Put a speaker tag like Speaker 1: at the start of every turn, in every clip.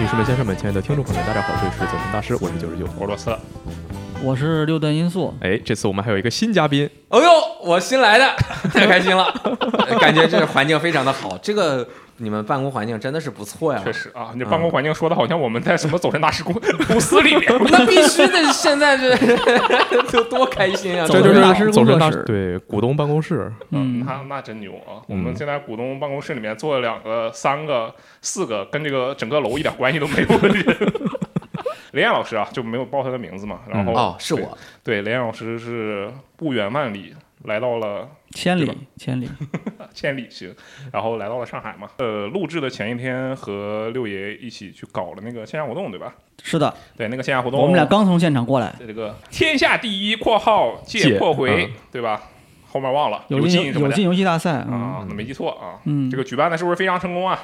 Speaker 1: 女士们、先生们、亲爱的听众朋友们，大家好，这里是走神大师，我是九十九。
Speaker 2: 俄罗斯了，
Speaker 3: 我是六段音速，
Speaker 1: 哎，这次我们还有一个新嘉宾，
Speaker 4: 哦呦，我新 来的，太开心了，感觉这个环境非常的好，这个你们办公环境真的是不错呀。
Speaker 2: 确实啊，你这办公环境说的好像我们在什么走神大师公 公司里面，
Speaker 4: 那必须的，现在这就多开心啊！
Speaker 3: 走
Speaker 1: 这就
Speaker 3: 神大
Speaker 1: 是
Speaker 3: 师
Speaker 1: 走
Speaker 3: 工
Speaker 1: 神大
Speaker 3: 作
Speaker 1: 师
Speaker 3: 室
Speaker 1: 对股东办公室，
Speaker 3: 嗯，
Speaker 2: 那那真牛啊！我
Speaker 1: 嗯
Speaker 2: 们现在股东办公室里面坐了两个、三个、四个，跟这个整个楼一点关系都没有 的人。雷燕老师啊，就没有报他的名字嘛。然后、
Speaker 1: 嗯
Speaker 4: 哦，是我，
Speaker 2: 对雷燕老师是不远万里来到了
Speaker 3: 千
Speaker 2: 对吧
Speaker 3: 里千里，
Speaker 2: 千里行，然后来到了上海嘛。呃，录制的前一天和六爷一起去搞了那个线下活动，对吧？
Speaker 3: 是的，
Speaker 2: 对，那个线下活
Speaker 4: 哦
Speaker 2: 动，
Speaker 3: 我们俩刚从现场过来，
Speaker 2: 在这个天下第一（括号
Speaker 1: 借
Speaker 2: 借破回
Speaker 1: 嗯）
Speaker 2: 对吧？后面忘了
Speaker 3: 有
Speaker 2: 进
Speaker 3: 进
Speaker 2: 什么
Speaker 3: 有
Speaker 2: 的
Speaker 3: 进游戏大赛，
Speaker 4: 哦
Speaker 3: 嗯
Speaker 2: 啊，那没记错啊。
Speaker 3: 嗯，
Speaker 2: 这个举办的是不是非常成功啊？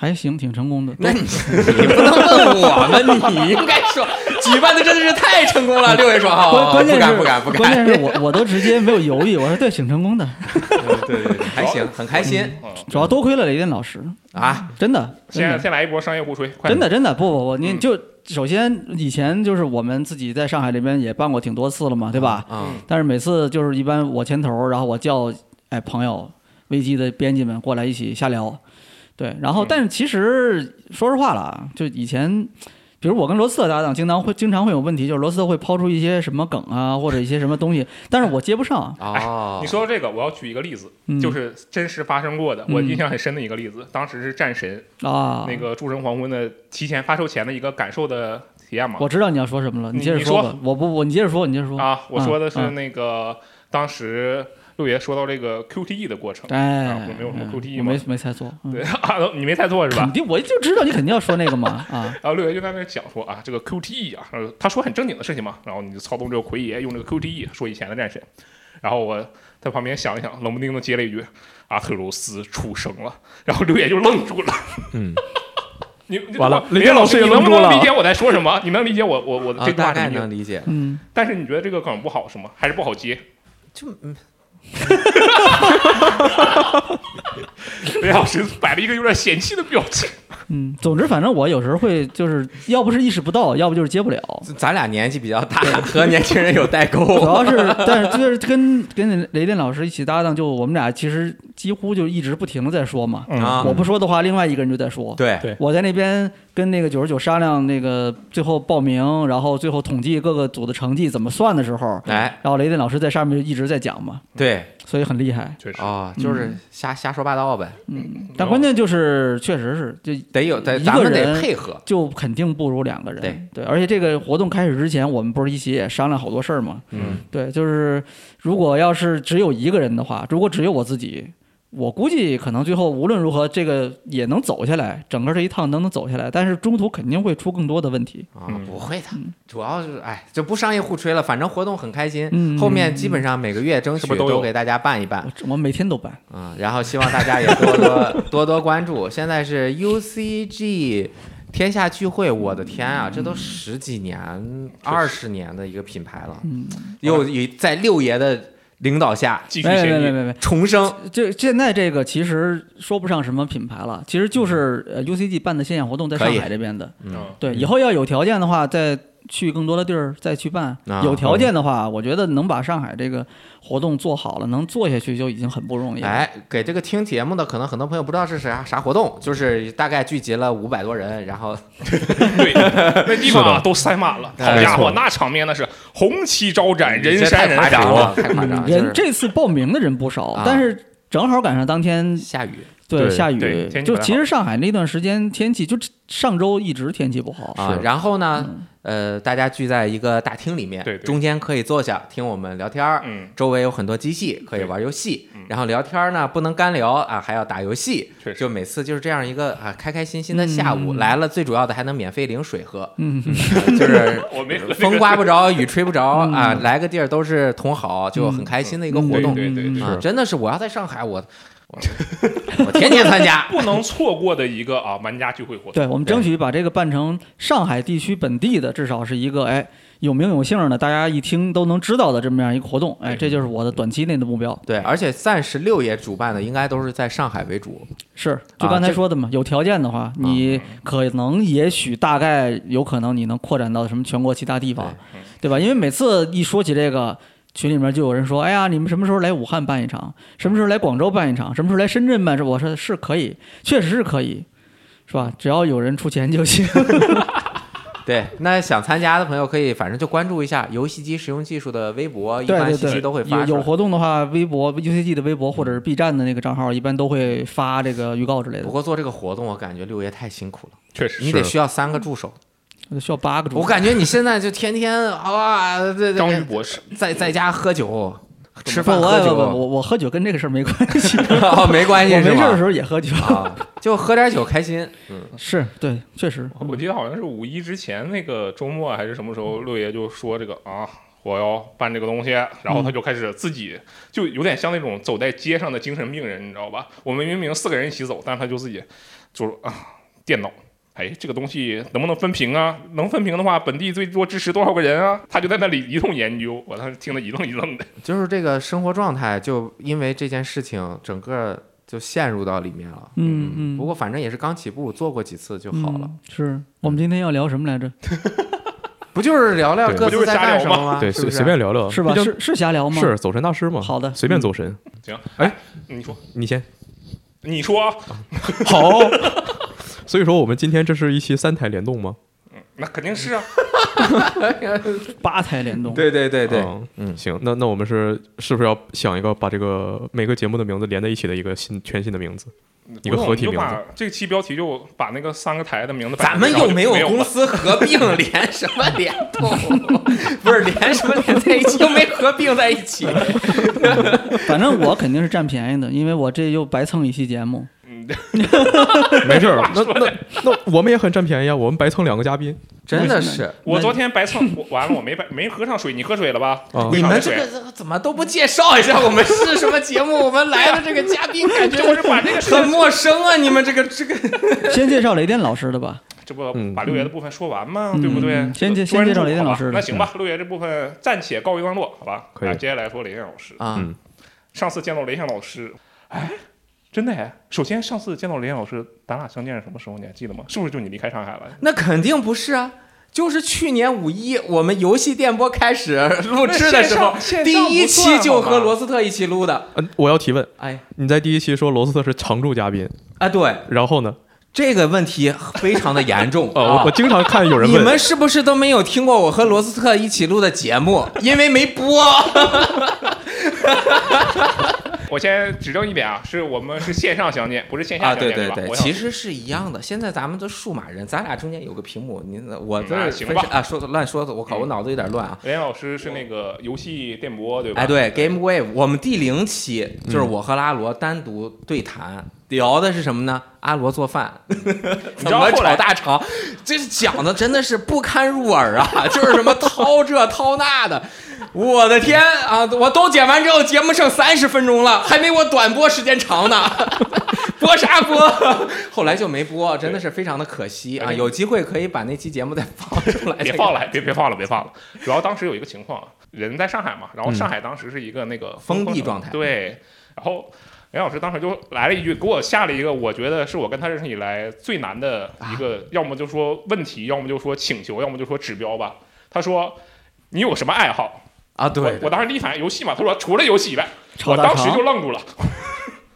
Speaker 3: 还行，挺成功的。
Speaker 4: 那你 你不能问我们，你应该说举办的真的是太成功了。六位说好，
Speaker 3: 嗯
Speaker 4: 好
Speaker 3: 关关键
Speaker 4: 好
Speaker 3: 是
Speaker 4: 哦不敢不敢不
Speaker 3: 关
Speaker 4: 敢，
Speaker 3: 键是我我都直接没有犹豫，我说对，挺成功的，
Speaker 4: 对对对，还行，
Speaker 3: 哦
Speaker 4: 很开心
Speaker 2: 嗯，
Speaker 3: 主要多亏了雷电老师，
Speaker 4: 啊。
Speaker 3: 真的真
Speaker 2: 先
Speaker 3: 的
Speaker 2: 先来一波商业互吹，快
Speaker 3: 真的真的不不不，你
Speaker 2: 嗯
Speaker 3: 就首先以前就是我们自己在上海这边也办过挺多次了嘛，对吧？
Speaker 4: 嗯，
Speaker 3: 但是每次就是一般我牵头，然后我叫哎朋友、危机的编辑们过来一起瞎聊，对。然后
Speaker 2: 嗯
Speaker 3: 但是其实说实话了啊，就以前，比如我跟罗斯特搭档，经常会经常会有问题，就是罗斯特会抛出一些什么梗啊，或者一些什么东西，但是我接不上。
Speaker 4: 哦
Speaker 3: 哎
Speaker 2: 你，说到这个，我要举一个例子，
Speaker 3: 嗯
Speaker 2: 就是真实发生过的，
Speaker 3: 嗯
Speaker 2: 我印象很深的一个例子。当时是战神
Speaker 3: 啊，
Speaker 2: 那个《诸神黄昏》的提前发售前的一个感受的体验嘛。
Speaker 3: 我知道你要说什么了，
Speaker 2: 你
Speaker 3: 接着
Speaker 2: 你
Speaker 3: 说
Speaker 2: 说
Speaker 3: 吧。我不，我你接着说，你接着说。
Speaker 2: 啊，我说的是
Speaker 3: 嗯
Speaker 2: 那个当时六爷说到这个 QTE 的过程， 啊
Speaker 3: 哎，
Speaker 2: 我没有什么
Speaker 3: 嗯
Speaker 2: QTE
Speaker 3: 我
Speaker 2: 吗
Speaker 3: 没没猜错，嗯
Speaker 2: 对啊，你没猜错是吧
Speaker 3: 肯？定我就知道你肯定要说那个嘛啊，
Speaker 2: 然后六爷就在那儿讲说啊，这个 QTE 啊，呃他说很正经的事情嘛，然后你就操纵这个奎爷用这个 QTE 说以前的战神，然后我在旁边想一想，冷不丁的接了一句阿特柔斯出生了，然后六爷就愣住了。
Speaker 1: 嗯，
Speaker 2: 你你
Speaker 1: 完了
Speaker 2: 你
Speaker 1: 雷电老师也
Speaker 2: 你能不
Speaker 1: 愣住了
Speaker 2: 能理解我在说什么？你能理解我我我的
Speaker 4: 啊
Speaker 2: 这，句
Speaker 4: 大
Speaker 2: 话什
Speaker 4: 概
Speaker 2: 么意思？
Speaker 4: 能理解。
Speaker 3: 嗯，
Speaker 2: 但是你觉得这个梗不好是吗？还是不好接？
Speaker 4: 就嗯
Speaker 2: 雷老师摆了一个有点嫌弃的表情。
Speaker 3: 嗯，总之，反正我有时候会就是，要不是意识不到，要不就是接不了。
Speaker 4: 咱俩年纪比较大，和年轻人有 代
Speaker 3: 主
Speaker 4: 沟。
Speaker 3: 要是，但是就是跟跟雷电老师一起搭档，就我们俩其实几乎就一直不停的在说嘛。
Speaker 1: 嗯
Speaker 4: 啊
Speaker 3: 我不说的话，另外一个人就在说。
Speaker 4: 对
Speaker 1: 对
Speaker 3: 我在那边跟那个九十九商量那个最后报名，然后最后统计各个组的成绩怎么算的时候，
Speaker 4: 哎，
Speaker 3: 然后雷电老师在上面就一直在讲嘛，
Speaker 4: 对
Speaker 3: 所以很厉害。
Speaker 2: 确实，
Speaker 4: 哦，就是瞎瞎说八道呗，
Speaker 3: 嗯，但关键就是确实是就。
Speaker 4: 得有得
Speaker 3: 一个
Speaker 4: 咱们得
Speaker 3: 人
Speaker 4: 配合。
Speaker 3: 就肯定不如两个人，
Speaker 4: 对
Speaker 3: 对，而且这个活动开始之前，我们不是一起也商量好多事儿嘛，
Speaker 4: 嗯，
Speaker 3: 对，就是如果要是只有一个人的话，如果只有我自己，我估计可能最后无论如何这个也能走下来，整个这一趟都能走下来，但是中途肯定会出更多的问题。
Speaker 4: 啊
Speaker 2: 嗯，
Speaker 4: 不会的
Speaker 3: 嗯，
Speaker 4: 主要是哎，就不商业互吹了，反正活动很开心，
Speaker 3: 嗯
Speaker 4: 后面基本上每个月争取
Speaker 2: 是不是都有
Speaker 4: 都给大家办一办
Speaker 3: 我我每天都办，
Speaker 4: 啊，然后希望大家也 多多多多关注。现在是 UCG 天下聚会，我的天啊，
Speaker 3: 嗯
Speaker 4: 这都十几年、二十年的一个品牌了，
Speaker 3: 嗯，
Speaker 4: 又以在六爷的领导下
Speaker 2: 继续
Speaker 3: 没没
Speaker 2: 嫌
Speaker 3: 没
Speaker 2: 弃。
Speaker 3: 没没，
Speaker 4: 重生，
Speaker 3: 这现在这个其实说不上什么品牌了，其实就是呃 UCG 办的线下活动在上
Speaker 4: 可以
Speaker 3: 海这边的，
Speaker 4: 嗯，
Speaker 3: 对，以后要有条件的话再。去更多的地儿再去办，
Speaker 4: 啊
Speaker 3: 有条件的话，我觉得能把上海这个活动做好了，能做下去就已经很不容易了。
Speaker 4: 哎，给这个听节目的可能很多朋友不知道是啥啥活动，就是大概聚集了五百多人，然 后
Speaker 2: 对，那地方
Speaker 1: 是
Speaker 2: 啊
Speaker 1: 的
Speaker 2: 都塞满了，好
Speaker 4: 哎
Speaker 2: 家
Speaker 1: 没
Speaker 2: 伙
Speaker 1: 错，
Speaker 2: 那场面那是红旗招展，人
Speaker 4: 这
Speaker 2: 山
Speaker 4: 太
Speaker 2: 人
Speaker 4: 夸
Speaker 2: 海
Speaker 4: 张
Speaker 2: 啊。
Speaker 4: 了，太夸张了，就
Speaker 3: 嗯人
Speaker 4: 是
Speaker 3: 这次报名的人不少，
Speaker 4: 嗯啊
Speaker 3: 但是正好赶上当天
Speaker 4: 下雨
Speaker 1: 对
Speaker 3: 下雨，
Speaker 2: 对天气
Speaker 3: 就
Speaker 2: 不太
Speaker 3: 其实上海那段时间天气就这上周一直天气不好，
Speaker 4: 啊
Speaker 1: 是，
Speaker 4: 然后呢，
Speaker 3: 嗯
Speaker 4: 呃，大家聚在一个大厅里面，
Speaker 2: 对对
Speaker 4: 中间可以坐下听我们聊天儿，
Speaker 2: 嗯，
Speaker 4: 周围有很多机器可以
Speaker 2: 对
Speaker 4: 玩游戏
Speaker 2: 嗯，
Speaker 4: 然后聊天儿呢不能干聊啊，还要打游戏，
Speaker 2: 确实
Speaker 4: 就每次就是这样一个啊开开心心的下午
Speaker 3: 嗯
Speaker 4: 来了，最主要的还能免费领水 喝，
Speaker 3: 嗯，
Speaker 4: 就是
Speaker 2: 我没喝这个
Speaker 4: 风刮不着，雨吹不着
Speaker 3: 嗯
Speaker 4: 啊，来个地儿都是同好，就很开心的一个活动
Speaker 2: 对对对
Speaker 3: 嗯
Speaker 2: 对，
Speaker 4: 啊，真的是我要在上海，我我天天参加。
Speaker 2: 不能错过的一个啊玩家聚会活动。
Speaker 3: 对，我们争取把这个办成上海地区本地的，至少是一个哎有名有姓的，大家一听都能知道的这么样一个活动。哎，这就是我的短期内的目标。
Speaker 4: 对，而且暂时六爷主办的应该都是在上海为主，
Speaker 3: 是，就
Speaker 4: 啊
Speaker 3: 刚才
Speaker 4: 这啊嗯
Speaker 3: 说的嘛，有条件的话，你可能、也许、大概、有可能，你能扩展到什么全国其他地方，
Speaker 4: 嗯
Speaker 3: 对吧？因为每次一说起这个。群里面就有人说：“哎呀，你们什么时候来武汉办一场？什么时候来广州办一场？什么时候来深圳办？”我说是可以，确实是可以，是吧？只要有人出钱就行。
Speaker 4: 对，那想参加的朋友可以，反正就关注一下游戏机使用技术的微博，一
Speaker 3: 对
Speaker 4: 般
Speaker 3: 对
Speaker 4: 信息
Speaker 3: 对，
Speaker 4: 都会
Speaker 3: 有
Speaker 4: 发出
Speaker 3: 有
Speaker 4: 来。
Speaker 3: 活动的话，微博 UCG 的微博或者是 B 站的那个账号，一般都会发这个预告之类
Speaker 4: 不
Speaker 3: 的。
Speaker 4: 过做这个活动，我感觉六爷太辛苦了，
Speaker 2: 确实
Speaker 4: 你得需要三个助手。
Speaker 3: 需要八个主
Speaker 4: 我
Speaker 3: 播。
Speaker 4: 感觉你现在就天天啊，在
Speaker 2: 章鱼
Speaker 4: 在
Speaker 2: 博士，
Speaker 4: 在在家喝酒、吃
Speaker 3: 不，
Speaker 4: 饭
Speaker 3: 我
Speaker 4: 喝
Speaker 3: 不不，我
Speaker 4: 酒，
Speaker 3: 我喝酒跟这个事儿没关系。我
Speaker 4: 哦，没关系
Speaker 3: 没事
Speaker 4: 是
Speaker 3: 儿的
Speaker 4: 吗
Speaker 3: 时？候也喝酒，
Speaker 4: 啊，就喝点酒开心。
Speaker 3: 是对，确实。
Speaker 2: 我记得好像是五一之前那个周末还是什么时
Speaker 4: 嗯
Speaker 2: 候，六爷就说这个啊。我要办这个东西，然
Speaker 4: 嗯
Speaker 2: 后他就开始自己，就有点像那种走在街上的精神病人，你知道吧？我们明明四个人一起走，但是他就自己就是啊，电脑，哎，这个东西能不能分屏啊？能分屏的话，本地最多支持多少个人啊？他就在那里一通研究，我当时听得一愣一愣的。
Speaker 4: 就是这个生活状态，就因为这件事情，整个就陷入到里面了。
Speaker 3: 嗯嗯
Speaker 4: 不过反正也是刚起步，做过几次就好了。
Speaker 3: 嗯是我们今天要聊什么来着？
Speaker 4: 不就是聊聊
Speaker 1: 对
Speaker 4: 各自在干什么吗？
Speaker 1: 对，
Speaker 4: 是不
Speaker 1: 随
Speaker 4: 是
Speaker 1: 随便聊聊，
Speaker 3: 是吧？
Speaker 1: 毕竟
Speaker 3: 是是瞎聊吗？
Speaker 1: 是走神大师嘛？
Speaker 3: 好的
Speaker 1: 随便走神，
Speaker 2: 你说，
Speaker 1: 你先。
Speaker 2: 你说啊，
Speaker 1: 好， 所以说我们今天这是一期三台联动吗？
Speaker 2: 那肯定 是啊，
Speaker 3: 八台联动。
Speaker 4: 对对对对，
Speaker 1: 嗯
Speaker 4: 嗯
Speaker 1: 行，那那我们是是不是要想一个把这个每个节目的名字连在一起的一个新全新的 名字？一个合体
Speaker 2: 不
Speaker 1: 名
Speaker 2: 用我们就把这期标题就把那个三个台的名字摆
Speaker 4: 咱
Speaker 2: 上，
Speaker 4: 们
Speaker 2: 然后
Speaker 4: 又
Speaker 2: 就
Speaker 4: 没
Speaker 2: 没
Speaker 4: 有
Speaker 2: 了
Speaker 4: 公司合并，连什么联动？ 不是连什么连在一起，又没合并在一起。
Speaker 3: 反正我肯定是占便宜的，因为我这又白蹭一期节目。
Speaker 1: 没事儿，那 那那我们也很占便宜啊，我们白蹭两个嘉宾
Speaker 4: 真的是，
Speaker 2: 我昨天白蹭，我完了，我没白没喝上水，你喝水了吧？
Speaker 1: 啊
Speaker 2: 喝
Speaker 4: 你
Speaker 2: 上
Speaker 4: 们这
Speaker 2: 水，
Speaker 4: 个怎么都不介绍一下我们是什么节目？我们来的这个嘉宾感觉
Speaker 2: 这不是把这个事
Speaker 4: 很陌生啊！你们这个这个
Speaker 3: 先介绍雷电老师的吧。
Speaker 2: 这不
Speaker 1: 嗯
Speaker 2: 把六爷的部分说完吗？
Speaker 3: 嗯
Speaker 2: 对不对
Speaker 3: 嗯？先介
Speaker 2: 专注
Speaker 3: 先介绍雷电老师
Speaker 2: 好吧那
Speaker 3: 的
Speaker 2: 行吧，六爷这部分暂且告一段落，好吧？
Speaker 1: 可以
Speaker 2: 那接下来说雷电老师。
Speaker 4: 啊
Speaker 1: 嗯
Speaker 2: 上次见到雷电老师，哎，真的哎，首先上次见到雷电老师，咱俩相见是什么时候？你还记得吗？是不是就你离开上海了？
Speaker 4: 那肯定不是啊，就是去年五一我们游戏电波 开始录制的时候
Speaker 2: 那线上线上，
Speaker 4: 第一
Speaker 2: 不
Speaker 4: 期
Speaker 2: 算
Speaker 4: 就
Speaker 2: 好
Speaker 4: 和
Speaker 2: 吧
Speaker 4: 罗斯特一起录的。
Speaker 1: 嗯，我要提问，
Speaker 4: 哎
Speaker 1: 你在第一期说罗斯特是常驻嘉宾，
Speaker 4: 啊，对
Speaker 1: 然后呢？
Speaker 4: 这个问题非常的严 重
Speaker 2: 啊
Speaker 4: 啊
Speaker 1: 哦，我我经常看有人
Speaker 4: 你
Speaker 1: 问，
Speaker 4: 们是不是都没有听过我和罗斯特一起录的节目？ 因为没播。
Speaker 2: 我先指正一点啊，是我们是线上相见，不是线下
Speaker 4: 啊，
Speaker 2: 相见，
Speaker 4: 对对
Speaker 2: 吧？
Speaker 4: 对，
Speaker 2: 我想
Speaker 4: 其实是一样的。现在咱们都数码人，咱俩中间有个屏幕，你我这
Speaker 2: 嗯
Speaker 4: 儿
Speaker 2: 啊行
Speaker 4: 分
Speaker 2: 吧
Speaker 4: 啊，说的乱说的，我靠，我脑子有点乱啊。
Speaker 2: 雷电老师是那个游戏电波，对吧？
Speaker 4: 哎，对，Game Wave，我们第零期就是我和阿罗单独对谈，聊的是什么呢？阿罗 做饭，
Speaker 2: 知
Speaker 4: 怎
Speaker 2: 道
Speaker 4: 么
Speaker 2: 后来
Speaker 4: 炒大肠，这讲的真的是不堪入耳啊！ 就是什么掏这掏那的，我的天啊！我都剪完之后，节目剩三十分钟了，还没我短播时间长呢。 播啥播？后来就没播，真的是非常的可惜啊！
Speaker 2: 对
Speaker 4: 有机会可以把那期节目再放出来。
Speaker 2: 别放了，别别放了，别放了。主要当时有一个情况，啊人在上海嘛，然后上海当时是一个那个
Speaker 4: 嗯封
Speaker 2: 城
Speaker 4: 闭状态
Speaker 2: 对。然后梁老师当时就来了一句，给我下了一个，我觉得是我跟他认识以来最难的一个，
Speaker 4: 啊
Speaker 2: 要么就说问题，要么就说请求，要么就说指标吧。他说。你有什么爱好？
Speaker 4: 啊！
Speaker 2: 我
Speaker 4: 对，
Speaker 2: 我当时第一反应游戏嘛，他说除了游戏以外，
Speaker 3: 炒
Speaker 2: 我
Speaker 3: 大
Speaker 2: 当时
Speaker 3: 肠
Speaker 2: 就，愣住了。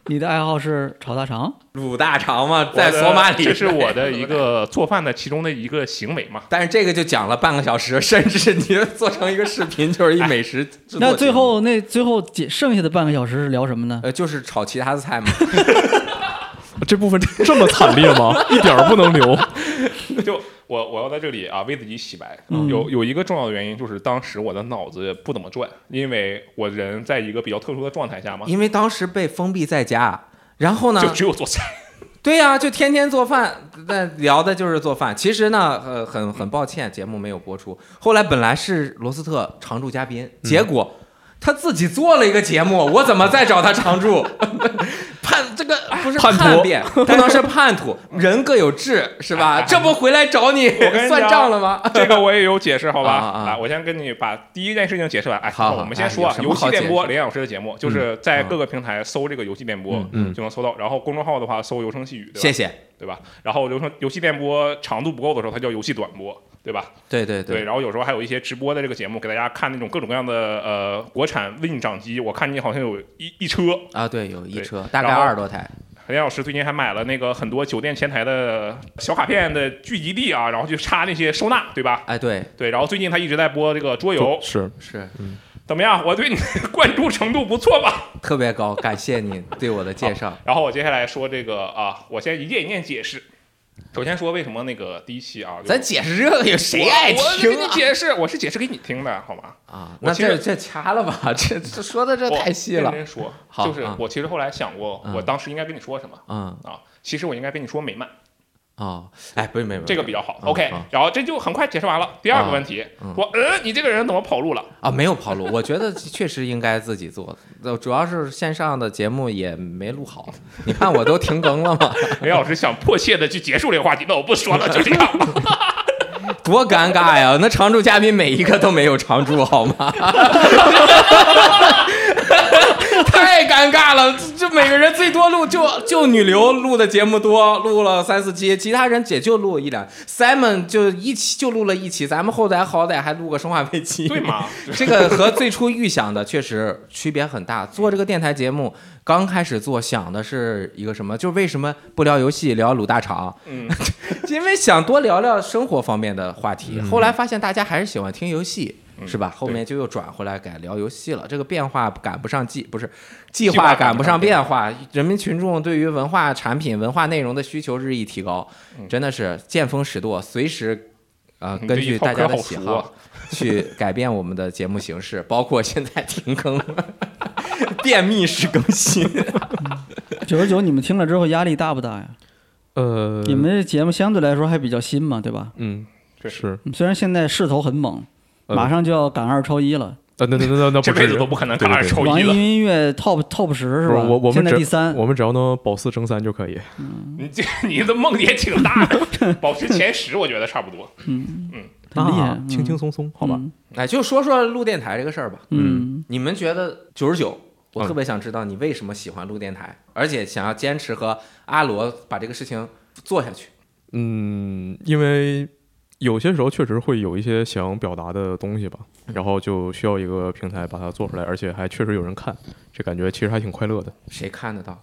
Speaker 3: 你的爱好是炒大肠？
Speaker 4: 卤大肠嘛，
Speaker 2: 我
Speaker 4: 在
Speaker 2: 的
Speaker 4: 索马里，
Speaker 2: 这是我的一个做饭的其中的一个行为嘛。
Speaker 4: 但是这个就讲了半个小时， 甚至你做成一个视频就是一美食制作节目。
Speaker 3: 那最后那最后解剩下的半个小时是聊什么呢？
Speaker 4: 呃，就是炒其他的菜嘛。
Speaker 1: 这部分这么惨烈 吗？一点儿不能留。
Speaker 2: 就我我要在这里啊为自己洗白，
Speaker 3: 嗯
Speaker 2: 有有一个重要的原因就是当时我的脑子不怎么转，因为我人在一个比较特殊的状态下嘛，
Speaker 4: 因为当时被封闭在家，然嗯后呢
Speaker 2: 就，只有做菜。
Speaker 4: 对呀、就天天做饭，那聊的就是做饭。其实呢，呃，很很抱歉，节目没有播出。后来本来是罗斯特常驻嘉宾， 结果。他自己做了一个节目，我怎么再找他常驻？判这个不是
Speaker 1: 叛徒
Speaker 4: 叛变，不能是叛徒，人各有志，是吧？这不回来找你
Speaker 2: 跟你讲
Speaker 4: 算账了吗？
Speaker 2: 这个我也有解释，好吧？
Speaker 4: 啊啊
Speaker 2: 来我先跟你把第一件事情解释完。哎，
Speaker 4: 好好
Speaker 2: 我们先说啊
Speaker 4: 哎，
Speaker 2: 游
Speaker 4: 有什么好
Speaker 2: 戏
Speaker 4: 解释嗯啊
Speaker 2: 电波林老师的节目，就是在各个平台搜这个游戏电波
Speaker 1: 嗯嗯
Speaker 2: 就能搜到，然后公众号的话搜“游声细语”，对吧？
Speaker 4: 谢谢。
Speaker 2: 对吧？然后流程游戏电波长度不够的时候，它叫游戏短波，对吧？
Speaker 4: 对对
Speaker 2: 对，，然后有时候还有一些直播的这个节目，给大家看那种各种各样的呃国产 Win 掌机，我看你好像有一一车，
Speaker 4: 啊对，有一车，大
Speaker 2: 然后
Speaker 4: 概二十多台。
Speaker 2: 林老师最近还买了那个很多酒店前台的小卡片的聚集地啊，然后去插那些收纳，对吧？
Speaker 4: 哎，对，
Speaker 2: 对，然后最近他一直在播这个桌游，
Speaker 1: 是
Speaker 4: 是
Speaker 2: 怎么样？我对你的 关注程度不错吧？
Speaker 4: 特别高，感谢你对我的介绍。
Speaker 2: 然后我接下来说这个啊，我先一件一件解释。首先说为什么那个第一期啊，就
Speaker 4: 咱解释这个有谁
Speaker 2: 我
Speaker 4: 爱
Speaker 2: 我给
Speaker 4: 听
Speaker 2: 你
Speaker 4: 啊？
Speaker 2: 解释，我是解释给你听的，好吗？
Speaker 4: 啊，
Speaker 2: 我
Speaker 4: 那
Speaker 2: 其实
Speaker 4: 这这掐了吧， 这这说的这
Speaker 2: 我
Speaker 4: 太细了
Speaker 2: 认。真说，
Speaker 4: 好
Speaker 2: 就是
Speaker 4: 啊
Speaker 2: 我其实后来想过，
Speaker 4: 嗯
Speaker 2: 我当时应该跟你说什么
Speaker 4: 嗯
Speaker 2: 啊？其实我应该跟你说美漫，
Speaker 1: 嗯
Speaker 4: 哦，哎，不是没有没有
Speaker 2: 这个比较好。
Speaker 4: 嗯
Speaker 2: OK，
Speaker 4: 嗯
Speaker 2: 然后这就很快解释完了。第二个问题
Speaker 4: 嗯，
Speaker 2: 我呃，你这个人怎么跑路了？
Speaker 4: 啊，没有跑路，我觉得确实应该自己做。呃主要是线上的节目也没录好，你看我都停更了嘛，
Speaker 2: 雷老师想迫切的去结束这个话题，那我不说了，就这样吧。
Speaker 4: 多尴尬呀！那常驻嘉宾每一个都没有常驻，好吗？ 太尴尬了，这这每个人最多录就就女流录的节目多，录了三四期，其他人也就录一两。Simon 就一期就录了一期，咱们后台好歹还录个生化危机，
Speaker 2: 对吗？
Speaker 4: 这个和最初预想的确实区别很
Speaker 2: 嗯
Speaker 4: 大。做这个电台节目，刚开始做想的是一个什么？就是为什么不聊游戏，聊鲁大厂？
Speaker 2: 嗯，
Speaker 4: 因为想多聊聊生活方面的话
Speaker 2: 嗯
Speaker 4: 题。后来发现大家还是喜欢听游戏。是吧？后面就又转回来改聊游戏了，这个变化赶不上计，不是
Speaker 2: 计
Speaker 4: 计
Speaker 2: 划
Speaker 4: 划
Speaker 2: 赶
Speaker 4: 赶
Speaker 2: 不
Speaker 4: 不
Speaker 2: 上
Speaker 4: 上变化。人民群众对于文化产品、文化内容的需求日益提高，真的是见风使舵，随时呃
Speaker 2: 你
Speaker 4: 根
Speaker 2: 嗯这一
Speaker 4: 据
Speaker 2: 套
Speaker 4: 大家
Speaker 2: 嗑
Speaker 4: 的
Speaker 2: 好
Speaker 4: 喜
Speaker 2: 熟
Speaker 4: 好
Speaker 2: 啊，
Speaker 4: 去改变我们的节目形式， 包括现在停更、 便秘式更 新。
Speaker 3: 九十九，你们听了之后压力大不大呀？
Speaker 1: 呃，
Speaker 3: 你们这节目相对来说还比较新嘛，对吧？
Speaker 1: 嗯
Speaker 2: 确实
Speaker 1: 是
Speaker 3: 虽然现在势头很猛，
Speaker 1: 呃
Speaker 3: 马上就要赶二超一了，
Speaker 1: 呃，那那那那那
Speaker 2: 这
Speaker 1: 不
Speaker 2: 辈
Speaker 1: 至
Speaker 2: 子
Speaker 1: 于
Speaker 2: 都不可能
Speaker 1: 对
Speaker 2: 看
Speaker 1: 对
Speaker 2: 二
Speaker 1: 对
Speaker 2: 抽
Speaker 3: 网
Speaker 2: 一
Speaker 3: 易
Speaker 2: 了
Speaker 3: 云。音乐 top top 十是
Speaker 1: 不
Speaker 3: 吧？
Speaker 1: 是我我
Speaker 3: 现
Speaker 1: 们
Speaker 3: 在
Speaker 1: 只
Speaker 3: 第三，
Speaker 1: 我们只要能保四争三就可以。
Speaker 2: 你这你的梦也挺大的，保 持前十，我觉得差不多。
Speaker 3: 很厉害，
Speaker 1: 啊
Speaker 3: 嗯
Speaker 1: 轻轻松松，好吧？
Speaker 4: 哎，就说说录电台这个事儿吧。
Speaker 3: 嗯，
Speaker 4: 你们觉得九十九？我
Speaker 1: 嗯
Speaker 4: 特别想知道你为什么喜欢录电台，而且想要坚持和阿罗把这个事情做下去。
Speaker 1: 嗯，因为有些时候确实会有一些想表达的东西吧，然后就需要一个平台把它做出来，而且还确实有人看，这感觉其实还挺快乐的
Speaker 4: 谁 看得到？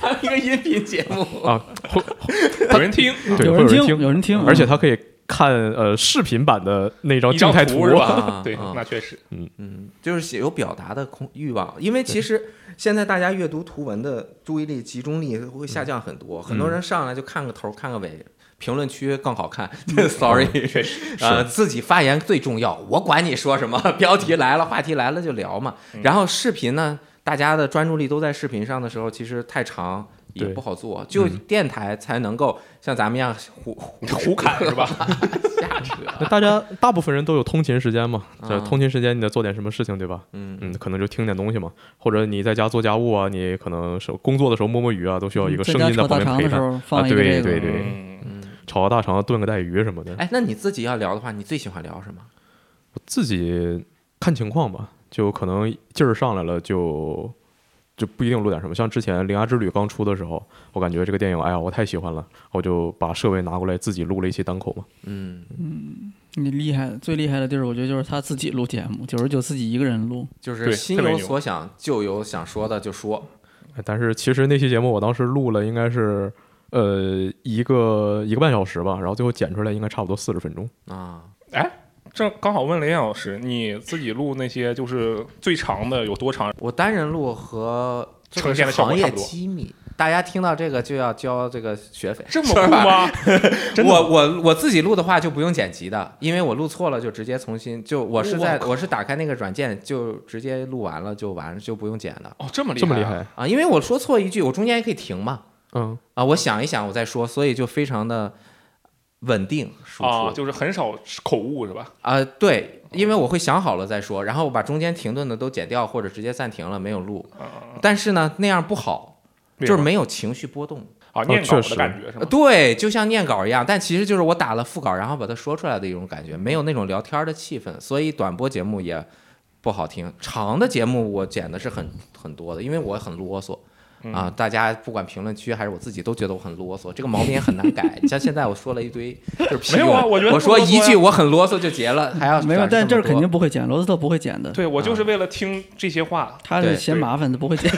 Speaker 4: 咱们一个音频节目，
Speaker 1: 啊。会
Speaker 2: 有人听，
Speaker 1: 对，
Speaker 3: 有
Speaker 1: 会
Speaker 3: 人
Speaker 1: 人
Speaker 3: 听，有人听，
Speaker 1: 而且它可以看呃视频版的那张
Speaker 2: 嗯一
Speaker 1: 静
Speaker 2: 张
Speaker 1: 态
Speaker 2: 图是吧
Speaker 4: 啊？
Speaker 2: 对
Speaker 4: 啊，
Speaker 2: 那确实。
Speaker 4: 嗯，就是有表达的空欲望，因为其实现在大家阅读图文的注意力集中力会下降很
Speaker 2: 嗯
Speaker 4: 多，很多人上来就看个头看个尾，评论区更好看。Sorry，
Speaker 2: 嗯 确实
Speaker 4: 呃，自己发言最重要，我管你说什么，标题来了，话题来了就聊嘛。
Speaker 2: 嗯
Speaker 4: 然后视频呢，大家的专注力都在视频上的时候，其实太长。也
Speaker 1: 对
Speaker 4: 不好做，就
Speaker 2: 嗯
Speaker 4: 电台才能够像咱们一样胡胡
Speaker 2: 胡侃是吧？
Speaker 4: 瞎扯。
Speaker 1: 那大家大部分人都有通勤时间 嘛，这
Speaker 2: 嗯
Speaker 4: 啊
Speaker 1: 通勤时间你得做点什么事情，对吧？
Speaker 4: 嗯
Speaker 1: 嗯，可能就听点东西嘛，或者你在家做家务啊，你可能是工作的时候摸摸鱼啊，都需要一个
Speaker 3: 嗯在
Speaker 1: 声
Speaker 3: 家
Speaker 1: 音在
Speaker 3: 炒
Speaker 1: 旁边
Speaker 3: 大肠
Speaker 1: 陪
Speaker 3: 的时
Speaker 1: 伴。
Speaker 3: 候放一个
Speaker 1: 对
Speaker 3: 这
Speaker 1: 对
Speaker 3: 个，
Speaker 1: 对
Speaker 2: 嗯，
Speaker 1: 炒个大肠，炖个带鱼什么的，
Speaker 4: 哎，那你自己要聊的话，你最喜欢聊什么？
Speaker 1: 我自己看情况吧，就可能劲儿上来了就。就不一定录点什么，像之前《铃芽之旅》刚出的时候，我感觉这个电影，哎呀，我太喜欢了，我就把设备拿过来自己录了一期单口嘛。
Speaker 4: 嗯，
Speaker 3: 你厉害，最厉害的地儿，我觉得就是他自己录节目，九十九自己一个人录，
Speaker 4: 就
Speaker 2: 对
Speaker 4: 是心
Speaker 2: 特别
Speaker 4: 有
Speaker 2: 牛
Speaker 4: 所想，就有想说的就说。
Speaker 1: 但是其实那期节目我当时录了应该是呃一个一个半小时吧，然后最后剪出来应该差不多四十分钟。
Speaker 4: 啊，
Speaker 2: 这刚好问雷老师，你自己录那些就是最长的有多长？
Speaker 4: 我单人录和这
Speaker 2: 呈
Speaker 4: 个
Speaker 2: 现的
Speaker 4: 是
Speaker 2: 效果
Speaker 4: 行
Speaker 2: 差
Speaker 4: 业
Speaker 2: 不多
Speaker 4: 机密，大家听到这个就要交这个学费。
Speaker 2: 这么酷吗？真的
Speaker 4: 我我我自己录的话就不用剪辑的，因为我录错了就直接重新就我是在
Speaker 2: 哇
Speaker 4: 我是打开那个软件就直接录完了就完就不用剪的
Speaker 2: 哦，这么厉害，
Speaker 1: 这么厉！害？
Speaker 4: 啊，因为我说错一句，我中间也可以停嘛
Speaker 1: 嗯，
Speaker 4: 啊，我想一想我再说，所以就非常的稳定输出
Speaker 2: 啊，就是很少口误是吧？
Speaker 4: 啊、对，因为我会想好了再说，然后我把中间停顿的都剪掉，或者直接暂停了，没有录。
Speaker 2: 啊
Speaker 4: 但是呢，那样不好，就是没有情绪波动。
Speaker 2: 啊，念稿
Speaker 1: 确
Speaker 2: 的
Speaker 1: 实
Speaker 2: 感觉是
Speaker 4: 呃
Speaker 2: 吗？
Speaker 4: 对，就像念稿一样，但其实就是我打了副稿，然后把它说出来的一种感觉，没有那种聊天的气氛，所以短播节目也不好听。长的节目我剪的是很很多的，因为我很啰嗦。
Speaker 2: 嗯
Speaker 4: 啊，大家不管评论区还是我自己都觉得我很啰嗦，这个毛病也很难改。 你像现在我说了一堆，就是批
Speaker 2: 没有啊
Speaker 4: 评
Speaker 2: 我觉得
Speaker 4: 我说
Speaker 2: 不啰嗦
Speaker 4: 一
Speaker 2: 呀
Speaker 4: 句我很啰嗦就结了，还要
Speaker 3: 没有，
Speaker 4: 讲
Speaker 3: 但这
Speaker 4: 么
Speaker 3: 儿肯
Speaker 4: 多
Speaker 3: 定不会剪，罗斯特不会剪的，
Speaker 2: 对我就是为了听这些话，
Speaker 3: 他
Speaker 4: 对
Speaker 3: 是嫌
Speaker 2: 对
Speaker 3: 麻烦的，不会 剪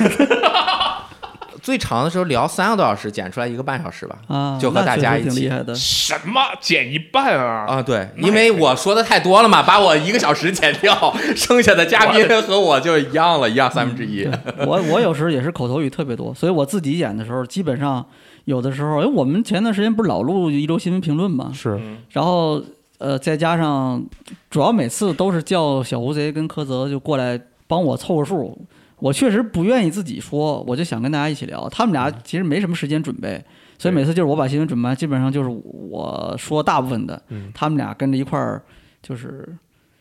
Speaker 4: 最长的时候聊三个多小时，剪出来一个半小时吧，
Speaker 3: 啊。
Speaker 4: 就和
Speaker 3: 那
Speaker 4: 大
Speaker 3: 确
Speaker 4: 家
Speaker 3: 实
Speaker 4: 一
Speaker 3: 挺厉
Speaker 4: 起。
Speaker 3: 害的，
Speaker 2: 什么减一半啊？
Speaker 4: 嗯啊，对，
Speaker 2: 那
Speaker 4: 因
Speaker 2: 也
Speaker 4: 为
Speaker 2: 可以
Speaker 4: 我说的太多了嘛，把我一个小时剪掉，剩下的嘉宾和我就一样了，一样三分之一。
Speaker 3: 我我有时候也是口头语特别多，所以我自己演的时候，基本上有的时候，哎，我们前段时间不是老录一周新闻评论嘛，
Speaker 1: 是
Speaker 2: 嗯
Speaker 3: 然后呃，再加上主要每次都是叫小胡贼跟柯泽就过来帮我凑个数，我确实不愿意自己说，我就想跟大家一起聊。他们俩其实没什么时间准备，所以每次就是我把新闻准备完，基本上就是我说大部分的，
Speaker 1: 嗯
Speaker 3: 他们俩跟着一块儿就是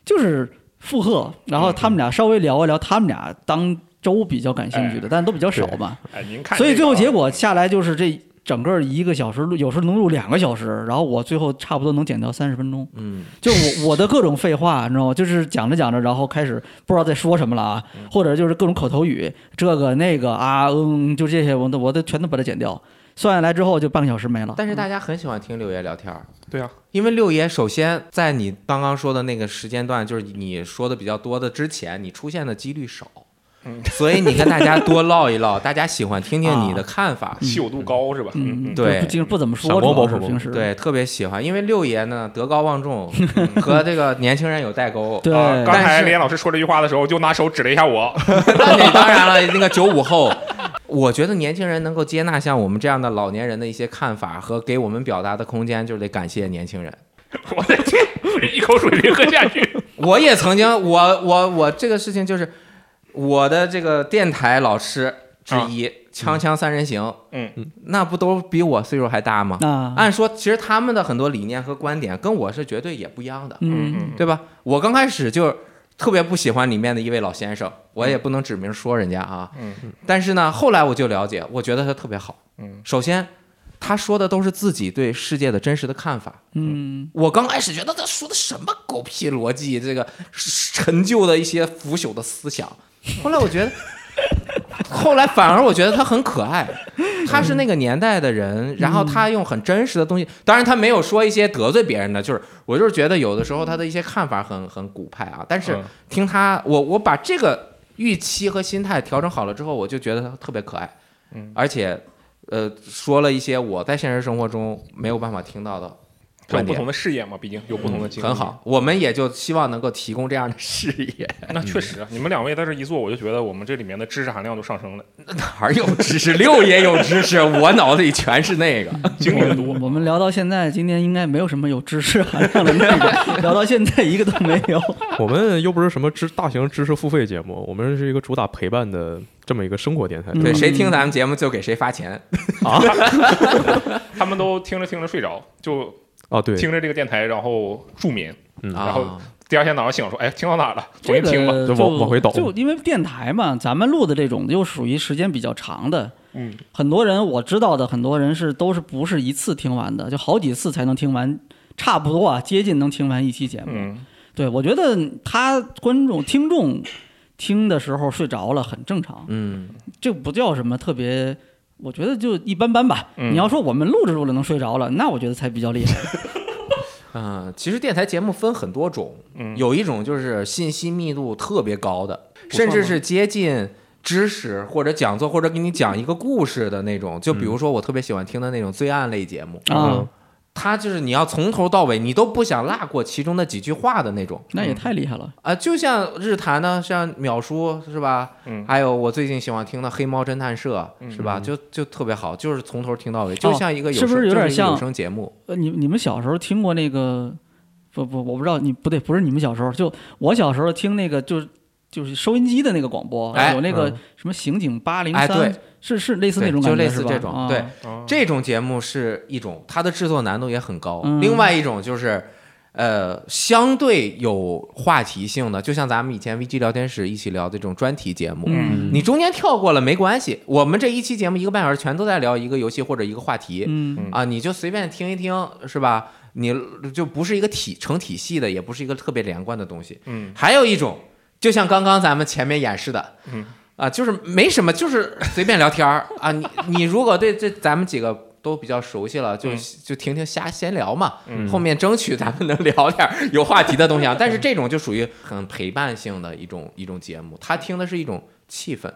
Speaker 3: 就是附和，然后他们俩稍微聊一聊他们俩当周比较感兴趣的，但都比较少嘛，
Speaker 2: 哎，您看这个啊，
Speaker 3: 所以最后结果下来就是这整个一个小时录，有时候能录两个小时，然后我最后差不多能剪掉三十分钟。
Speaker 4: 嗯，
Speaker 3: 就我我的各种废话，你知道吗？就是讲着讲着，然后开始不知道在说什么了啊，
Speaker 2: 嗯
Speaker 3: 或者就是各种口头语，这个那个啊，嗯，就这些，我都我都全都把它剪掉。算下来之后就半个小时没了。
Speaker 4: 但是大家很喜欢听六爷聊天儿，
Speaker 2: 对啊，
Speaker 4: 因为六爷首先在你刚刚说的那个时间段，就是你说的比较多的之前，你出现的几率少
Speaker 2: 嗯，
Speaker 4: 所以你跟大家多唠一唠， 大家喜欢听听你的看
Speaker 3: 啊
Speaker 4: 法。
Speaker 2: 稀有度高是吧？
Speaker 3: 嗯，
Speaker 2: 嗯，
Speaker 3: 嗯
Speaker 4: 对
Speaker 3: 就不经不怎么
Speaker 1: 闪
Speaker 3: 说，
Speaker 1: 光
Speaker 3: 主要
Speaker 1: 保
Speaker 3: 是
Speaker 1: 护
Speaker 3: 平时
Speaker 4: 对，特别喜欢，因为六爷呢德高 望重，和这个年轻人有代沟。
Speaker 3: 对
Speaker 2: 啊，刚
Speaker 4: 但
Speaker 2: 才
Speaker 4: 是
Speaker 2: 连老师说这句话的时候，就拿手指了一下我。
Speaker 4: 那你当然了，那个九五后，我觉得年轻人能够接纳像我们这样的老年人的一些看法和给我们表达的空间，就得感谢年轻人。
Speaker 2: 我的天，一口水没喝下去。
Speaker 4: 我也曾经，我我我这个事情就是我的这个电台老师之一，锵锵三人行，
Speaker 2: 嗯
Speaker 1: 嗯，
Speaker 4: 那不都比我岁数还大吗？
Speaker 3: 啊，
Speaker 4: 按说其实他们的很多理念和观点跟我是绝对也不一样的，
Speaker 3: 嗯，
Speaker 4: 对吧？我刚开始就特别不喜欢里面的一位老先生，我也不能指名说人家啊，
Speaker 2: 嗯
Speaker 4: 但是呢，后来我就了解，我觉得他特别好。
Speaker 2: 嗯
Speaker 4: 首先，他说的都是自己对世界的真实的看法。
Speaker 3: 嗯，
Speaker 4: 我刚开始觉得他说的什么狗屁逻辑，这个陈旧的一些腐朽的思想。后来我觉得， 后来反而我觉得他很可爱，他是那个年代的人，然后他用很真实的东西，当然他没有说一些得罪别人的，就是我就是觉得有的时候他的一些看法很很古派啊，但是
Speaker 2: 嗯
Speaker 4: 听他，我我把这个预期和心态调整好了之后，我就觉得他特别可爱，
Speaker 2: 嗯，
Speaker 4: 而且呃说了一些我在现实生活中没有办法听到的
Speaker 2: 这有
Speaker 4: 观
Speaker 2: 不
Speaker 4: 点嗯
Speaker 2: 同，的视野嘛，毕竟有不同的经历。
Speaker 4: 很好，，我们也就希望能够提供这样的视 野，
Speaker 2: 哎那
Speaker 4: 嗯
Speaker 2: 确实，啊你们两位在这一坐，我就觉得我们这里面的知识含量都上升了，
Speaker 4: 哪儿有知识？六也有知识，我脑子里全是那个。
Speaker 2: 嗯经历的多。
Speaker 3: 嗯我们聊到现在，今天应该没有什么有知识含量的内容， 聊到现在一个都没有。
Speaker 1: 我们又不是什么知大型知识付费节目，我们是一个主打陪伴的这么一个生活电台。
Speaker 3: 嗯
Speaker 4: 对，谁听咱们节目就给谁发钱。
Speaker 2: 他们都听着听着睡着，就
Speaker 1: 啊，对，
Speaker 2: 听着这个电台，然后助眠。
Speaker 1: 嗯
Speaker 2: 然后
Speaker 4: 啊
Speaker 2: 第二天早上醒了说，哎，听到哪儿了？重
Speaker 3: 这
Speaker 2: 新听吧。
Speaker 3: 个
Speaker 1: 就往往回倒
Speaker 3: 就因为电台嘛，咱们录的这种又属于时间比较长的，
Speaker 2: 嗯，
Speaker 3: 很多人我知道的，很多人是都是不是一次听完的，就好几次才能听完，差不多啊，接近能听完一期节目。
Speaker 2: 嗯，
Speaker 3: 对我觉得他观众听众听的时候睡着了很正常，
Speaker 4: 嗯，
Speaker 3: 这不叫什么特别。我觉得就一般般吧。
Speaker 2: 嗯
Speaker 3: 你要说我们录着录着能睡着了，那我觉得才比较厉害。
Speaker 4: 嗯，其实电台节目分很多种，
Speaker 2: 嗯
Speaker 4: 有一种就是信息密度特别高的，
Speaker 2: 算
Speaker 4: 甚
Speaker 2: 吗
Speaker 4: 至是接近知识或者讲座或者给你讲一个故事的那种。就比如说我特别喜欢听的那种罪案类节目，
Speaker 1: 嗯
Speaker 3: 啊，
Speaker 4: 它就是你要从头到尾你都不想落过其中的几句话的那种。
Speaker 3: 那也太厉害了。
Speaker 4: 啊，就像日坛呢，像秒叔是吧？
Speaker 2: 嗯
Speaker 4: 还有我最近喜欢听的《黑猫侦探社》是吧？
Speaker 1: 嗯
Speaker 4: 就就特别好，就是从头听到尾，就
Speaker 3: 哦
Speaker 4: 像一个有
Speaker 3: 是不
Speaker 4: 声
Speaker 3: 是有
Speaker 4: 就
Speaker 3: 点
Speaker 4: 一个有
Speaker 3: 像
Speaker 4: 声节目？
Speaker 3: 呃，你你们小时候听过那个？不不，我不知道你不对，不是你们小时候，就我小时候听那个，就是就是收音机的那个广播，
Speaker 4: 哎
Speaker 3: 有那个
Speaker 1: 嗯
Speaker 3: 什么刑警八零
Speaker 4: 哎
Speaker 3: 三
Speaker 4: 对，
Speaker 3: 是是类似那
Speaker 4: 对，
Speaker 3: 种感
Speaker 4: 就
Speaker 3: 觉，
Speaker 4: 类
Speaker 3: 是
Speaker 4: 似
Speaker 3: 吧
Speaker 4: 这种，
Speaker 3: 啊
Speaker 4: 对，
Speaker 2: 啊
Speaker 4: 这种节目是一种，它的制作难度也很高。
Speaker 3: 嗯
Speaker 4: 另外一种就是，呃，相对有话题性的，就像咱们以前 VG 聊天室一起聊的这种专题节目，
Speaker 3: 嗯
Speaker 4: 你中间跳过了没关系。我们这一期节目一个半小时全都在聊一个游戏或者一个话题，
Speaker 3: 嗯
Speaker 4: 啊，你就随便听一听，是吧？你就不是一个体成体系的，也不是一个特别连贯的东西。
Speaker 2: 嗯，
Speaker 4: 还有一种，就像刚刚咱们前面演示的，
Speaker 2: 嗯，
Speaker 4: 啊，就是没什么，就是随便聊天儿啊。你你如果对这咱们几个都比较熟悉了，就、
Speaker 2: 嗯
Speaker 4: 就听听瞎闲聊嘛。
Speaker 2: 嗯
Speaker 4: 后面争取咱们能聊点儿有话题的东西啊。但是这种就属于很陪伴性的一种一种节目，他听的是一种气氛。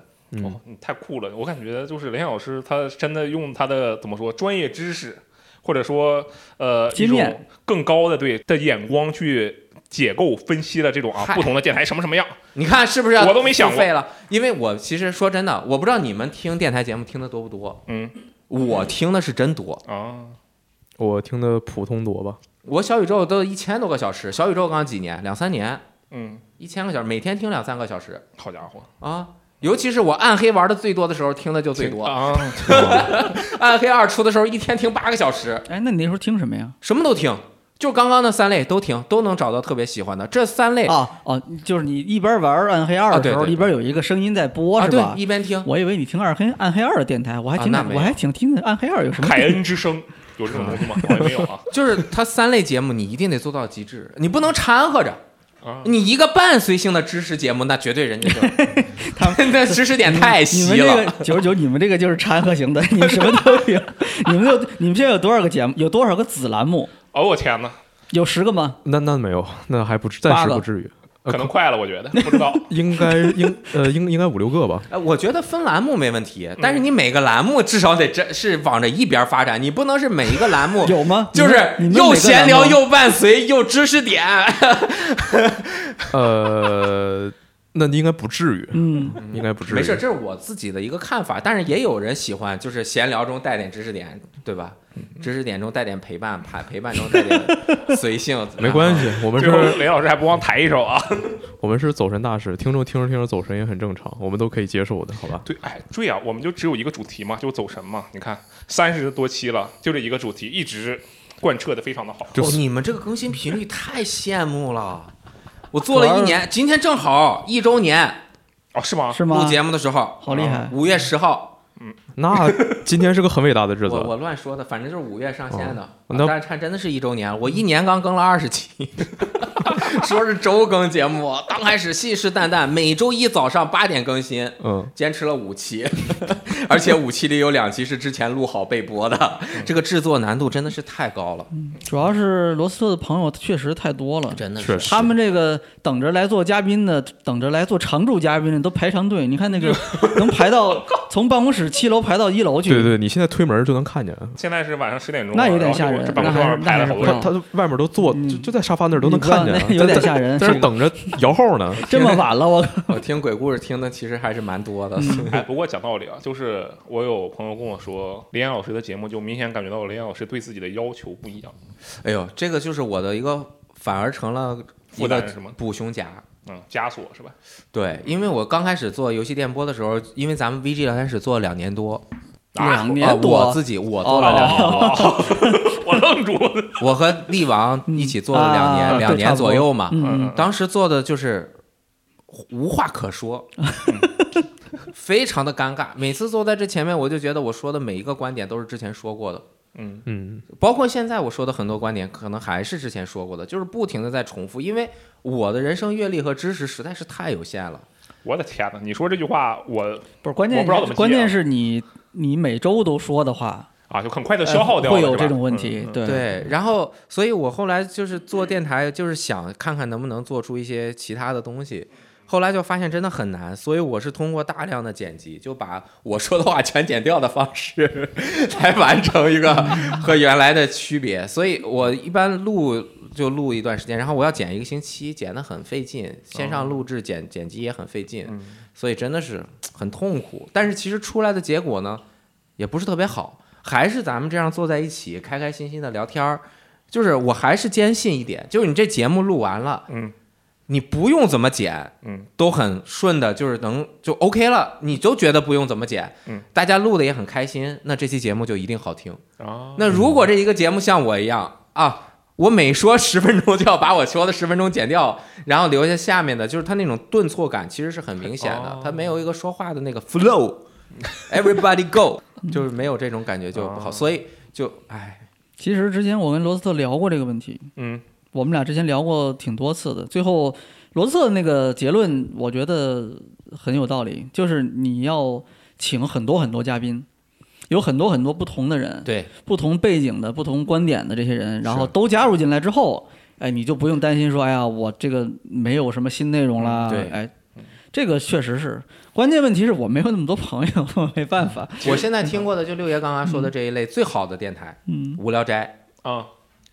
Speaker 2: 哦，你太酷了！我感觉就是雷老师，他真的用他的怎么说专业知识，或者说呃
Speaker 3: 经验
Speaker 2: 一种更高的对的眼光去解构分析了这种啊
Speaker 4: 嗨
Speaker 2: 不同的电台什么什么样。
Speaker 4: 你看是不是？
Speaker 2: 我都没想过
Speaker 4: 费了，因为我其实说真的，我不知道你们听电台节目听的多不多，
Speaker 2: 嗯
Speaker 4: 我听的是真多。
Speaker 2: 啊，
Speaker 1: 我听的普通多吧，
Speaker 4: 我小宇宙都一千多个小时，小宇宙刚几年，两三年，
Speaker 2: 嗯，
Speaker 4: 一千个小时，每天听两三个小时
Speaker 2: 好家伙，
Speaker 4: 啊。尤其是我暗黑玩的最多的时候，听的就最多。
Speaker 2: 啊！
Speaker 4: 暗黑二出的时候，一天听八个小时，
Speaker 3: 哎，那你那时候听什么呀？
Speaker 4: 什么都听，就刚刚那三类都听，都能找到特别喜欢的。这三类啊
Speaker 3: 啊哦，就是你一边玩《暗黑二》的
Speaker 4: 啊
Speaker 3: 时
Speaker 4: 对
Speaker 3: 候，
Speaker 4: 对对啊
Speaker 3: 一边有一个声音在播，是吧
Speaker 4: 对，？一边听。
Speaker 3: 我以为你听《二黑暗黑二》的电台，我还
Speaker 4: 啊
Speaker 3: 挺
Speaker 4: 那
Speaker 3: 想、
Speaker 4: 没
Speaker 3: 我
Speaker 4: 有哎
Speaker 3: 还挺听《暗黑二》有什 么
Speaker 2: 凯恩之声有这种东西吗？好像没有啊。
Speaker 4: 就是它三类节目，你一定得做到极致，你不能掺和着。
Speaker 2: 啊，
Speaker 4: 你一个伴随性的知识节目，那绝对 人家就
Speaker 3: 他
Speaker 4: 们的知识点太
Speaker 3: 你
Speaker 4: 稀
Speaker 3: 们这
Speaker 4: 了。
Speaker 3: 个九十九，你们这个就是掺和型的，你们什么都有。你们有你们现在有多少个节目？有多少个子栏目？
Speaker 2: 哦，我天哪，
Speaker 3: 有十个吗？
Speaker 1: 那那没有，那还不至，暂
Speaker 3: 八
Speaker 1: 时
Speaker 3: 个
Speaker 1: 不至于，呃
Speaker 2: 可能快了，我觉得不知道。
Speaker 1: 应该应呃应应该五六个吧，
Speaker 4: 呃我觉得分栏目没问题，但是你每个栏目至少得这是往着一边发展，你不能是每一个栏目
Speaker 3: 有吗？
Speaker 4: 就
Speaker 3: 你
Speaker 4: 是
Speaker 3: 们
Speaker 4: 又闲聊。
Speaker 3: 你们每个栏目
Speaker 4: 又伴随又知识点。
Speaker 1: 呃， 那应该不至于，
Speaker 3: 嗯，
Speaker 1: 应该不至于。
Speaker 4: 没事，这是我自己的一个看法，但是也有人喜欢，就是闲聊中带点知识点，对吧？
Speaker 3: 嗯
Speaker 4: 知识点中带点陪伴，陪陪伴中带点 随性。
Speaker 1: 没关系，我们
Speaker 2: 最后
Speaker 1: 是，
Speaker 2: 雷老师还不忘抬一手啊！
Speaker 1: 我们是走神大师，听众听着听着走神也很正常，我们都可以接受的，好吧？
Speaker 2: 对，哎，对啊，我们就只有一个主题嘛，就走神嘛。你看三十多期了，就这一个主题，一直贯彻的非常的好。
Speaker 1: 就
Speaker 4: 哦，你们这个更新频率太羡慕了。我做了一年，今天正好一周年，
Speaker 2: 哦，是吗？
Speaker 3: 是
Speaker 4: 录
Speaker 3: 吗？哎
Speaker 4: 节目的时候，
Speaker 3: 好厉害！
Speaker 4: 五月十号，
Speaker 1: 那今天是个很伟大的日
Speaker 4: 我
Speaker 1: 子，哦
Speaker 4: 我乱说的，反正就是五月上线的。啊
Speaker 1: 那
Speaker 4: 但是它真的是一周年，我一年刚更了二 十期，说是周更节目，刚开始信誓旦旦，每周一早上八点更新，
Speaker 1: 嗯，
Speaker 4: 坚持了五期， 而且五期里有两期是之前录好备播的，
Speaker 1: 嗯
Speaker 4: 这个制作难度真的是太高了，
Speaker 3: 主要是罗斯特的朋友确实太多了。
Speaker 4: 真的
Speaker 1: 确
Speaker 4: 是。
Speaker 1: 实
Speaker 3: 他们这个等着来做嘉宾的，等着来做常驻嘉宾的都排长队。你看那个 能排到从办公室七楼排到一楼去，
Speaker 1: 对对，你现在推门就能看见，
Speaker 2: 现在是晚上十点钟了，
Speaker 3: 那有点吓人
Speaker 2: 然后这办公室
Speaker 3: 那还
Speaker 2: 外面排了好多
Speaker 3: 那还是
Speaker 1: 他
Speaker 2: 人
Speaker 3: 嗯。
Speaker 1: 他外面都坐，
Speaker 3: 嗯
Speaker 1: 就就在沙发那儿都能看见
Speaker 3: 你
Speaker 1: 啊
Speaker 3: 不，要那有 点
Speaker 1: 在
Speaker 3: 吓人
Speaker 1: 在那等着摇号 呢。
Speaker 3: 这么 晚了，我
Speaker 4: 我听鬼故事听的其实还是蛮多的，
Speaker 3: 嗯
Speaker 2: 哎，不过讲道理啊，就是我有朋友跟我说，林岩老师的节目就明显感觉到林岩老师对自己的要求不一样。
Speaker 4: 哎呦，这个就是我的一个反而成了一
Speaker 2: 负
Speaker 4: 个
Speaker 2: 担是吗
Speaker 4: 补胸夹，
Speaker 2: 嗯，枷锁是吧？
Speaker 4: 对，因为我刚开始做游戏电波的时候，因为咱们 VG 聊天室做了两年多，
Speaker 3: 两
Speaker 4: 啊
Speaker 3: 年多
Speaker 4: 我自己我做了两年，
Speaker 2: 哦， 我愣住了。
Speaker 4: 我和力王一起做了两年，
Speaker 3: 啊
Speaker 4: 两
Speaker 3: 对差
Speaker 4: 年
Speaker 3: 不多
Speaker 4: 左右嘛。
Speaker 3: 嗯，
Speaker 4: 当时做的就是无话 可说，非常的尴尬。每次坐在这前面，我就觉得我说的每一个观点都是之前说过的，
Speaker 2: 嗯
Speaker 1: 嗯，
Speaker 4: 包括现在我说的很多观点，可能还是之前说过的，就是不停的在重复，因为我的人生阅历和知识实在是太有限了。
Speaker 2: 我的天哪！你说这句话，我
Speaker 3: 不是关
Speaker 2: 我
Speaker 3: 键
Speaker 2: 不知道怎么，接啊
Speaker 3: 关键是你你每周都说的话，
Speaker 2: 啊，就很快的消耗掉了，
Speaker 3: 呃会有
Speaker 2: 是吧
Speaker 3: 这种问题
Speaker 2: 嗯。嗯
Speaker 3: 对，
Speaker 4: 对，然后所以我后来就是做电台，就是想看看能不能做出一些其他的东西。后来就发现真的很难，所以我是通过大量的剪辑，就把我说的话全剪掉的方式 来完成一个和原来的区别。所以我一般录就录一段时间，然后我要剪一个星期，剪得很费劲，线上录制剪剪辑也很费劲，
Speaker 2: 嗯
Speaker 4: 所以真的是很痛苦。但是其实出来的结果呢，也不是特别好，还是咱们这样坐在一起，开开心心的聊天儿。就是我还是坚信一点，就是你这节目录完了，
Speaker 2: 嗯，
Speaker 4: 你不用怎么剪，
Speaker 2: 嗯，
Speaker 4: 都很顺的，就是能就 OK 了，你就觉得不用怎么剪，
Speaker 2: 嗯，
Speaker 4: 大家录的也很开心，那这期节目就一定好听。
Speaker 2: 啊，
Speaker 4: 那如果这一个节目像我一样啊，我每说十分钟就要把我说的十分钟剪掉，然后留下下面的，就是它那种顿挫感其实是很明显的
Speaker 2: 哦，
Speaker 4: 它没有一个说话的那个 flow，everybody go，就是 没有这种感觉就不好，
Speaker 2: 哦
Speaker 4: 所以就哎，
Speaker 3: 其实之前我跟罗斯特聊过这个问题，
Speaker 2: 嗯
Speaker 3: 我们俩之前聊过挺多次的。最后罗斯特那个结论，我觉得很有道理，就是你要请很多很多嘉宾，有很多很多不同的人，
Speaker 4: 对，
Speaker 3: 不同背景的、不同观点的这些人，然后都加入进来之后，哎，你就不用担心说，哎呀，我这个没有什么新内容啦。
Speaker 4: 嗯对
Speaker 3: 哎，这个确实是关键问题是我没有那么多朋友， 我没办法。
Speaker 4: 我现在听过的就六爷刚刚说
Speaker 2: 嗯
Speaker 4: 的这一类最好的电台，
Speaker 3: 嗯，
Speaker 4: 无聊斋、
Speaker 2: 啊，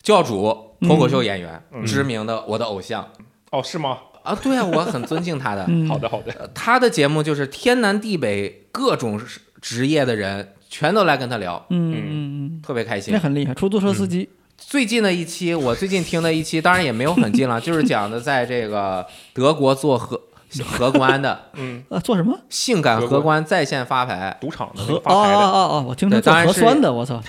Speaker 4: 教主、脱口秀演员
Speaker 2: 嗯，
Speaker 4: 知名的我的偶像
Speaker 2: 哦，是吗？
Speaker 4: 啊，对啊，我很尊敬 他的，
Speaker 3: 嗯
Speaker 2: 好的，好的，
Speaker 4: 呃他的节目就是天南地北各种职业的人全都来跟他聊，
Speaker 3: 嗯嗯嗯，
Speaker 4: 特别开心
Speaker 3: 那。很厉害，出租
Speaker 4: 嗯
Speaker 3: 车司机。
Speaker 4: 最近的一期，我最近听的一期，当然也没有 很近了，就是讲的在这个德国做荷荷官的
Speaker 2: 嗯，
Speaker 3: 呃，做什么？
Speaker 4: 性感
Speaker 2: 荷
Speaker 4: 荷官在线发牌，
Speaker 2: 赌场的那
Speaker 3: 核
Speaker 2: 个
Speaker 3: 哦
Speaker 2: 发牌
Speaker 3: 哦
Speaker 2: 的，
Speaker 3: 哦哦，我听成
Speaker 4: 对
Speaker 3: 做
Speaker 4: 当然
Speaker 3: 核
Speaker 4: 是
Speaker 3: 酸的，我操！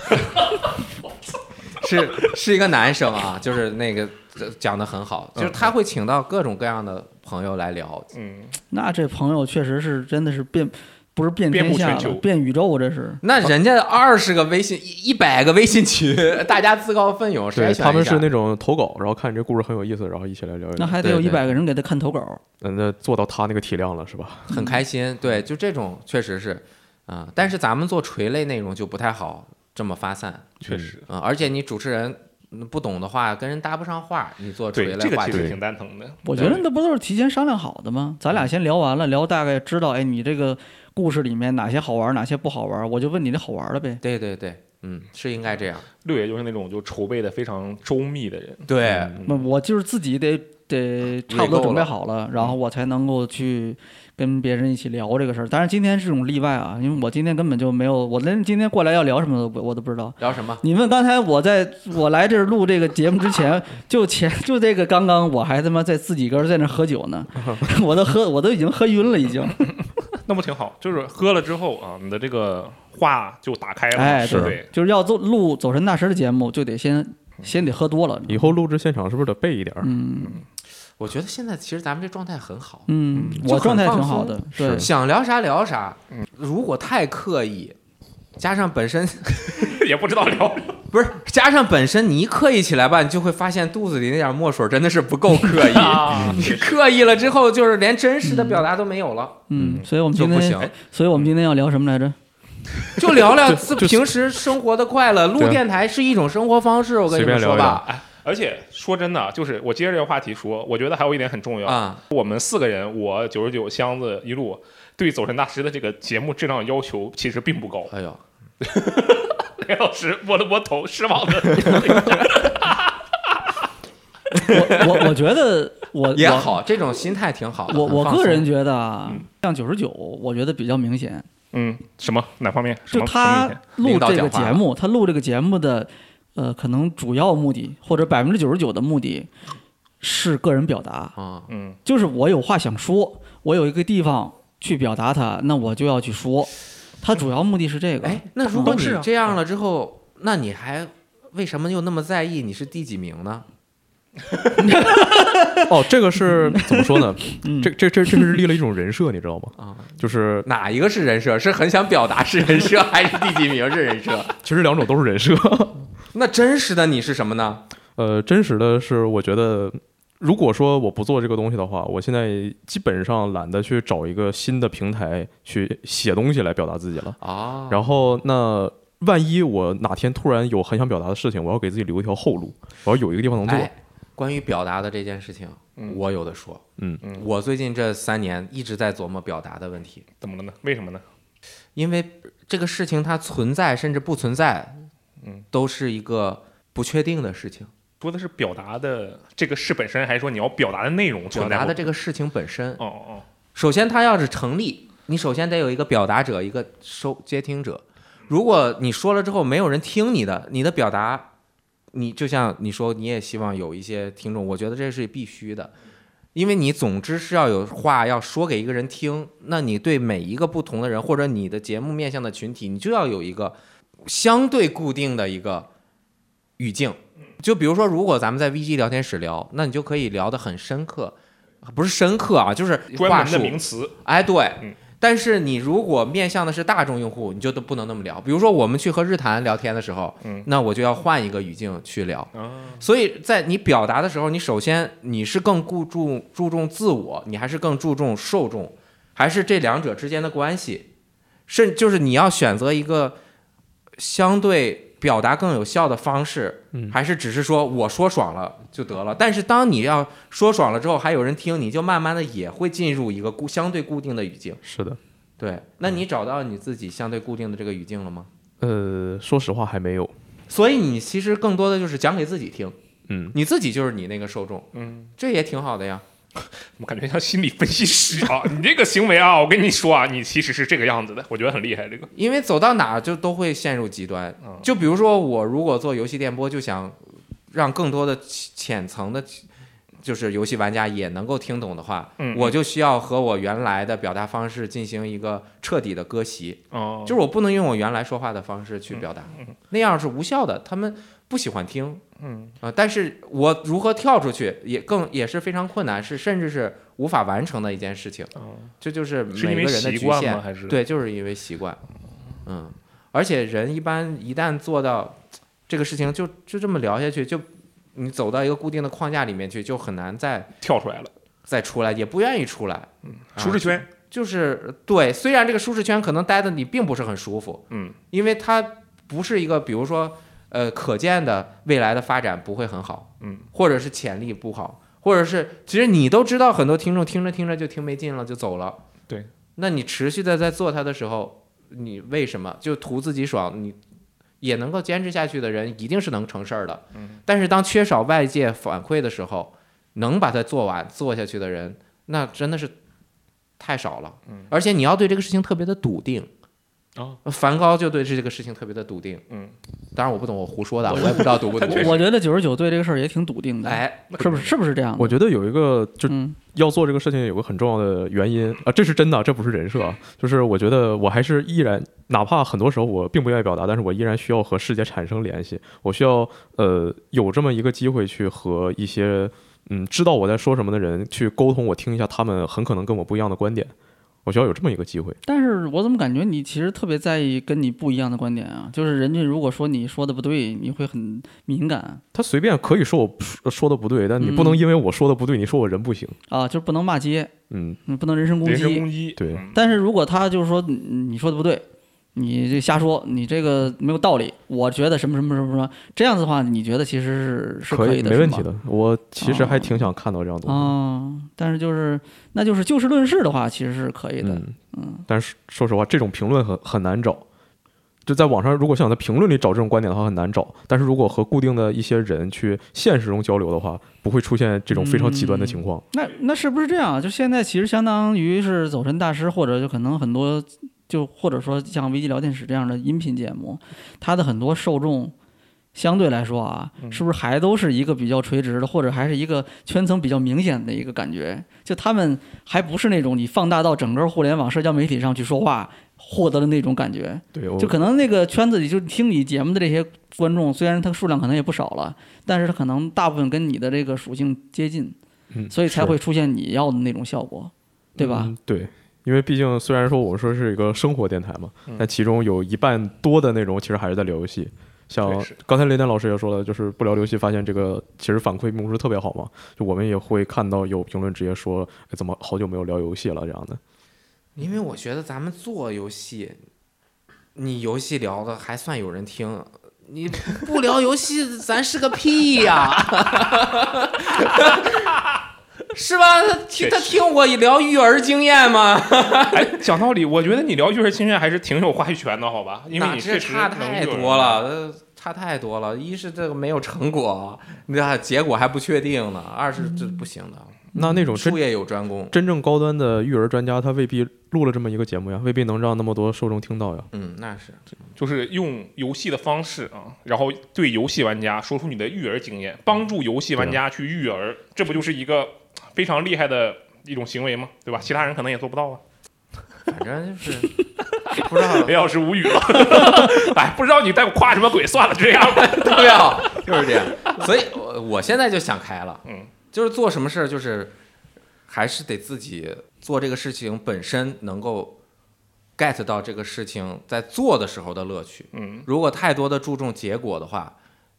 Speaker 4: 是是一个男生啊，就是那个呃讲的很好，
Speaker 1: 嗯
Speaker 4: 就是他会请到各种各样的朋友来聊，
Speaker 2: 嗯，
Speaker 3: 那这朋友确实是真的是遍，不是遍
Speaker 2: 遍
Speaker 3: 天
Speaker 2: 布
Speaker 3: 下
Speaker 2: 全
Speaker 3: 了，
Speaker 2: 球
Speaker 3: 遍宇宙，啊这是。
Speaker 4: 那人家二十个微信一一百个微信群，大家自告奋勇
Speaker 1: 对
Speaker 4: 筛选一下
Speaker 1: 他们是那种投稿，然后看你这故事很有意思，然后一起来聊一
Speaker 3: 那
Speaker 1: 聊。
Speaker 3: 还得有
Speaker 4: 对
Speaker 3: 一
Speaker 4: 对
Speaker 3: 百个人给他看投稿，
Speaker 1: 嗯，那做到他那个体量了是吧？
Speaker 4: 很开心，对，就这种确实是，啊、但是咱们做垂类内容就不太好这么发散
Speaker 2: 确
Speaker 3: 嗯
Speaker 2: 实，
Speaker 4: 啊、而且你主持人嗯不懂的话，跟人搭不上话，你做垂
Speaker 2: 对，
Speaker 4: 类
Speaker 2: 这个
Speaker 4: 话
Speaker 2: 其
Speaker 4: 题，
Speaker 2: 实挺蛋疼的。
Speaker 3: 我觉得那不都是提前商量好的吗？咱俩先聊完了，聊大概知道，哎，你这个故事里面哪些好玩，哪些不好玩，我就问你这好玩的呗。
Speaker 4: 对对对，嗯，是应该这样，
Speaker 2: 六爷就是那种就筹备的非常周密的人，
Speaker 4: 对
Speaker 2: 嗯
Speaker 3: 那我就是自己得得
Speaker 4: 啊
Speaker 3: 差不多准备好了，然后我才能够去跟别人一起聊这个事儿。当然今天是种例外啊，因为我今天根本就没有，我连今天过来要聊什么都不我都不知道。
Speaker 4: 聊什么？
Speaker 3: 你问刚才我在我来这儿录这个节目之前， 就前就这个刚刚我还他妈在自己一个人在那儿喝酒 呢，我都喝我都已经喝晕了已经。
Speaker 2: 那不挺好？就是喝了之后啊，你的这个话就打开了，
Speaker 3: 哎，
Speaker 1: 是
Speaker 2: 对，
Speaker 3: 就是要做录走神大师的节目，就得先先得喝多了。
Speaker 1: 以后录制现场是不是得备一点儿？
Speaker 3: 嗯
Speaker 4: 我觉得现在其实咱们这状态很好，
Speaker 3: 嗯，我
Speaker 4: 就很
Speaker 3: 状态挺
Speaker 4: 放
Speaker 3: 好
Speaker 4: 松
Speaker 3: 的，对，
Speaker 4: 想聊啥聊啥，如果太刻意。加上本身
Speaker 2: 也不知道聊
Speaker 4: 不是，加上本身你一刻意起来吧，你就会发现肚子里那点墨水真的是不够 刻意，
Speaker 2: 啊，
Speaker 4: 你刻意了之后，就是连真实的表达都没有了。
Speaker 3: 嗯，所以我们
Speaker 4: 就
Speaker 3: 今
Speaker 4: 不行
Speaker 3: 天，所以我们今天要聊什么来着？
Speaker 4: 就聊聊自
Speaker 1: 就
Speaker 4: 平时生活的快乐。录
Speaker 1: 对啊
Speaker 4: 电台是一种生活方式，我跟你
Speaker 1: 随便
Speaker 4: 们
Speaker 1: 聊
Speaker 4: 说
Speaker 1: 一聊
Speaker 4: 吧，
Speaker 2: 而且说真的啊，就是我接着这个话题说，我觉得还有一点很重要，
Speaker 4: 啊，
Speaker 2: 我们四个人，我九十九箱子一路对走神大师的这个节目质量要求其实并不高。
Speaker 4: 哎呦，
Speaker 2: 雷老师摸了摸头，失望的。
Speaker 3: 我我我觉得我
Speaker 4: 也
Speaker 3: 我
Speaker 4: 好，这种心态挺好的。
Speaker 3: 我
Speaker 4: 很
Speaker 3: 我
Speaker 4: 放
Speaker 3: 个
Speaker 4: 松嗯
Speaker 3: 人觉得啊，像九十九，我觉得比较明显，
Speaker 2: 嗯，什么哪方面？什
Speaker 3: 就
Speaker 2: 么
Speaker 3: 他录
Speaker 4: 领导
Speaker 3: 这个
Speaker 4: 讲话
Speaker 3: 节目，他录这个节目的，呃，可能主要目的或者百分之九十九的目的是个人表达，
Speaker 4: 啊，
Speaker 2: 嗯，
Speaker 3: 就是我有话想说，我有一个地方去表达它，那我就要去说。他主要目的是这个。
Speaker 4: 哎，那如果
Speaker 2: 都
Speaker 4: 你
Speaker 2: 是啊
Speaker 4: 这样了之后，那你还为什么又那么在意你是第几名呢？
Speaker 1: 哦，这个 是怎么说呢？
Speaker 3: 嗯
Speaker 1: 这这这这是立了一种人设，你知道吗？
Speaker 4: 啊，
Speaker 1: 就是
Speaker 4: 哪一个是人设？是很想表达是人设，还是第几名是人设？
Speaker 1: 其实两种都是人设。
Speaker 4: 那真实的你是什么呢？
Speaker 1: 呃，真实的是，我觉得如果说我不做这个东西的话，我现在基本上懒得去找一个新的平台去写东西来表达自己了。
Speaker 4: 啊，
Speaker 1: 然后那。万一我哪天突然有很想表达的事情，我要给自己留一条后路，我要有一个地方能做。
Speaker 4: 哎，关于表达的这件事情，
Speaker 2: 嗯
Speaker 4: 我有的说。
Speaker 1: 嗯
Speaker 2: 嗯
Speaker 4: 我最近这三年一直在琢磨表达的问题。
Speaker 2: 怎么了呢？为什么呢？
Speaker 4: 因为这个事情它存在甚至不存在，
Speaker 2: 嗯，
Speaker 4: 都是一个不确定的事情。
Speaker 2: 说的是表达的这个事本身，还是说你要表达的内容
Speaker 4: 表
Speaker 2: 存在
Speaker 4: 达
Speaker 2: 不
Speaker 4: 的这个事情本身，
Speaker 2: 哦哦
Speaker 4: 首先它要是成立，你首先得有一个表达者，一个收接听者。如果你说了之后没有人听你的，你的表达，你就像你说，你也希望有一些听众，我觉得这是必须的。因为你总之是要有话要说给一个人听，那你对每一个不同的人或者你的节目面向的群体，你就要有一个相对固定的一个语境。就比如说，如果咱们在 VG 聊天室聊，那你就可以聊得很深刻，不是深刻啊，就是
Speaker 2: 专
Speaker 4: 话
Speaker 2: 门
Speaker 4: 术
Speaker 2: 的。名词，
Speaker 4: 哎，对，
Speaker 2: 嗯
Speaker 4: 但是你如果面向的是大众用户，你就都不能那么聊。比如说我们去和日坛聊天的时候，
Speaker 2: 嗯
Speaker 4: 那我就要换一个语境去聊。
Speaker 2: 啊，
Speaker 4: 所以在你表达的时候，你首先你是更注重注重自我，你还是更注重受众，还是这两者之间的关系，甚就是你要选择一个相对表达更有效的方式，
Speaker 1: 嗯
Speaker 4: 还是只是说我说爽了就得了？但是当你要说爽了之后，还有人听，你就慢慢的也会进入一个固相对固定的语境。
Speaker 1: 是的，
Speaker 4: 对，那
Speaker 2: 嗯
Speaker 4: 你找到你自己相对固定的这个语境了吗？
Speaker 1: 呃，说实话还没有，
Speaker 4: 所以你其实更多的就是讲给自己听，
Speaker 1: 嗯，
Speaker 4: 你自己就是你那个受众，
Speaker 2: 嗯，
Speaker 4: 这也挺好的呀。
Speaker 2: 我感觉像心理分析师啊， 你这个行为啊，我跟你说啊，你其实是这个样子的，我觉得很厉害，这个
Speaker 4: 因为走到哪儿就都会陷入极端
Speaker 2: 嗯。
Speaker 4: 就比如说，我如果做游戏电波，就想让更多的浅层的，就是游戏玩家也能够听懂的话，
Speaker 2: 嗯
Speaker 4: 我就需要和我原来的表达方式进行一个彻底的割席，
Speaker 2: 哦嗯
Speaker 4: 就是我不能用我原来说话的方式去表达，那样是无效的，他们不喜欢听。
Speaker 2: 嗯
Speaker 4: 啊、但是我如何跳出去，也更也是非常困难，是甚至是无法完成的一件事情。
Speaker 2: 哦
Speaker 4: 这就是每
Speaker 2: 是因
Speaker 4: 个
Speaker 2: 为
Speaker 4: 人的
Speaker 2: 习
Speaker 4: 局
Speaker 2: 惯
Speaker 4: 限
Speaker 2: 吗？，还是
Speaker 4: 对，就是因为习惯，嗯，而且人一般一旦做到这个事情就，就这么聊下去，就你走到一个固定的框架里面去，就很难再
Speaker 2: 跳出来了，嗯
Speaker 4: 再出来，也不愿意出来。啊
Speaker 2: 舒适圈，
Speaker 4: 就是对，虽然这个舒适圈可能待的你并不是很舒服，
Speaker 2: 嗯，
Speaker 4: 因为它不是一个，比如说，呃，可见的未来的发展不会很好，
Speaker 2: 嗯，
Speaker 4: 或者是潜力不好，或者是其实你都知道，很多听众听着听着就听没劲了，就走了。
Speaker 2: 对，
Speaker 4: 那你持续的在做它的时候，你为什么就图自己爽？你也能够坚持下去的人，一定是能成事儿的。
Speaker 2: 嗯，
Speaker 4: 但是当缺少外界反馈的时候，能把它做完做下去的人，那真的是太少了。
Speaker 2: 嗯，
Speaker 4: 而且你要对这个事情特别的笃定。
Speaker 2: 哦
Speaker 4: 梵高就对这个事情特别的笃定。
Speaker 2: 嗯，
Speaker 4: 当然我不懂，我胡说 的，我也不知道笃不笃
Speaker 2: 确
Speaker 3: 我
Speaker 2: 实
Speaker 3: 我觉得九十九对这个事儿也挺笃定的，，
Speaker 4: 哎，
Speaker 3: 是不是？是不是这样的？
Speaker 1: 我觉得有一个就
Speaker 3: 嗯，
Speaker 1: 要做这个事情有个很重要的原因啊、这是真的，这不是人设啊，就是我觉得我还是依然，哪怕很多时候我并不愿意表达，但是我依然需要和世界产生联系，我需要呃有这么一个机会去和一些嗯知道我在说什么的人去沟通，我听一下他们很可能跟我不一样的观点，我需要有这么一个机会。
Speaker 3: 但是我怎么感觉你其实特别在意跟你不一样的观点啊？就是人家如果说你说的不对，你会很敏感
Speaker 1: 他随便可以说我说说的不对，
Speaker 3: 嗯
Speaker 1: 但你不能因为我说的不对，你说我人不行。
Speaker 3: 啊，就是不能骂街，
Speaker 1: 嗯，
Speaker 3: 嗯，不能人身攻
Speaker 2: 人身
Speaker 3: 击。
Speaker 2: 攻击，
Speaker 1: 对
Speaker 2: 嗯
Speaker 3: 但是如果他就是说嗯你说的不对，你这瞎说，你这个没有道理，我觉得什么什么什么什么这样子的话，你觉得其实是是
Speaker 1: 可
Speaker 3: 以的，
Speaker 1: 没问题
Speaker 3: 是吗。
Speaker 1: 的。我其实还
Speaker 3: 哦
Speaker 1: 挺想看到这样的东西。
Speaker 3: 哦，但是就是那就是就事论事的话，其实是可以的。
Speaker 1: 嗯
Speaker 3: 嗯，
Speaker 1: 但是说实话，这种评论很很难找。就在网上，如果想在评论里找这种观点的话，很难找。但是如果和固定的一些人去现实中交流的话，不会出现这种非常极端的情况。
Speaker 3: 那那是不是这样啊？就现在其实相当于是走神大师，或者就可能很多就或者说像危机聊天室这样的音频节目，它的很多受众相对来说啊，是不是还都是一个比较垂直的，或者还是一个圈层比较明显的一个感觉？就他们还不是那种你放大到整个互联网社交媒体上去说话获得的那种感觉。
Speaker 1: 对，
Speaker 4: 哦
Speaker 1: 我
Speaker 3: 就可能那个圈子里，就听你节目的这些观众，虽然他数量可能也不少了，但是他可能大部分跟你的这个属性接近，
Speaker 1: 嗯
Speaker 3: 所以才
Speaker 1: 是
Speaker 3: 会出现你要的那种效果，对吧？
Speaker 1: 嗯对，因为毕竟虽然说我们说是一个生活电台嘛，
Speaker 2: 嗯
Speaker 1: 但其中有一半多的内容其实还是在聊游戏。像
Speaker 2: 对是
Speaker 1: 刚才雷电老师也说了，就是不聊游戏，发现这个其实反馈并不是特别好嘛。就我们也会看到有评论直接说，哎、怎么好久没有聊游戏了这样的。
Speaker 2: 嗯
Speaker 4: 因为我觉得咱们做游戏，你游戏聊的还算有人听。 你不聊游戏，咱是个屁呀、是吧？他听他听我聊育儿经验吗？
Speaker 2: 哎，讲道理，我觉得你聊育儿经验还是挺有话语权的，好吧？因为
Speaker 4: 哪
Speaker 2: 你
Speaker 4: 这
Speaker 2: 确实
Speaker 4: 差
Speaker 2: 能
Speaker 4: 太
Speaker 2: 育儿
Speaker 4: 多了，呃差太多了。一是这个没有成果，那结果还不确定呢；二是这
Speaker 2: 嗯
Speaker 4: 不行的，
Speaker 1: 那那种真
Speaker 4: 术业有专攻。
Speaker 1: 真正高端的育儿专家，他未必录了这么一个节目呀，未必能让那么多受众听到呀。
Speaker 4: 嗯，那是
Speaker 2: 就是用游戏的方式啊，然后对游戏玩家说出你的育儿经验，帮助游戏玩家去育儿，这不就是一个非常厉害的一种行为嘛，对吧？其他人可能也做不到啊。
Speaker 4: 反正就是 不知道，
Speaker 2: 雷老师无语了，哎，不知道你在夸什么鬼，算了，这样 吧。
Speaker 4: 对啊，就是这样。所以，我我现在就想开了，
Speaker 2: 嗯，
Speaker 4: 就是做什么事儿，就是还是得自己做这个事情本身能够 get 到这个事情在做的时候的乐趣。
Speaker 2: 嗯
Speaker 4: 如果太多的注重结果的话，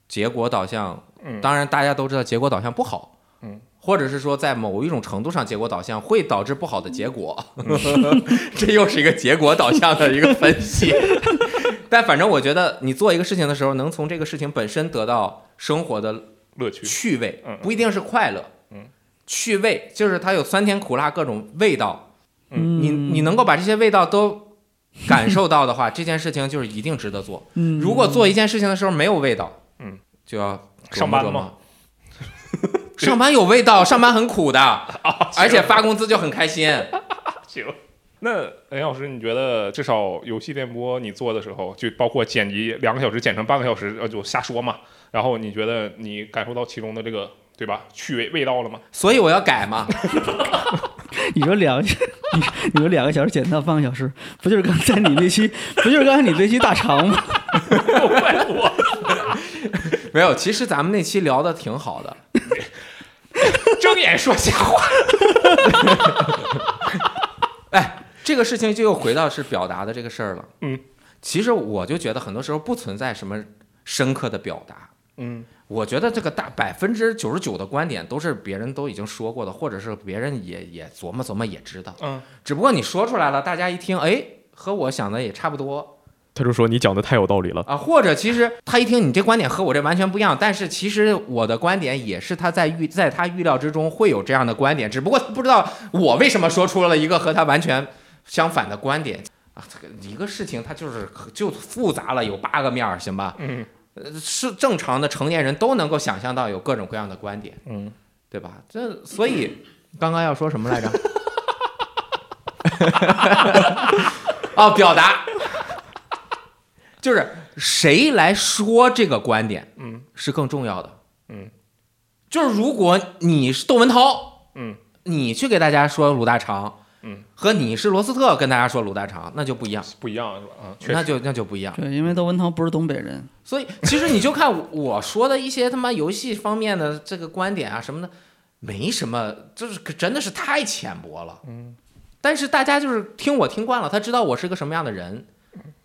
Speaker 4: 结果导向，
Speaker 2: 嗯
Speaker 4: 当然大家都知道结果导向不好，
Speaker 2: 嗯，
Speaker 4: 或者是说在某一种程度上，结果导向会导致不好的结果，
Speaker 2: 嗯
Speaker 4: 这又是一个结果导向的一个分析。 但反正我觉得，你做一个事情的时候，能从这个事情本身得到生活的
Speaker 2: 乐趣，
Speaker 4: 趣味
Speaker 2: 嗯嗯，
Speaker 4: 不一定是快乐，
Speaker 2: 嗯，
Speaker 4: 趣味就是它有酸甜苦辣各种味道，
Speaker 3: 嗯，
Speaker 4: 你你能够把这些味道都感受到的话，这件事情就是一定值得做。
Speaker 3: 嗯，
Speaker 4: 如果做一件事情的时候没有味道，
Speaker 2: 嗯，
Speaker 4: 就要
Speaker 2: 上班了
Speaker 4: 了
Speaker 2: 吗？
Speaker 4: 上班有味道，上班很 苦的，而且发工资就很开心。
Speaker 2: 行。那雷老师，你觉得至少游戏电波你做的时候，就包括剪辑两个小时剪成半个小时，呃，就瞎说嘛。然后你觉得你感受到其中的这个对吧趣味味道了吗？
Speaker 4: 所以我要改嘛，
Speaker 3: 你说两，你 你说两个小时减到半个小时，不就是刚才你那期，不就是刚才你那期大肠吗？
Speaker 2: 怪我，
Speaker 4: 没有。其实咱们那期聊的挺好的，
Speaker 2: 睁眼说瞎话。
Speaker 4: 哎，这个事情就又回到是表达的这个事儿了。
Speaker 2: 嗯，
Speaker 4: 其实我就觉得很多时候不存在什么深刻的表达，
Speaker 2: 嗯
Speaker 4: 我觉得这个大百分之九十九的观点都是别人都已经说过的，或者是别人也也琢磨琢磨也知道，
Speaker 2: 嗯，
Speaker 4: 只不过你说出来了，大家一听，哎，和我想的也差不多，
Speaker 1: 他就说你讲的太有道理了，
Speaker 4: 啊，或者其实他一听你这观点和我这完全不一样，但是其实我的观点也是他在预在他预料之中会有这样的观点，只不过不知道我为什么说出了一个和他完全相反的观点啊。这个一个事情它就是就复杂了，有八个面儿，行吧？
Speaker 2: 嗯
Speaker 4: 呃是正常的成年人都能够想象到有各种各样的观点，
Speaker 2: 嗯，
Speaker 4: 对吧？这所以刚刚要说什么来着？ 哦，表达，就是谁来说这个观点，
Speaker 2: 嗯，
Speaker 4: 是更重要的，
Speaker 2: 嗯，
Speaker 4: 就是如果你是窦文涛，
Speaker 2: 嗯，
Speaker 4: 你去给大家说鲁大长，
Speaker 2: 嗯，
Speaker 4: 和你是罗斯特跟大家说鲁大长，那就不一样，
Speaker 2: 不一样是吧？啊，确实
Speaker 4: 那就那就不一样。
Speaker 3: 对，因为窦文涛不是东北人，
Speaker 4: 所以其实你就看我 说的一些他妈游戏方面的这个观点啊什么的，没什么，就是可真的是太浅薄了。嗯，但是大家就是听我听惯了，他知道我是个什么样的人，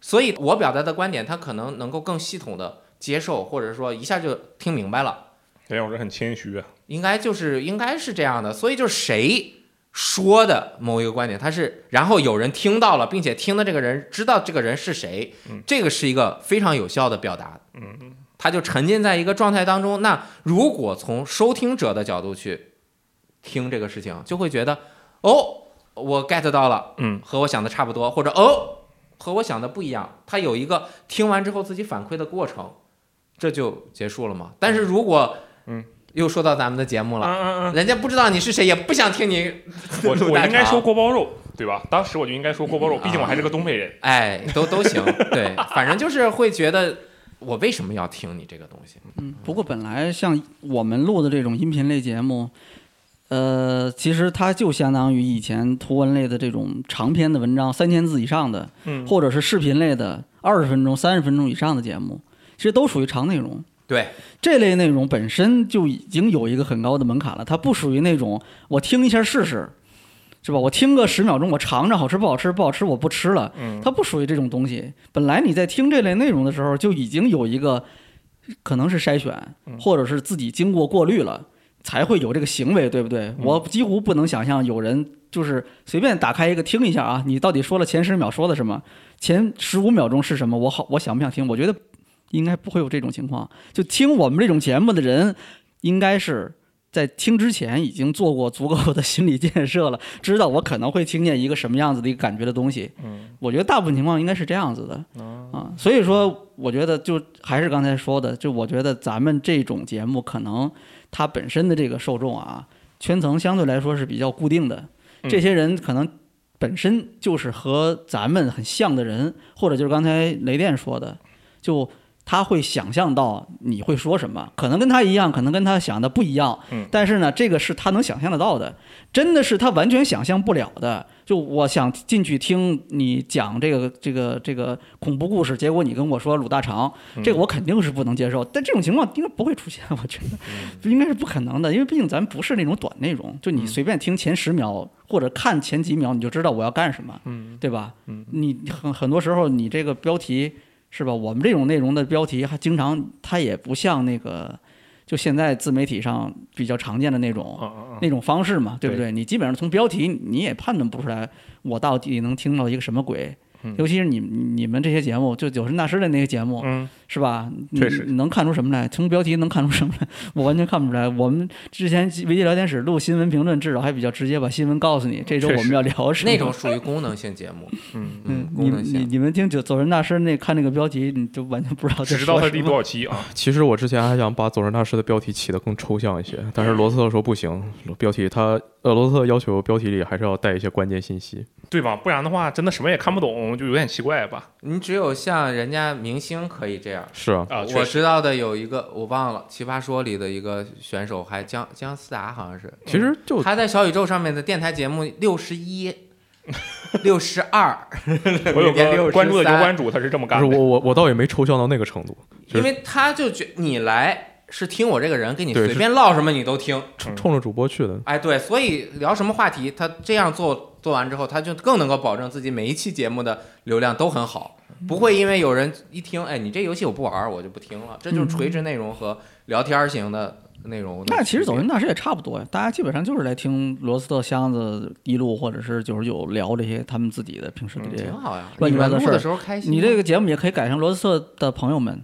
Speaker 4: 所以我表达的观点他可能能够更系统的接受，或者说一下就听明白了。
Speaker 2: 雷老师很谦虚啊。
Speaker 4: 应该就是应该是这样的，所以就是谁说的某一个观点，他是然后有人听到了，并且听的这个人知道这个人是谁，这个是一个非常有效的表达。嗯，他就沉浸在一个状态当中。那如果从收听者的角度去听这个事情，就会觉得哦，我 get 到了，
Speaker 2: 嗯，
Speaker 4: 和我想的差不多，或者哦，和我想的不一样。他有一个听完之后自己反馈的过程，这就结束了嘛。但是如果
Speaker 2: 嗯，
Speaker 4: 又说到咱们的节
Speaker 3: 啊
Speaker 4: 目了。
Speaker 2: 嗯 嗯，
Speaker 4: 人家不知道你是谁，也不想听你
Speaker 2: 我
Speaker 4: 录
Speaker 2: 我
Speaker 4: 大
Speaker 2: 应该
Speaker 4: 肠
Speaker 2: 说锅包肉对吧？当时我就应该说锅包肉，
Speaker 3: 啊
Speaker 2: 毕竟我还是个东北人。
Speaker 4: 哎，都都行，对，反正就是会觉得我为什么要听你这个东 西？
Speaker 3: 嗯，不过本来像我们录的这种音频类节目，呃，其实它就相当于以前图文类的这种长篇的文章，三千字以上的，
Speaker 2: 嗯
Speaker 3: 或者是视频类的二十分钟、三十分钟以上的节目，其实都属于长内容。
Speaker 4: 对，
Speaker 3: 这类内容本身就已经有一个很高的门槛了，它不属于那种我听一下试试，是吧？我听个十秒钟，我尝尝好吃不好吃，不好吃我不吃了。
Speaker 2: 嗯
Speaker 3: 它不属于这种东西。本来你在听这类内容的时候，就已经有一个可能是筛选，或者是自己经过过滤了，才会有这个行为，对不对？我几乎不能想象有人就是随便打开一个听一下啊，你到底说了前十秒说了什么，前十五秒钟是什么？我好，我想不想听？我觉得应该不会有这种情况。就听我们这种节目的人，应该是。在听之前已经做过足够的心理建设了，知道我可能会听见一个什么样子的一个感觉的东西，
Speaker 2: 嗯
Speaker 3: 我觉得大部分情况应该是这样子的
Speaker 2: 哦
Speaker 3: 啊，所以说我觉得就还是刚才说的，就我觉得咱们这种节目可能它本身的这个受众啊，圈层相对来说是比较固定的，
Speaker 2: 嗯
Speaker 3: 这些人可能本身就是和咱们很像的人，或者就是刚才雷电说的，就他会想象到你会说什么，可能跟他一样，可能跟他想的不一样，
Speaker 2: 嗯
Speaker 3: 但是呢，这个是他能想象得到的，真的是他完全想象不了的。就我想进去听你讲这个这个这个恐怖故事，结果你跟我说鲁大肠，这个我肯定是不能接受。但这种情况应该不会出现，我觉得应该是不可能的，因为毕竟咱不是那种短内容，就你随便听前十秒或者看前几秒，你就知道我要干什么。对吧？嗯，你很很多时候你这个标题是吧？我们这种内容的标题还经常它也不像那个就现在自媒体上比较常见的那种、
Speaker 2: 嗯嗯嗯，
Speaker 3: 那种方式嘛，对不
Speaker 2: 对
Speaker 3: 对？你基本上从标题你也判断不出来我到底能听到一个什么鬼。
Speaker 2: 嗯
Speaker 3: 尤其是你你们这些节目，就九十大师的那个节目，
Speaker 2: 嗯
Speaker 3: 是吧？你
Speaker 2: 确实
Speaker 3: 你能看出什么来？从标题能看出什么来？我完全看不出来。我们之前维基聊天室录新闻评论，至少还比较直接，把新闻告诉你这周
Speaker 2: 确
Speaker 3: 我们
Speaker 2: 实
Speaker 3: 要聊什么。
Speaker 4: 那种属于功能性节目，
Speaker 2: 嗯，
Speaker 4: 嗯，
Speaker 3: 你
Speaker 4: 功能
Speaker 3: 你
Speaker 4: 性。
Speaker 3: 你们听九走人大师那看那个标题，你就完全不知道在
Speaker 2: 只知道
Speaker 3: 说
Speaker 2: 它
Speaker 3: 什
Speaker 2: 第
Speaker 3: 么
Speaker 2: 多少期啊？
Speaker 1: 其实我之前还想把《走人大师》的标题起得更抽象一些，但是罗斯特说不行，标题他呃罗斯特要求标题里还是要带一些关键信息。
Speaker 2: 对吧？不然的话，真的什么也看不懂，就有点奇怪吧？
Speaker 4: 你只有像人家明星可以这样。
Speaker 1: 是啊，
Speaker 2: 啊，确
Speaker 4: 我
Speaker 2: 实
Speaker 4: 知道的有一个我忘了，《奇葩说》里的一个选手还姜姜思达好像是，嗯
Speaker 1: 其实就
Speaker 4: 他在小宇宙上面的电台节目六 十一、六十二，
Speaker 2: 我有
Speaker 4: 每天
Speaker 2: 个
Speaker 4: 63
Speaker 2: 关注的油关主，他是这么
Speaker 1: 不
Speaker 2: 干
Speaker 1: 是
Speaker 2: 的。
Speaker 1: 我我我倒也没抽象到那个程度，
Speaker 4: 因为他就觉你来是听我这个人，跟你
Speaker 1: 对
Speaker 4: 随便唠什么你都听，
Speaker 1: 冲冲着主播去的。
Speaker 4: 哎，对，所以聊什么话题，他这样做做完之后，他就更能够保证自己每一期节目的流量都很好，
Speaker 3: 嗯
Speaker 4: 不会因为有人一听，哎，你这游戏我不玩儿，我就不听了，这就是垂直内容和聊天儿型的内
Speaker 1: 嗯
Speaker 4: 容的区别。
Speaker 3: 嗯那其实走人大师也差不多呀，大家基本上就是来听罗斯特箱子一路或者是九十九聊这些他们自己的平时的这些
Speaker 4: 挺。
Speaker 1: 嗯
Speaker 4: 好呀，
Speaker 3: 乱
Speaker 4: 你
Speaker 3: 七八
Speaker 4: 们
Speaker 3: 糟的
Speaker 4: 录
Speaker 3: 事儿
Speaker 4: 的时候开心吗。
Speaker 3: 你这个节目也可以改成罗斯特的朋友们，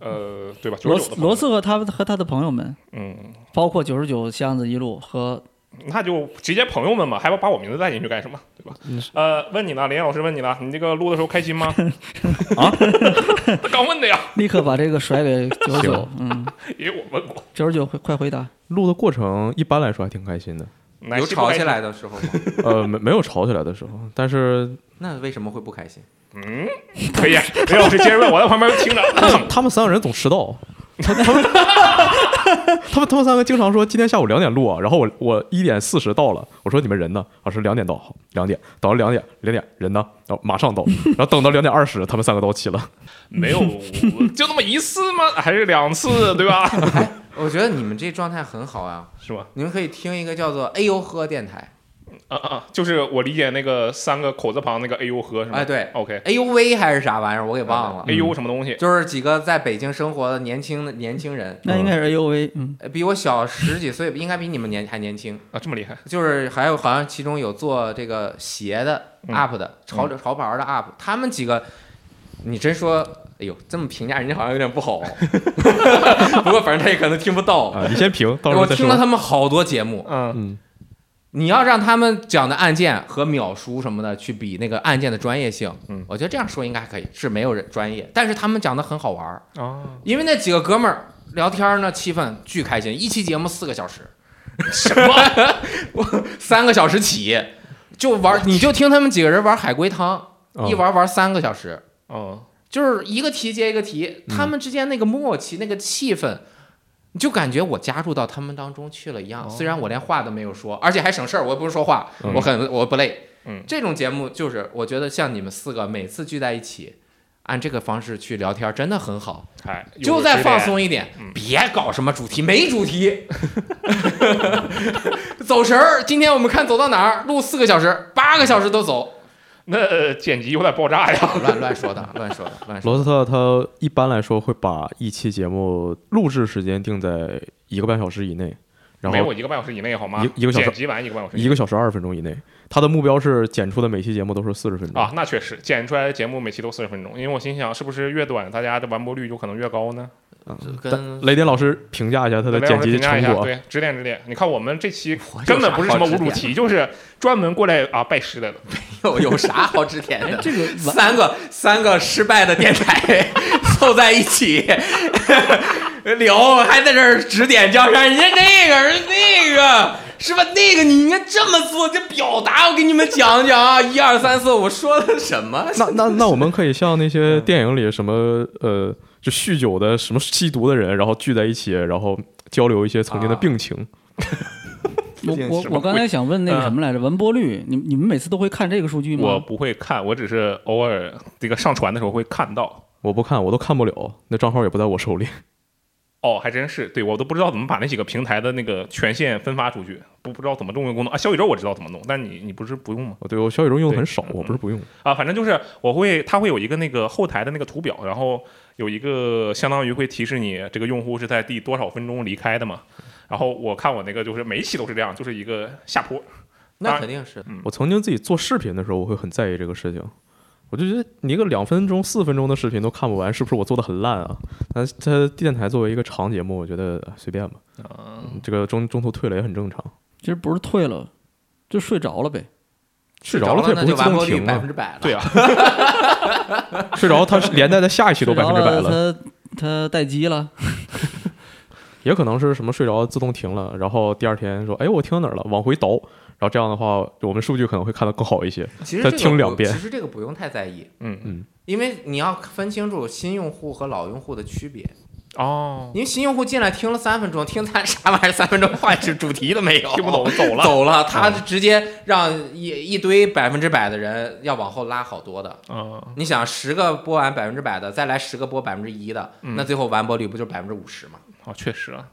Speaker 2: 呃，对吧？
Speaker 3: 罗
Speaker 2: 99的
Speaker 3: 斯
Speaker 2: 朋友
Speaker 3: 罗，斯和他和他的朋友们，
Speaker 2: 嗯，
Speaker 3: 包括九十九箱子一路和
Speaker 2: 那就直接朋友们嘛，还要把我名字带进去干什么？对吧？
Speaker 3: 嗯
Speaker 2: 呃，问你呢，林老师问你了，你这个录的时候开心吗？
Speaker 3: 啊，
Speaker 2: 他 刚问的呀，
Speaker 3: 立刻把这个甩给九十九
Speaker 1: 行，嗯
Speaker 3: 嗯，
Speaker 2: 也我问过，
Speaker 3: 九十九快回答，
Speaker 1: 录的过程一般来说还挺开心的，
Speaker 2: 来
Speaker 4: 有
Speaker 2: 西瓜
Speaker 4: 吵
Speaker 2: 开
Speaker 4: 起
Speaker 2: 心
Speaker 4: 来的时候吗？
Speaker 1: 呃，没没有吵起来的时候，但是
Speaker 4: 那为什么会不开心？
Speaker 2: 嗯，可以。林老师接着问，我在旁边听着。嗯
Speaker 1: 他们三个人总迟 到。他他们他们他们三个经常说今天下午两点录啊，然后我我一点四十到了，我说你们人呢？老师两点到，好，两点等到两点两点人呢？然后马 上到，然后等到两点二十，他们三个到齐了。
Speaker 2: 没有，就那么一次吗？还是两次，对吧？
Speaker 4: 我觉得你们这状态很好啊，
Speaker 2: 是吧？
Speaker 4: 你们可以听一个叫做“哎呦呵”电台，
Speaker 2: 啊啊啊，就是我理解那个三个口字旁那个哎呦呵是吗？
Speaker 4: 哎，对
Speaker 2: ，OK，
Speaker 4: 哎呦喂还是啥玩意儿，我给忘了嗯
Speaker 2: 哎，呦什么东西？
Speaker 4: 就是几个在北京生活的年轻的年轻人，
Speaker 3: 那应该是 AUV，嗯，
Speaker 4: 呃比我小十几岁，应该比你们年还年轻。
Speaker 2: 啊，这么厉害？
Speaker 4: 就是还有好像其中有做这个鞋的
Speaker 2: 嗯
Speaker 4: UP 的潮流潮牌的 UP，他们几个，你真说，哎呦，这么评价人家好像有点不好，哦 不过反正他也可能听不
Speaker 2: 哦
Speaker 4: 到。哦
Speaker 1: 啊，你先评，到时候
Speaker 4: 我
Speaker 1: 再
Speaker 4: 听了
Speaker 1: 说。
Speaker 4: 他们好多节目，
Speaker 2: 嗯，
Speaker 1: 嗯，
Speaker 4: 你要让他们讲的案件和秒叔什么的去比那个案件的专业性，
Speaker 2: 嗯
Speaker 4: 我觉得这样说应该可以，是没有人专业，但是他们讲的很好玩儿，
Speaker 2: 啊，
Speaker 4: 因为那几个哥们儿聊天儿呢，气氛巨开心，一期节目四个小时，
Speaker 2: 什 么？
Speaker 4: 三个小时起，就玩，你就听他们几个人玩海龟汤，
Speaker 1: 啊
Speaker 2: 哦
Speaker 4: 一玩玩三个小时，
Speaker 2: 嗯，
Speaker 4: 就是一个题接一个题，他们之间那个默契、那个气氛，你就感觉我加入到他们当中去了一样。
Speaker 2: 哦
Speaker 4: 虽然我连话都没有说，而且还省事儿，我又不是说话，
Speaker 1: 嗯
Speaker 4: 我很我不累。
Speaker 2: 嗯
Speaker 4: 这种节目就是我觉得像你们四个每次聚在一起。按这个方式去聊天真的很好，
Speaker 2: 哎，
Speaker 4: 就再放，松一点
Speaker 2: 嗯，
Speaker 4: 别搞什么主题，没主题， 走神儿。今天我们看走到哪儿，录四个小时，八个小时都走，
Speaker 2: 那呃剪辑有点爆炸呀。
Speaker 4: 乱乱说的，乱说的，乱说的。
Speaker 1: 罗斯特他一般来说会把一期节目录制时间定在一个半小时以内，然
Speaker 2: 没有
Speaker 1: 后
Speaker 2: 我一个半小时以内好吗？
Speaker 1: 一一个小时
Speaker 2: 剪辑完一个半小时以内
Speaker 1: 一个小时二十分钟以内。他的目标是剪出的每期节目都是四十分钟
Speaker 2: 啊，，那确实剪出来的节目每期都四十分钟，因为我心想是不是越短大家的完播率有可能越高呢？
Speaker 1: 但
Speaker 4: 跟
Speaker 1: 雷电老师评价一下他的
Speaker 2: 来
Speaker 1: 剪
Speaker 2: 我
Speaker 1: 辑
Speaker 2: 评价
Speaker 1: 成
Speaker 2: 一下，
Speaker 1: 果。
Speaker 2: 对，指点指点。你看我们这期
Speaker 4: 我有
Speaker 2: 根本
Speaker 4: 啥
Speaker 2: 不是什
Speaker 4: 好
Speaker 2: 么无
Speaker 4: 指
Speaker 2: 主
Speaker 4: 点
Speaker 2: 题，就是专门过来啊拜师来的。
Speaker 4: 有有啥好指点
Speaker 3: 哎
Speaker 4: 的，？
Speaker 3: 这个完
Speaker 4: 三个三个失败的电 台凑在一起聊，还在这儿指点江山，人家那个人家那个，是吧？那个你应该这么做，这表达我给你们讲讲啊，一二三四，我说的什么？
Speaker 1: 那那那我们可以像那些电影里什么呃，就酗酒的、什么吸毒的人，然后聚在一起，然后交流一些曾经的病情。
Speaker 3: 我
Speaker 2: 竟
Speaker 3: 我
Speaker 2: 什么
Speaker 3: 我刚才想问
Speaker 1: 嗯
Speaker 3: 那个什么来着，完播率，你你们每次都会看这个数据
Speaker 2: 我
Speaker 3: 吗？
Speaker 2: 不会看，我只是偶尔这个上传的时候会看到。
Speaker 1: 我不看，我都看不了，那账号也不在我手里。
Speaker 2: 哦，还真是，对我都不知道怎么把那几个平台的那个权限分发出去，不不知道怎么动用功能啊。小宇宙我知道怎么弄，但你你不是不用吗？
Speaker 1: 哦对我小宇宙用的很少
Speaker 2: 对，
Speaker 1: 我不是不用。
Speaker 2: 啊，反正就是我会，它会有一个那个后台的那个图表，然后有一个相当于会提示你这个用户是在第多少分钟离开的嘛。然后我看我那个就是每一期都是这样，就是一个下坡，
Speaker 4: 那肯定是
Speaker 1: 我曾经自己做视频的时候，我会很在意这个事情。我就觉得你一个两分钟、四分钟的视频都看不完，是不是我做的很烂啊？但是它电台作为一个长节目，我觉得哎随便吧。嗯这个中中途退了也很正常。
Speaker 3: 其实不是退了，就睡着了呗。
Speaker 1: 睡着
Speaker 4: 着
Speaker 1: 了它也
Speaker 4: 那
Speaker 1: 不会
Speaker 4: 就
Speaker 1: 自
Speaker 4: 完
Speaker 1: 动
Speaker 4: 播率
Speaker 1: 停
Speaker 4: 百
Speaker 1: 啊
Speaker 4: 分之百了。
Speaker 2: 对啊，
Speaker 1: 睡着它是连带的下一期都
Speaker 3: 睡
Speaker 1: 百
Speaker 3: 着
Speaker 1: 分之百了，
Speaker 3: 他他待机了，
Speaker 1: 也可能是什么睡着自动停了，然后第二天说，哎，我听哪儿了，往回倒，然后这样的话，我们数据可能会看得更好一些。
Speaker 4: 其实
Speaker 1: 再
Speaker 4: 这个
Speaker 1: 听
Speaker 4: 不
Speaker 1: 两遍
Speaker 4: 其实这个不用太在意，
Speaker 2: 嗯
Speaker 1: 嗯
Speaker 4: 因为你要分清楚新用户和老用户的区别。
Speaker 2: 哦，
Speaker 4: 因为新用户进来听了三分钟，听咱啥玩意儿？三分钟话是主题都没有，
Speaker 2: 听不懂 走了
Speaker 3: 哦
Speaker 4: 走了。他直接让一一堆百分之百的人要往后拉好多的。
Speaker 2: 嗯，
Speaker 4: 你想，十个播完百分之百的，再来十个播百分之一的，
Speaker 2: 嗯
Speaker 4: 那最后完播率不就百分之五十嘛？
Speaker 2: 哦，确实啊，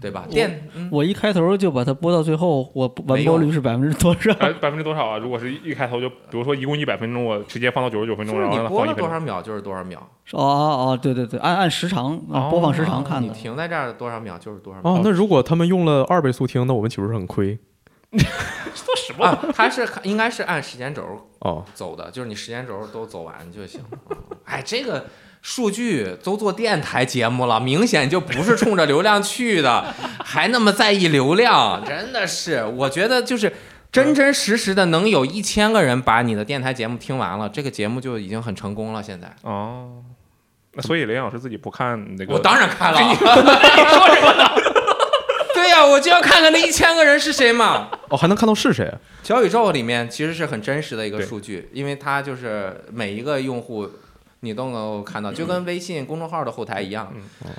Speaker 4: 对吧？电嗯
Speaker 3: 我一开头就把它播到最后，我不完播率是百分之多少？
Speaker 2: 百百分之多少啊？如果是一开头就，比如说一共一百分钟，我直接放到九十九分
Speaker 4: 就
Speaker 2: 钟，
Speaker 4: 是
Speaker 2: 然后
Speaker 4: 你
Speaker 2: 让它
Speaker 4: 播
Speaker 2: 放一
Speaker 4: 了
Speaker 2: 分
Speaker 4: 多
Speaker 2: 钟。
Speaker 4: 少秒就是多少秒，
Speaker 3: 哦哦哦，对对对，按按时长、啊
Speaker 2: 哦
Speaker 3: 播放时长看
Speaker 4: 你
Speaker 3: 的。
Speaker 4: 停在这儿多少秒就是多少秒。
Speaker 1: 哦，那如果他们用了二倍速听，那我们岂不是很亏？
Speaker 2: 说什么？
Speaker 4: 啊，它是应该是按时间轴
Speaker 1: 哦，
Speaker 4: 走的，就是你时间轴都走完就行。嗯 哎，这个数据都做电台节目了，明显就不是冲着流量去的，还那么在意流量，真的是，我觉得就是。真真实实的能有一千个人把你的电台节目听完了，这个节目就已经很成功了。现在
Speaker 2: 哦，那所以雷老师自己不看那个？
Speaker 4: 我当然看 了，你说什么呢？ 对呀、我就要看看那一千个人是谁嘛。
Speaker 1: 哦，还能看到是谁？
Speaker 4: 小宇宙里面其实是很真实的一个
Speaker 2: 对
Speaker 4: 数据，因为它就是每一个用户你都能够看到，就
Speaker 1: 嗯
Speaker 4: 跟微信公众号的后台一样。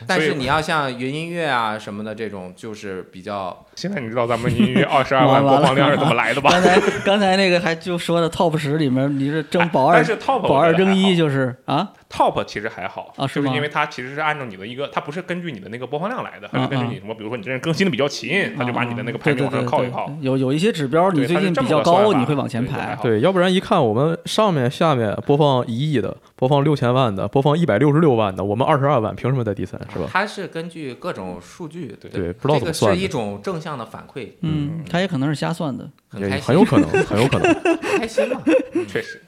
Speaker 4: 但
Speaker 2: 所以
Speaker 4: 是你要像云音乐啊什么的这种，就是比较
Speaker 2: 现在你知道咱们音乐二十二万
Speaker 3: 完了
Speaker 2: 播放量是怎么来的吧？
Speaker 3: 刚才刚才那个还就说的 top 十里面，你是 争保二
Speaker 2: 但，是 top 我
Speaker 3: 保
Speaker 2: 觉
Speaker 3: 二
Speaker 2: 得
Speaker 3: 争
Speaker 2: 还
Speaker 3: 一
Speaker 2: 好
Speaker 3: 就是啊，
Speaker 2: top 其实还好
Speaker 3: 啊是
Speaker 2: 就是
Speaker 3: 吗
Speaker 2: 因为它其实是按照你的一个，它不是根据你的那个播放量来的，它
Speaker 3: 嗯
Speaker 2: 是根据你什么，比如说你这人更新的比较勤，它就把你的那个排名往上
Speaker 3: 哦对对对
Speaker 2: 靠一
Speaker 3: 对
Speaker 2: 靠。
Speaker 3: 有有一些指标你
Speaker 2: 对
Speaker 3: 最近比较高，你会往前排。。
Speaker 2: 它是这么个算法对就还好
Speaker 1: 对，要不然一看我们上面下面播放一亿的，播放六千万的，播放一百六十六万的，我们二十二万，凭什么在第三？是吧？
Speaker 4: 它是根据各种数据，对
Speaker 1: 对不知道怎
Speaker 4: 这个
Speaker 1: 么算
Speaker 4: 是
Speaker 1: 的
Speaker 4: 一种正向的反馈，
Speaker 3: 嗯，他也可能是瞎算的。
Speaker 4: 很
Speaker 1: 也
Speaker 4: 开心，
Speaker 1: 很有可能，很有可 能。
Speaker 4: 开心嘛。
Speaker 2: 确实。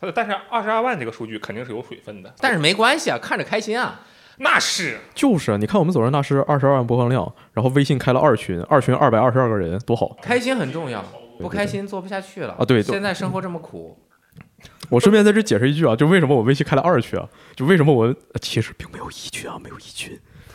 Speaker 2: 它但是二十二万这个数据肯定是有水分的，
Speaker 4: 但是没关系啊，看着开心啊。
Speaker 2: 那是
Speaker 1: 就是，你看我们走上大师二十二万播放量，然后微信开了二群，二群二百二十二个人，多好！
Speaker 4: 开心很重要，
Speaker 1: 对
Speaker 4: 不开心做不下去了
Speaker 1: 啊对对
Speaker 4: 现在生活这么苦，
Speaker 1: 我顺便在这解释一句啊，就为什么我微信开了二群啊，就为什么我呃其实并没有一群啊，没有一群，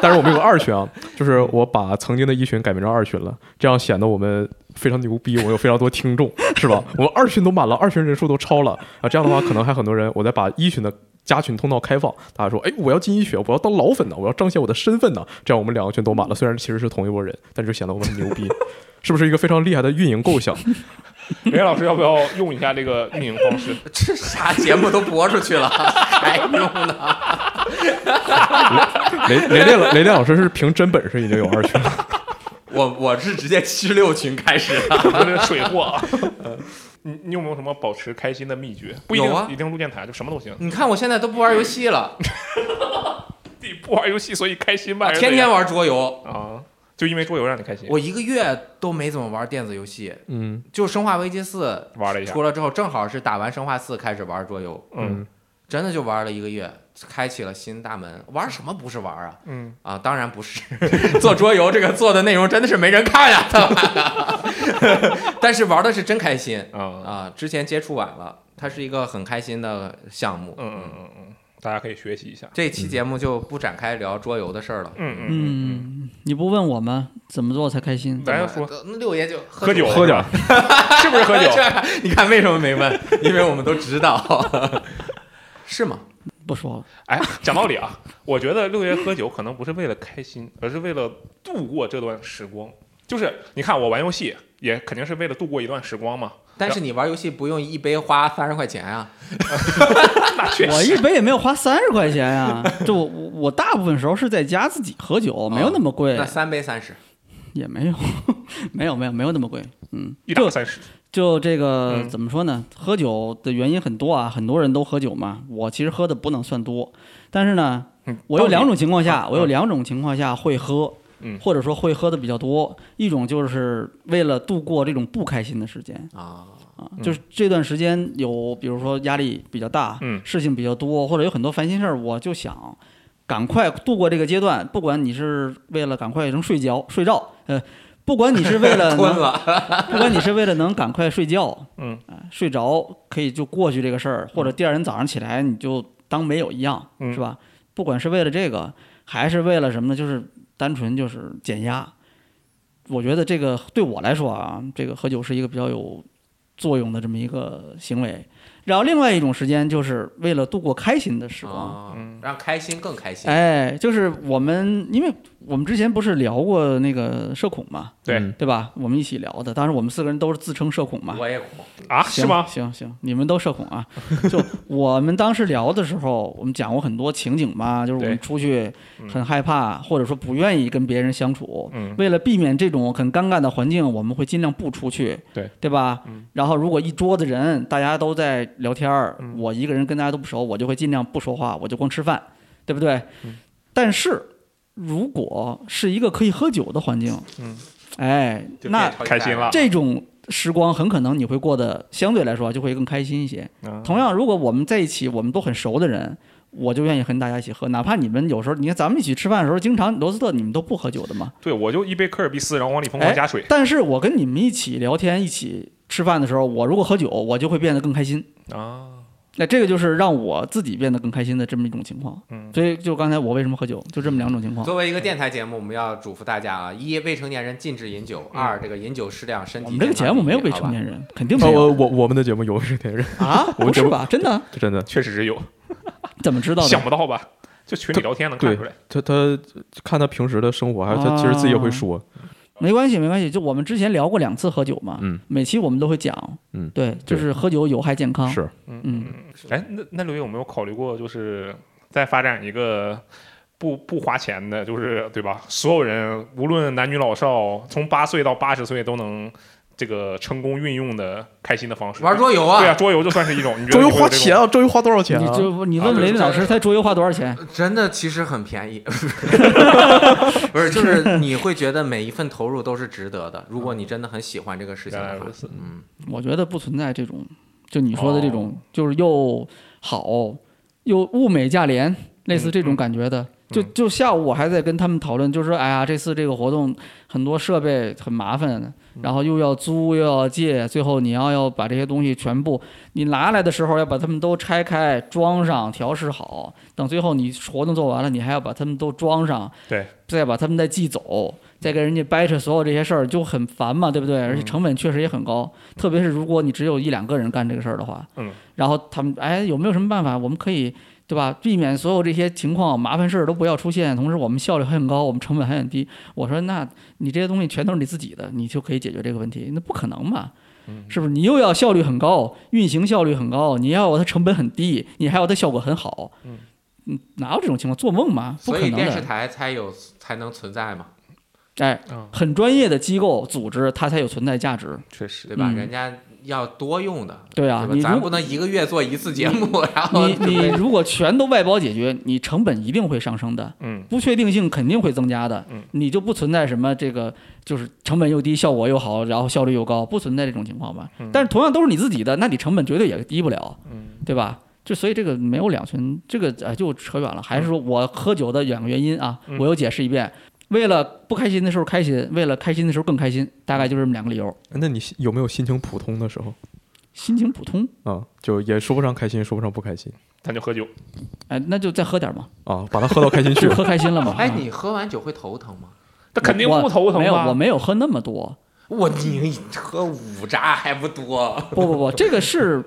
Speaker 1: 但是我们有个二群啊，就是我把曾经的一群改名成二群了，这样显得我们非常牛逼，我们有非常多听众，是吧？我们二群都满了，二群人数都超了啊，这样的话可能还很多人，我再把一群的。加群通道开放，大家说，哎，我要进一群，我要当老粉呢，我要彰显我的身份呢。这样我们两个群都满了，虽然其实是同一拨人，但就显得我们很牛逼， 是不是一个非常厉害的运营构想？
Speaker 2: 雷老师要不要用一下这个运营方式？
Speaker 4: 这啥节目都播出去了， 还用呢？
Speaker 1: 雷雷电雷电老师是凭真本事已经有二群了。
Speaker 4: 我我是直接七十六群开始的。
Speaker 2: 我这水货啊！你你有没有什么保持开心的秘诀？不一定
Speaker 4: 有啊
Speaker 2: 一定录电台，就什么都行。
Speaker 4: 你看我现在都不玩游戏了，
Speaker 2: 自己不 玩游戏，所以开心吧？还是
Speaker 4: 天
Speaker 2: 怎样
Speaker 4: 天玩桌游。
Speaker 2: 啊，就因为桌游让你开心。
Speaker 4: 我一个月都没怎么玩电子游戏，
Speaker 1: 嗯，
Speaker 4: 就《生化危机四》
Speaker 2: 玩了一下
Speaker 4: 出了之后，正好是打完《生化四》开始玩桌游，
Speaker 2: 嗯
Speaker 4: 真的就玩了一个月，开启了新大门。玩什么不是玩啊？
Speaker 2: 嗯，
Speaker 4: 啊，当然不是， 做桌游这个做的内容真的是没人看呀、他妈的 但是玩的是真开心
Speaker 2: 啊
Speaker 4: 啊！之前接触晚了，它是一个很开心的项目
Speaker 2: 嗯，嗯嗯嗯，大家可以学习一下。
Speaker 4: 这期节目就不展开聊桌游的事儿了。
Speaker 2: 嗯嗯嗯，
Speaker 3: 嗯，你不问我们怎么做才开心？
Speaker 2: 咱说
Speaker 4: 那嗯六爷就？
Speaker 2: 喝酒
Speaker 1: 喝酒，
Speaker 2: 是不是喝酒
Speaker 4: 这你看为什么没问？因为我们都知道， 是吗？
Speaker 3: 不说了，
Speaker 2: 哎，讲道理啊，我觉得六爷喝酒可能不是为了开心，而是为了度过这段时光。就是你看我玩游戏，也肯定是为了度过一段时光嘛。
Speaker 4: 但是你玩游戏不用一杯花三十块钱啊，
Speaker 2: 那确
Speaker 3: 我
Speaker 2: 实，
Speaker 3: 一杯也没有花三十块钱呀、就我我我大部分时候是在家自己喝酒，没有那么贵
Speaker 4: 那，三杯三十。
Speaker 3: 也没有， 没有没有没有那么贵。嗯，
Speaker 2: 一打
Speaker 3: 就
Speaker 2: 三十，
Speaker 3: 就这个、
Speaker 2: 嗯
Speaker 3: 怎么说呢？喝酒的原因很多啊，很多人都喝酒嘛。我其实喝的不能算多，但是呢，
Speaker 2: 嗯
Speaker 3: 我有两，
Speaker 2: 道
Speaker 3: 种情况下
Speaker 2: 啊，
Speaker 3: 我有两种情况下会喝，
Speaker 2: 嗯
Speaker 3: 或者说会喝的比较多。一种就是为了度过这种不开心的时间
Speaker 4: 啊，
Speaker 3: 啊，
Speaker 2: 嗯
Speaker 3: 就是这段时间有，比如说压力比较大，
Speaker 2: 嗯
Speaker 3: 事情比较多，或者有很多烦心事儿，我就想赶快度过这个阶段。不管你是为了赶快能睡觉睡着，呃，不管你是 为了
Speaker 4: 困
Speaker 3: 能，
Speaker 4: 了，
Speaker 3: 不管你是为了能赶快睡觉，
Speaker 2: 嗯
Speaker 3: 啊、睡着可以就过去这个事儿，或者第二天早上起来你就当没有一样，
Speaker 2: 嗯
Speaker 3: 是吧？不管是为了这个，还是为了什么呢？就是单纯就是减压。我觉得这个对我来说啊，这个喝酒是一个比较有作用的这么一个行为。然后另外一种时间就是为了度过开心的时光。
Speaker 4: 啊
Speaker 2: 嗯
Speaker 4: 让开心更开心。
Speaker 3: 哎，就是我们，因为我们之前不是聊过那个社恐嘛，
Speaker 2: 对
Speaker 1: 嗯
Speaker 3: 对吧？我们一起聊的，当时我们四个人都是自称社恐嘛。
Speaker 4: 我也恐，
Speaker 2: 啊，
Speaker 3: 行
Speaker 2: 是吗？
Speaker 3: 行行，你们都社恐啊！ 就我们当时聊的时候，我们讲过很多情景嘛，就是我
Speaker 2: 对
Speaker 3: 们出去
Speaker 2: 嗯
Speaker 3: 很害怕，或者说不愿意跟别人相处。
Speaker 2: 嗯
Speaker 3: 为了避免这种很尴尬的环境，我们会尽量不出去，
Speaker 2: 对
Speaker 3: 对吧？
Speaker 2: 嗯
Speaker 3: 然后如果一桌子人大家都在聊天儿，
Speaker 2: 嗯
Speaker 3: 我一个人跟大家都不熟，我就会尽量不说话，我就光吃饭，对不对？
Speaker 2: 嗯
Speaker 3: 但是如果是一个可以喝酒的环境，
Speaker 2: 嗯，
Speaker 3: 哎，
Speaker 4: 就
Speaker 3: 那
Speaker 4: 变超级
Speaker 2: 开心了
Speaker 3: 这种时光很可能你会过得相对来说就会更开心一些。
Speaker 2: 嗯
Speaker 3: 同样，如果我们在一起，我们都很熟的人，我就愿意跟大家一起喝，哪怕你们有时候，你看咱们一起吃饭的时候，经常罗斯特你们都不喝酒的嘛，
Speaker 2: 对，我就一杯科尔必斯，然后往里
Speaker 3: 哎
Speaker 2: 疯狂加水
Speaker 3: 但是我跟你们一起聊天、一起吃饭的时候，我如果喝酒，我就会变得更开心。
Speaker 2: 啊，
Speaker 3: 那这个就是让我自己变得更开心的这么一种情况。
Speaker 2: 嗯
Speaker 3: 所以就刚才我为什么喝酒，就这么两种情况。
Speaker 4: 作为一个电台节目，我们要嘱咐大家啊：一、未成年人禁止饮酒；二、这个饮酒适量，身体。
Speaker 3: 我们这个节目没有未成年
Speaker 4: 人，
Speaker 3: 人，肯定没
Speaker 1: 哦
Speaker 3: 有
Speaker 1: 我我我们的节目有是天人，
Speaker 3: 啊？
Speaker 1: 我
Speaker 3: 不
Speaker 1: 节
Speaker 3: 是
Speaker 1: 目
Speaker 3: 吧？真的？
Speaker 1: 这真的，
Speaker 2: 确实是有，
Speaker 3: 怎么知道
Speaker 2: 想不
Speaker 3: 的？
Speaker 2: 到吧？就群里聊天能看
Speaker 1: 对
Speaker 2: 出来，
Speaker 1: 他他看他平时的生活，还有他其实自己也
Speaker 3: 哦
Speaker 1: 会说，
Speaker 3: 没关系，没关系。就我们之前聊过两次喝酒嘛，
Speaker 1: 嗯，
Speaker 3: 每期我们都会讲，
Speaker 1: 嗯
Speaker 3: 对，就是喝酒有害健康。
Speaker 1: 是
Speaker 2: 嗯
Speaker 3: 嗯
Speaker 2: 嗯。哎，那那刘宇有没有考虑过，就是再发展一个不不花钱的，就是对吧？所有人无论男女老少，从八岁到八十岁都能这个成功运用的开心的方式。
Speaker 4: 玩桌游
Speaker 2: 对啊，
Speaker 4: 啊，
Speaker 2: 桌游就算是一种。你觉得
Speaker 1: 周游
Speaker 2: 你会有
Speaker 1: 花
Speaker 2: 这种
Speaker 1: 钱啊，周游花多少钱
Speaker 3: 你
Speaker 1: 啊？
Speaker 3: 就你
Speaker 2: 啊
Speaker 3: 问
Speaker 2: 对
Speaker 3: 雷
Speaker 4: 就
Speaker 3: 军
Speaker 4: 是
Speaker 3: 老师，他桌游花多少钱？
Speaker 4: 真的其实很便宜。不是，就是你会觉得每一份投入都是值得的。如果你真的很喜欢这个事情
Speaker 2: 原来
Speaker 4: 的话
Speaker 2: 如此，
Speaker 4: 嗯，
Speaker 3: 我觉得不存在这种，就你说的这种，就是又好又物美价廉，类似这种感觉的。就就下午我还在跟他们讨论，就是说，哎呀，这次这个活动很多设备很麻烦，然后又要租又要借，最后你要要把这些东西全部你拿来的时候要把它们都拆开装上调试好，等最后你活动做完了，你还要把它们都装上，
Speaker 2: 对，
Speaker 3: 再把它们再寄走，再跟人家掰扯所有这些事儿就很烦嘛，对不对？而且成本确实也很高，特别是如果你只有一两个人干这个事儿的话，
Speaker 2: 嗯，
Speaker 3: 然后他们哎有没有什么办法，我们可以对吧？避免所有这些情况麻烦事儿都不要出现，同时我们效率还很高，我们成本还很低。我说那你这些东西全都是你自己的，你就可以解决这个问题，那不可能嘛。嗯是不是你又要效率很高，运行效率很高，你要它成本很低，你还要它效果很好，
Speaker 2: 嗯
Speaker 3: 嗯，哪有这种情况？做梦嘛，不
Speaker 4: 所
Speaker 3: 可
Speaker 4: 以
Speaker 3: 能
Speaker 4: 电视
Speaker 3: 的。
Speaker 4: 台才有才能存在嘛，
Speaker 3: 哎，
Speaker 2: 嗯，
Speaker 3: 很专业的机构组织，它才有存在价值。
Speaker 2: 确实
Speaker 4: 对吧？
Speaker 3: 嗯
Speaker 4: 人家要多用的，
Speaker 3: 对
Speaker 4: 对
Speaker 3: 啊，
Speaker 4: 吧？
Speaker 3: 你
Speaker 4: 咱
Speaker 3: 如
Speaker 4: 不
Speaker 3: 果
Speaker 4: 能一个月做一次节目，然
Speaker 2: 啊
Speaker 4: 后
Speaker 3: 你你如果全都外包解决，你成本一定会上升的，
Speaker 2: 嗯
Speaker 3: 不确定性肯定会增加的
Speaker 2: 嗯。
Speaker 3: 你就不存在什么这个就是成本又低，效果又好，然后效率又高，不存在这种情况吧
Speaker 2: 嗯？
Speaker 3: 但是同样都是你自己的，那你成本绝对也低不了。
Speaker 2: 嗯
Speaker 3: 对吧？就所以这个没有两全，这个呃就扯远了。还是说我喝酒的两个原因啊，
Speaker 2: 嗯
Speaker 3: 我又解释一遍：为了不开心的时候开心，为了开心的时候更开心，大概就这么两个理由。
Speaker 1: 哎那你有没有心情普通的时候
Speaker 3: 心情普通，
Speaker 1: 啊？就也说不上开心，说不上不开心。
Speaker 2: 咱就喝酒，
Speaker 3: 哎，那就再喝点嘛，
Speaker 1: 啊，把它喝到开心去
Speaker 3: 就。喝开心了 嘛。啊
Speaker 4: 哎，你喝完酒会头疼吗？
Speaker 2: 他肯定
Speaker 3: 我
Speaker 2: 不头疼
Speaker 3: 没有，我
Speaker 2: 吧？
Speaker 3: 没有喝那么多。
Speaker 4: 我你喝五扎还不多，
Speaker 3: 不不不，这个是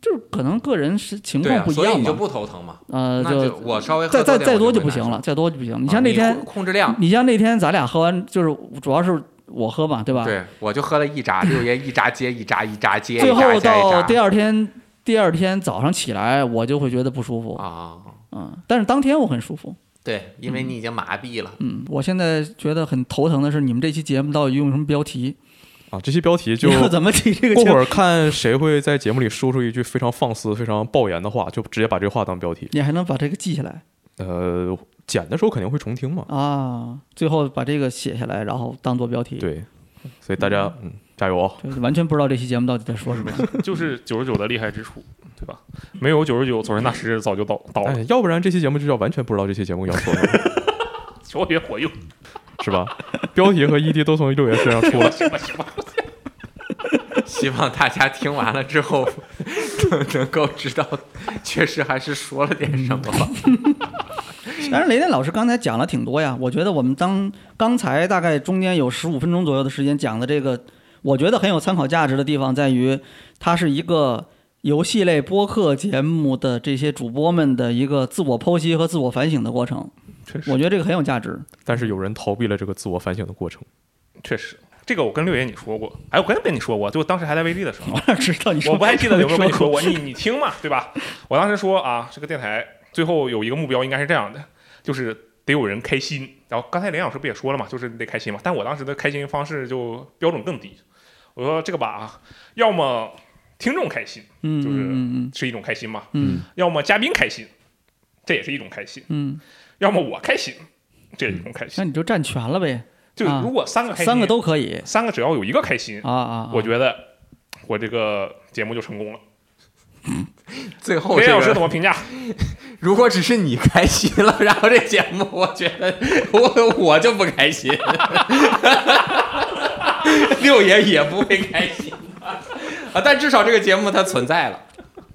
Speaker 3: 就是可能个人是情
Speaker 4: 对
Speaker 3: 况
Speaker 4: 啊，
Speaker 3: 不一
Speaker 4: 所以
Speaker 3: 样
Speaker 4: 你就
Speaker 3: 嘛。
Speaker 4: 不头疼嘛。
Speaker 3: 呃，
Speaker 4: 那就我稍微喝
Speaker 3: 再再
Speaker 4: 点
Speaker 3: 再
Speaker 4: 我
Speaker 3: 多就不
Speaker 4: 就会难
Speaker 3: 行
Speaker 4: 受
Speaker 3: 了，，再多就不行。你
Speaker 4: 啊
Speaker 3: 像那天
Speaker 4: 控，控制量，
Speaker 3: 你像那天咱俩喝完，就是主要是我喝嘛，对吧？
Speaker 4: 对我就喝了 一扎，六爷一扎接一扎，一扎接一扎
Speaker 3: 最后
Speaker 4: 加一
Speaker 3: 到
Speaker 4: 扎
Speaker 3: 第二天，第二天早上起来，我就会觉得不舒服，
Speaker 4: 啊，
Speaker 3: 嗯，但是当天我很舒服，
Speaker 4: 对，因为你已经麻痹了。
Speaker 3: 嗯，我现在觉得很头疼的是，你们这期节目到底用什么标题？
Speaker 1: 啊，这期标题就
Speaker 3: 要怎么起这个
Speaker 1: 过
Speaker 3: 节
Speaker 1: 会
Speaker 3: 目？
Speaker 1: 儿看谁会在节目里说出一句非常放肆、非常爆言的话，就直接把这个话当标题。
Speaker 3: 你还能把这个记下来
Speaker 1: 呃，剪的时候肯定会重听嘛，
Speaker 3: 啊？最后把这个写下来，然后当做标题。
Speaker 1: 对，所以大家嗯加油啊！
Speaker 3: 对，完全不知道这期节目到底在说什 么。
Speaker 2: 就是九十九的厉害之处，对吧？没有九十九，昨日那时早就倒倒了，
Speaker 1: 哎，要不然这期节目就叫完全不知道这期节目要说什么，
Speaker 2: 求别火用，
Speaker 1: 是 吧？标题和 ED 都从六爷身上出来，
Speaker 2: 行吧行吧。
Speaker 4: 希望大家听完了之后 能能够知道，确实还是说了点什么 吧。
Speaker 3: 当然，雷电老师刚才讲了挺多呀，我觉得我们当刚才大概中间有十五分钟左右的时间讲的这个，我觉得很有参考价值的地方在于，它是一个游戏类播客节目的这些主播们的一个自我剖析和自我反省的过程。
Speaker 2: 确实
Speaker 3: 我觉得这个很有价值。
Speaker 1: 但是有人逃避了这个自我反省的过程。
Speaker 2: 确实，这个我跟六爷你说过，哎，我跟跟你说过，就当时还在威力的时候，
Speaker 3: 我哪知道你 说
Speaker 2: 我不太记得有没有跟你说
Speaker 3: 过
Speaker 2: 过，你你听嘛，对吧？我当时说啊，这个电台最后有一个目标应该是这样的，就是得有人开心。然后刚才林老师不也说了嘛，就是你得开心嘛。但我当时的开心方式就标准更低，我说这个吧，啊，要么听众开心
Speaker 3: 嗯
Speaker 2: 就是
Speaker 3: 嗯
Speaker 2: 是一种开心嘛，
Speaker 3: 嗯
Speaker 2: 要么嘉宾开心，这也是一种开心，
Speaker 3: 嗯，
Speaker 2: 要么我开心，这也是一种开
Speaker 3: 那
Speaker 2: 心。
Speaker 3: 你就占全了呗，
Speaker 2: 就
Speaker 3: 啊
Speaker 2: 如果三个开心，
Speaker 3: 三个都可以
Speaker 2: 三个只要有一个开心，
Speaker 3: 啊啊！啊
Speaker 2: 我觉得我这个节目就成功了。
Speaker 4: 最后
Speaker 2: 雷
Speaker 4: 哦这
Speaker 2: 老师怎
Speaker 4: 个，
Speaker 2: 么评 价？
Speaker 4: 如果只是你开心了，然后这节目，我觉得 我我就不开心， 六爷也不会开心啊。但至少这个节目它存在了。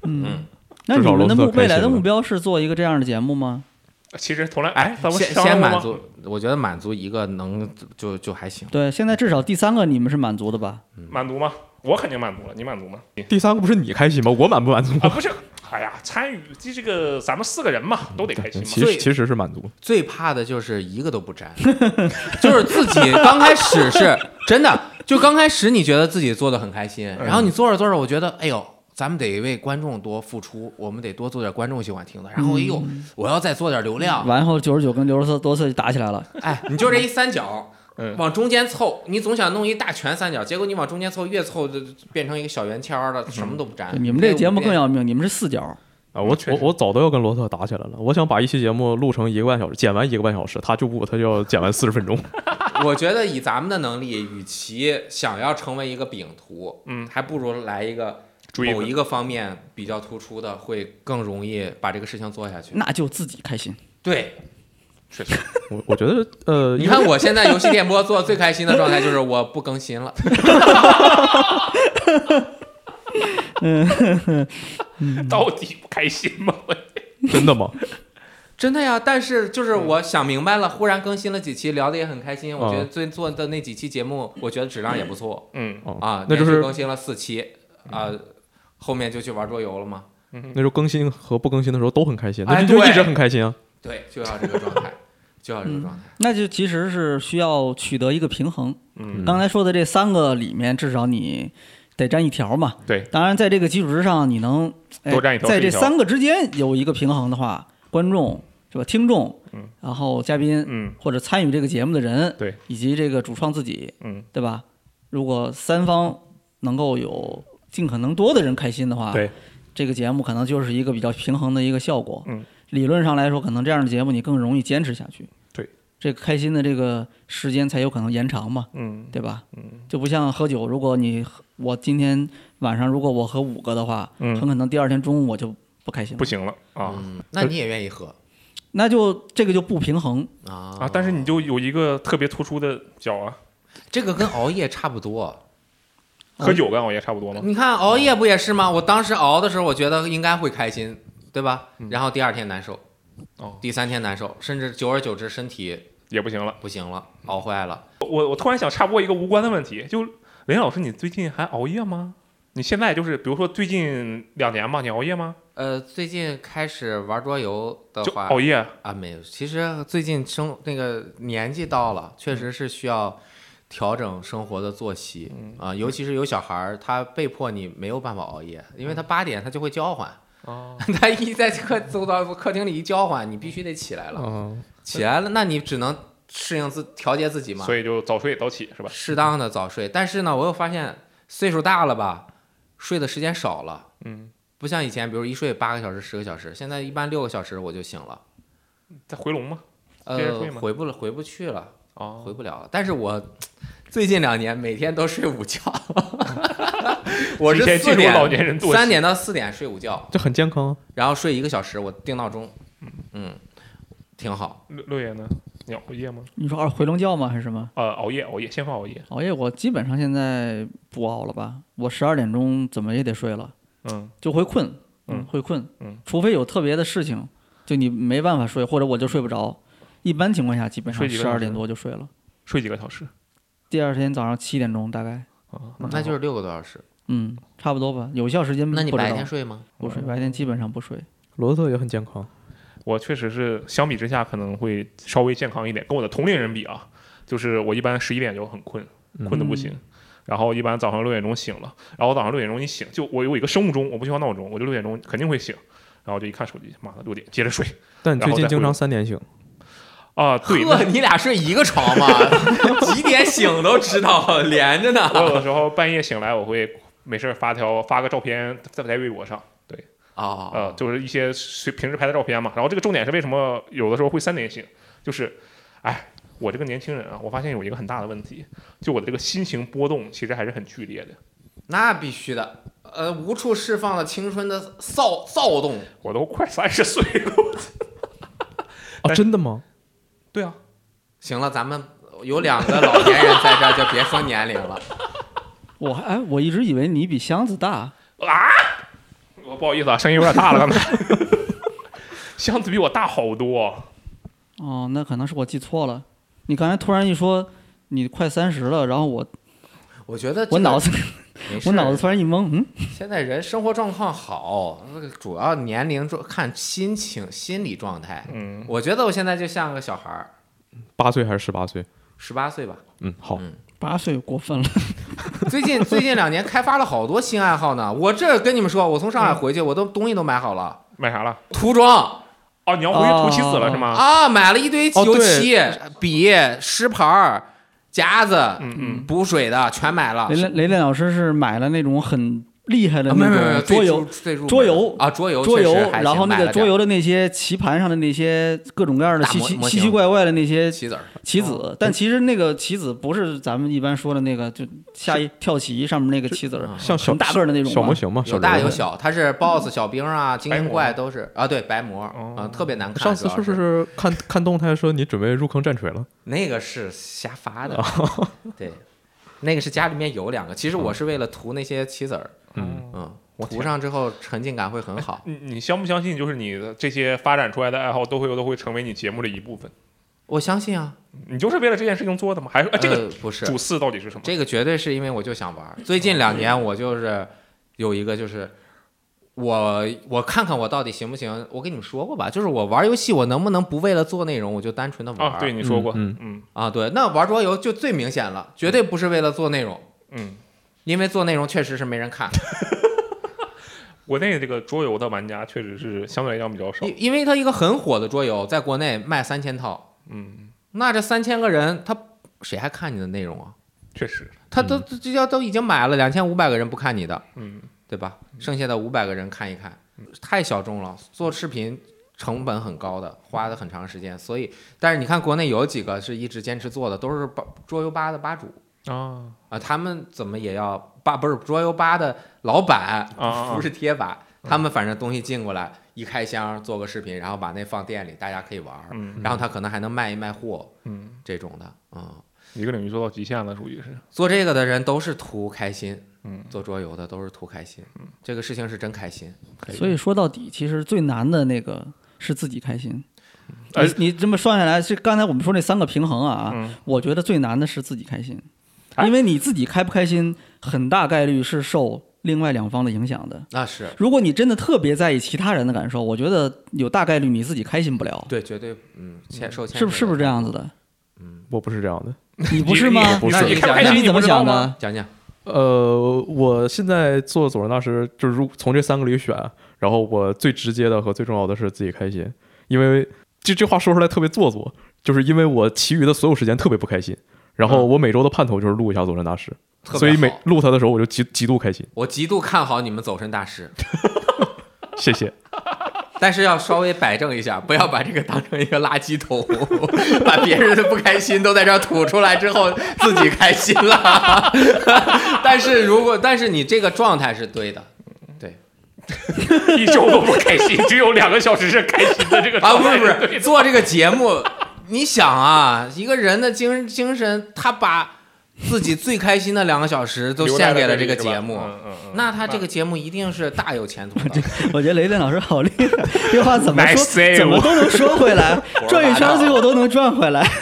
Speaker 3: 嗯，那你们的目未来的目标是做一个这样的节目吗？
Speaker 2: 其实从来哎，咱们
Speaker 4: 先
Speaker 2: 商量
Speaker 4: 先
Speaker 2: 过
Speaker 4: 满
Speaker 2: 吗
Speaker 4: 足，我觉得满足一个能就就还行。
Speaker 3: 对，现在至少第三个你们是满足的吧？
Speaker 2: 满足吗？我肯定满足了，你满 足吗？
Speaker 1: 第三个不是你开心吗？我满不满足？
Speaker 2: 啊，不是，哎呀，参与这这个咱们四个人嘛，都得开 心
Speaker 1: 其
Speaker 2: 嘛。
Speaker 1: 实其实是满足，
Speaker 4: 最怕的就是一个都不沾， 就是自己刚开始是真的，就刚开始你觉得自己做的很开心，
Speaker 3: 嗯
Speaker 4: 然后你做着做着，我觉得哎呦。咱们得为观众多付出，我们得多做点观众喜欢听的。然后，哎呦，我要再做点流
Speaker 2: 啊
Speaker 4: 量，
Speaker 3: 完后九十九跟六十四多岁就打起来了，
Speaker 4: 哎，你就这一三角
Speaker 2: 嗯，
Speaker 4: 往中间凑，你总想弄一大全三角，结果你往中间凑，越凑就变成一个小圆圈了，什么都不
Speaker 2: 啊
Speaker 4: 沾
Speaker 3: 嗯对。你们这个节目更要命，你们是四角，
Speaker 1: 啊，我
Speaker 2: 确
Speaker 1: 我
Speaker 2: 实
Speaker 1: 我早都要跟罗特打起来了。我想把一期节目录成一个半小时，剪完一个半小时，他就不，他就要剪完四十 分钟。
Speaker 4: 哎我觉得以咱们的能力，与其想要成为一个饼图，
Speaker 2: 嗯，
Speaker 4: 还不如来一个
Speaker 2: 追
Speaker 4: 某
Speaker 2: 一
Speaker 4: 一
Speaker 2: 个
Speaker 4: 个方面比较突出的，会更容易把这个事情做下去。
Speaker 3: 那就自己开心。
Speaker 4: 对，
Speaker 2: 确实，
Speaker 1: 我我觉得呃，
Speaker 4: 你看我现在游戏电波做最开心的状态就是我不更新了，
Speaker 2: 到底不开心 吗？
Speaker 1: 真的吗？
Speaker 4: 真的呀。但是就是我想明白了，忽然更新了几期，聊得也很开心。我觉得
Speaker 1: 嗯
Speaker 4: 最做的那几期节目，我觉得质量也不错
Speaker 2: 嗯
Speaker 1: 哦
Speaker 4: 啊。
Speaker 1: 那就
Speaker 4: 连续
Speaker 1: 是
Speaker 4: 更新了四期啊，后面就去玩桌游了嘛。
Speaker 1: 那时候更新和不更新的时候都很开心，那
Speaker 4: 哎
Speaker 1: 就就
Speaker 4: 对
Speaker 1: 一直很开心啊。
Speaker 4: 对，就要这个状态，就要这个状态。
Speaker 3: 那就其实是需要取得一个平衡。
Speaker 2: 嗯，
Speaker 3: 刚才说的这三个里面，至少你得占一条嘛。
Speaker 2: 对
Speaker 3: 当然在这个基础之上，你能哎
Speaker 2: 多占一条
Speaker 3: 在
Speaker 2: 是
Speaker 3: 这
Speaker 2: 一条
Speaker 3: 三个之间有一个平衡的话，观众是吧？听众，
Speaker 2: 嗯
Speaker 3: 然后嘉宾，
Speaker 2: 嗯
Speaker 3: 或者参与这个节目的人，
Speaker 2: 对，
Speaker 3: 以及这个主创自己，
Speaker 2: 嗯，
Speaker 3: 对吧？如果三方能够有尽可能多的人开心的话，
Speaker 2: 对，
Speaker 3: 这个节目可能就是一个比较平衡的一个效果。
Speaker 2: 嗯，
Speaker 3: 理论上来说，可能这样的节目你更容易坚持下去。
Speaker 2: 对，
Speaker 3: 这个开心的这个时间才有可能延长嘛，
Speaker 2: 嗯
Speaker 3: 对吧？
Speaker 2: 嗯，
Speaker 3: 就不像喝酒，如果你喝我今天晚上如果我喝五个的话，
Speaker 2: 嗯
Speaker 3: 很可能第二天中午我就不开心了
Speaker 2: 不，行了啊
Speaker 4: 嗯，那你也愿意喝
Speaker 3: 那就这个就不平衡。
Speaker 4: 啊
Speaker 2: 啊！但是你就有一个特别突出的角啊，
Speaker 4: 这个跟熬夜差不多。嗯
Speaker 2: 喝酒跟熬夜差不多吗？
Speaker 4: 你看熬夜不也是吗？我当时熬的时候，我觉得应该会开心，对吧
Speaker 2: 嗯？
Speaker 4: 然后第二天难受，
Speaker 2: 哦，
Speaker 4: 第三天难受，甚至久而久之身体
Speaker 2: 也不行了。
Speaker 4: 不行了，熬坏了。
Speaker 2: 我我突然想插播一个无关的问题，就林老师，你最近还熬夜吗？你现在就是，比如说最近两年吧，你熬夜吗？
Speaker 4: 呃，最近开始玩桌游的
Speaker 2: 就哦
Speaker 4: 话
Speaker 2: 熬夜，
Speaker 4: 啊，没有。其实最近生那个年纪到了，确实是需要调整生活的作息
Speaker 2: 嗯
Speaker 4: 啊、尤其是有小孩儿，他被迫你没有办法熬夜，因为他八点他就会叫唤，
Speaker 2: 嗯哦，
Speaker 4: 他一在客走到客厅里一叫唤，你必须得起来了，
Speaker 1: 嗯，
Speaker 4: 起来了，那你只能适应自调节自己嘛。
Speaker 2: 所以就早睡早起是吧？
Speaker 4: 适当的早睡。但是呢，我又发现岁数大了吧，睡的时间少了，
Speaker 2: 嗯，
Speaker 4: 不像以前，比如一睡八个小时、十个小时，现在一般六个小时我就醒了，
Speaker 2: 在回笼吗？接着
Speaker 4: 呃
Speaker 2: 睡，吗
Speaker 4: 回不了，回不去了，
Speaker 2: 哦，
Speaker 4: 回不了了。但是我最近两年每天都睡 午觉，我
Speaker 2: 提
Speaker 4: 是
Speaker 2: 前
Speaker 4: 四
Speaker 2: 进入
Speaker 4: 点
Speaker 2: 老年人作息
Speaker 4: 三点到四点睡午觉，
Speaker 1: 这很健康啊。
Speaker 4: 然后睡一个小时，我定闹钟，嗯，挺好。
Speaker 2: 六六爷呢？你熬夜吗？
Speaker 3: 你说二回笼觉吗？还是什么？
Speaker 2: 呃，熬夜，熬夜，先放熬夜。
Speaker 3: 熬夜我基本上现在不熬了吧，我十二点钟怎么也得睡了，
Speaker 2: 嗯，
Speaker 3: 就会困，
Speaker 2: 嗯
Speaker 3: 会困，
Speaker 2: 嗯，
Speaker 3: 除非有特别的事情，就你没办法睡，或者我就睡不着，一般情况下基本上
Speaker 2: 睡几个
Speaker 3: 十
Speaker 2: 小时
Speaker 3: 二点多就睡了，
Speaker 2: 睡几个小时
Speaker 3: 第二天早上七点钟大概，
Speaker 2: 啊？
Speaker 4: 那就是六个多小时。
Speaker 3: 嗯，差不多吧，有效时间嗯不
Speaker 4: 那
Speaker 3: 知
Speaker 4: 你
Speaker 3: 道
Speaker 4: 白天睡吗？
Speaker 3: 不睡，白天基本上不睡，
Speaker 1: 罗特也很健康，
Speaker 2: 我确实是相比之下可能会稍微健康一点，跟我的同龄人比啊，就是我一般十一点就很困，
Speaker 1: 嗯
Speaker 2: 困得不行。然后一般早上六点钟醒了，然后我早上六点钟一醒，就我有一个生物钟，我不需要闹钟，我就六点钟肯定会醒，然后就一看手机，妈的六点接着睡
Speaker 1: 但你最
Speaker 2: 然后再
Speaker 1: 近
Speaker 2: 回
Speaker 1: 经常三点醒，
Speaker 2: 啊， 对，
Speaker 4: 呵
Speaker 2: 那，
Speaker 4: 你俩睡一个床吗？ 几点醒都知道，连着呢。
Speaker 2: 我有的时候半夜醒来，我会没事儿发条发个照片在在微博上，
Speaker 4: 哦，
Speaker 2: 呃，就是一些随平时拍的照片嘛。然后这个重点是为什么有的时候会三点醒，就是，哎，我这个年轻人啊，我发现有一个很大的问题，就我的这个心情波动其实还是很剧烈的。
Speaker 4: 那必须的，呃，无处释放了青春的躁躁动。
Speaker 2: 我都快三十岁了。
Speaker 1: 啊，真的吗？
Speaker 2: 对啊，
Speaker 4: 行了，咱们有两个老年人在这儿，就别说年龄了。
Speaker 3: 我还哎，我一直以为你比箱子大，
Speaker 2: 我 不好意思啊，声音有点大了，刚才。 箱子比我大好多，
Speaker 3: 哦，那可能是我记错了，你刚才突然一说你快三十了，然后我
Speaker 4: 我觉得这个
Speaker 3: 我脑子
Speaker 4: 没 事
Speaker 3: 我脑子突然一懵，嗯，
Speaker 4: 现在人生活状况好，那个主要年龄状看心情、心理状态。
Speaker 2: 嗯，
Speaker 4: 我觉得我现在就像个小孩儿，
Speaker 1: 八岁还是十八岁？
Speaker 4: 十八岁吧。
Speaker 1: 嗯，好，
Speaker 3: 八岁过分了，
Speaker 4: 最近最近两年开发了好多新爱好呢。我这跟你们说，我从上海回去，我都东西都买好了，
Speaker 2: 买啥了？
Speaker 4: 涂装。
Speaker 2: 哦，你要回去涂棋子了、
Speaker 3: 哦
Speaker 2: 是吗？
Speaker 4: 啊，买了一堆
Speaker 1: 哦
Speaker 4: 油
Speaker 1: 对
Speaker 4: 漆、笔、湿盘儿、夹子、
Speaker 2: 嗯嗯，
Speaker 4: 补水的全买了。
Speaker 3: 雷雷雷电老师是买了那种很厉害的
Speaker 4: 啊，没有没有没
Speaker 3: 那
Speaker 4: 有，
Speaker 3: 种桌游
Speaker 4: 最入，最入门
Speaker 3: 桌游
Speaker 4: 啊，桌游
Speaker 3: 桌
Speaker 4: 确
Speaker 3: 游
Speaker 4: 实还，行
Speaker 3: 然后那
Speaker 4: 买
Speaker 3: 个
Speaker 4: 了
Speaker 3: 桌
Speaker 4: 点
Speaker 3: 游的那些棋盘上的那些各种各样的
Speaker 4: 大
Speaker 3: 稀
Speaker 4: 模
Speaker 3: 奇
Speaker 4: 模
Speaker 3: 稀
Speaker 4: 型
Speaker 3: 奇怪怪的那些
Speaker 4: 棋嗯子儿，
Speaker 3: 棋子，但其实那个棋子不是咱们一般说的那个，就下一跳棋上面那个棋子儿，
Speaker 4: 啊
Speaker 1: 像小
Speaker 3: 嗯很大个儿的那种吧
Speaker 1: 小模型嘛，小
Speaker 4: 有大
Speaker 1: 人
Speaker 4: 有
Speaker 1: 物
Speaker 4: 小，它是 BOSS 小兵啊、精英
Speaker 2: 白
Speaker 4: 怪都是啊，对白魔
Speaker 2: 哦
Speaker 4: 啊，特别难看。
Speaker 1: 上次
Speaker 4: 主要
Speaker 1: 是
Speaker 4: 是
Speaker 1: 不是看看动态说你准备入坑战锤了？
Speaker 4: 那个是瞎发的？
Speaker 3: 哦
Speaker 4: 对，那个是家里面有两个，其实我是为了涂那些棋子儿，
Speaker 1: 嗯
Speaker 2: 嗯，
Speaker 4: 嗯，
Speaker 2: 哦我
Speaker 4: 涂
Speaker 2: 天。
Speaker 4: 上之后沉浸感会很好。
Speaker 2: 你你相不相信，就是你的这些发展出来的爱好，都会都会成为你节目的一部分。
Speaker 4: 我相信啊，
Speaker 2: 你就是为了这件事情做的吗？还是、哎、这个
Speaker 4: 呃不是
Speaker 2: 主次到底是什么？
Speaker 4: 这个绝对是因为我就想玩儿。最近两年我就是有一个就是。我我看看我到底行不行？我跟你们说过吧，就是我玩游戏，我能不能不为了做内容，我就单纯的玩儿？
Speaker 2: 啊，对你说过，
Speaker 1: 嗯
Speaker 2: 嗯
Speaker 4: 啊，对，那玩桌游就最明显了，绝对不是为了做内容，
Speaker 2: 嗯，
Speaker 4: 因为做内容确实是没人看，
Speaker 2: 国内这个桌游的玩家确实是相对来讲比较少，
Speaker 4: 因因为它一个很火的桌游在国内卖三千套，
Speaker 2: 嗯，
Speaker 4: 那这三千个人他谁还看你的内容啊？
Speaker 2: 确实，
Speaker 4: 他都这要都已经买了两千五百个人不看你的，
Speaker 2: 嗯，
Speaker 4: 对吧？剩下的五百个人看一看，太小众了。做视频成本很高的，花的很长时间，所以，但是你看国内有几个是一直坚持做的，都是吧桌游吧的吧主
Speaker 2: 啊
Speaker 4: 啊，他们怎么也要吧不是桌游吧的老板
Speaker 2: 啊啊嗯
Speaker 4: 不是贴吧，他们反正东西进过来一开箱做个视频，然后把那放店里，大家可以玩儿，
Speaker 2: 嗯
Speaker 4: 然后他可能还能卖一卖货
Speaker 2: 嗯，
Speaker 4: 这种的，嗯。
Speaker 2: 一个领域做到极限了，属于是。
Speaker 4: 做这个的人都是图开心，
Speaker 2: 嗯，
Speaker 4: 做桌游的都是图开心，这个事情是真开心。
Speaker 2: 可
Speaker 3: 所以说到底，其实最难的那个是自己开心。
Speaker 1: 嗯
Speaker 2: 哎
Speaker 3: 你你这么算下来，是刚才我们说那三个平衡啊，
Speaker 2: 嗯
Speaker 3: 我觉得最难的是自己开心，
Speaker 2: 哎
Speaker 3: 因为你自己开不开心，很大概率是受另外两方的影响的。
Speaker 4: 那啊是
Speaker 3: 如果你真的特别在意其他人的感受，我觉得有大概率你自己开心不了，
Speaker 4: 对，绝对，嗯，牵受嗯牵
Speaker 3: 是不是不是这样子的？
Speaker 1: 我不是这样的。
Speaker 3: 你不是吗？
Speaker 2: 你
Speaker 4: 不是
Speaker 2: 那你开不开
Speaker 3: 那
Speaker 2: 心
Speaker 3: 你怎么
Speaker 2: 不知道
Speaker 3: 想
Speaker 2: 吗？
Speaker 3: 的？
Speaker 4: 讲讲，
Speaker 1: 呃，我现在做总人大师，就是如从这三个里选，然后我最直接的和最重要的是自己开心，因为这这话说出来特别做作，就是因为我其余的所有时间特别不开心，然后我每周的盼头就是录一下总人大师，
Speaker 4: 特别
Speaker 1: 所以每
Speaker 4: 好
Speaker 1: 录他的时候我就极极度开心，
Speaker 4: 我极度看好你们走神大师，
Speaker 1: 谢谢。
Speaker 4: 但是要稍微摆正一下，不要把这个当成一个垃圾桶， 把别人的不开心都在这儿吐出来之后，自己开心了。 但是如果，但是你这个状态是对的
Speaker 2: 一周都不开心，只有两个小时是开心的。这个
Speaker 4: 啊，
Speaker 2: 状
Speaker 4: 不
Speaker 2: 态
Speaker 4: 是不
Speaker 2: 对
Speaker 4: 是，做这个节目，你想啊，一个人的精精神，他把自己最开心的两个小时都
Speaker 2: 留在
Speaker 4: 献给
Speaker 2: 了
Speaker 4: 了这个节
Speaker 2: 里
Speaker 4: 目
Speaker 2: 是吧。嗯嗯嗯。
Speaker 4: 那他这个节目一定是大有前途的，
Speaker 3: 我觉得雷电老师好厉害，这话怎么
Speaker 2: Nice save
Speaker 3: 说怎么都能说回 来，
Speaker 4: 道
Speaker 3: 转一圈最后都能转回来。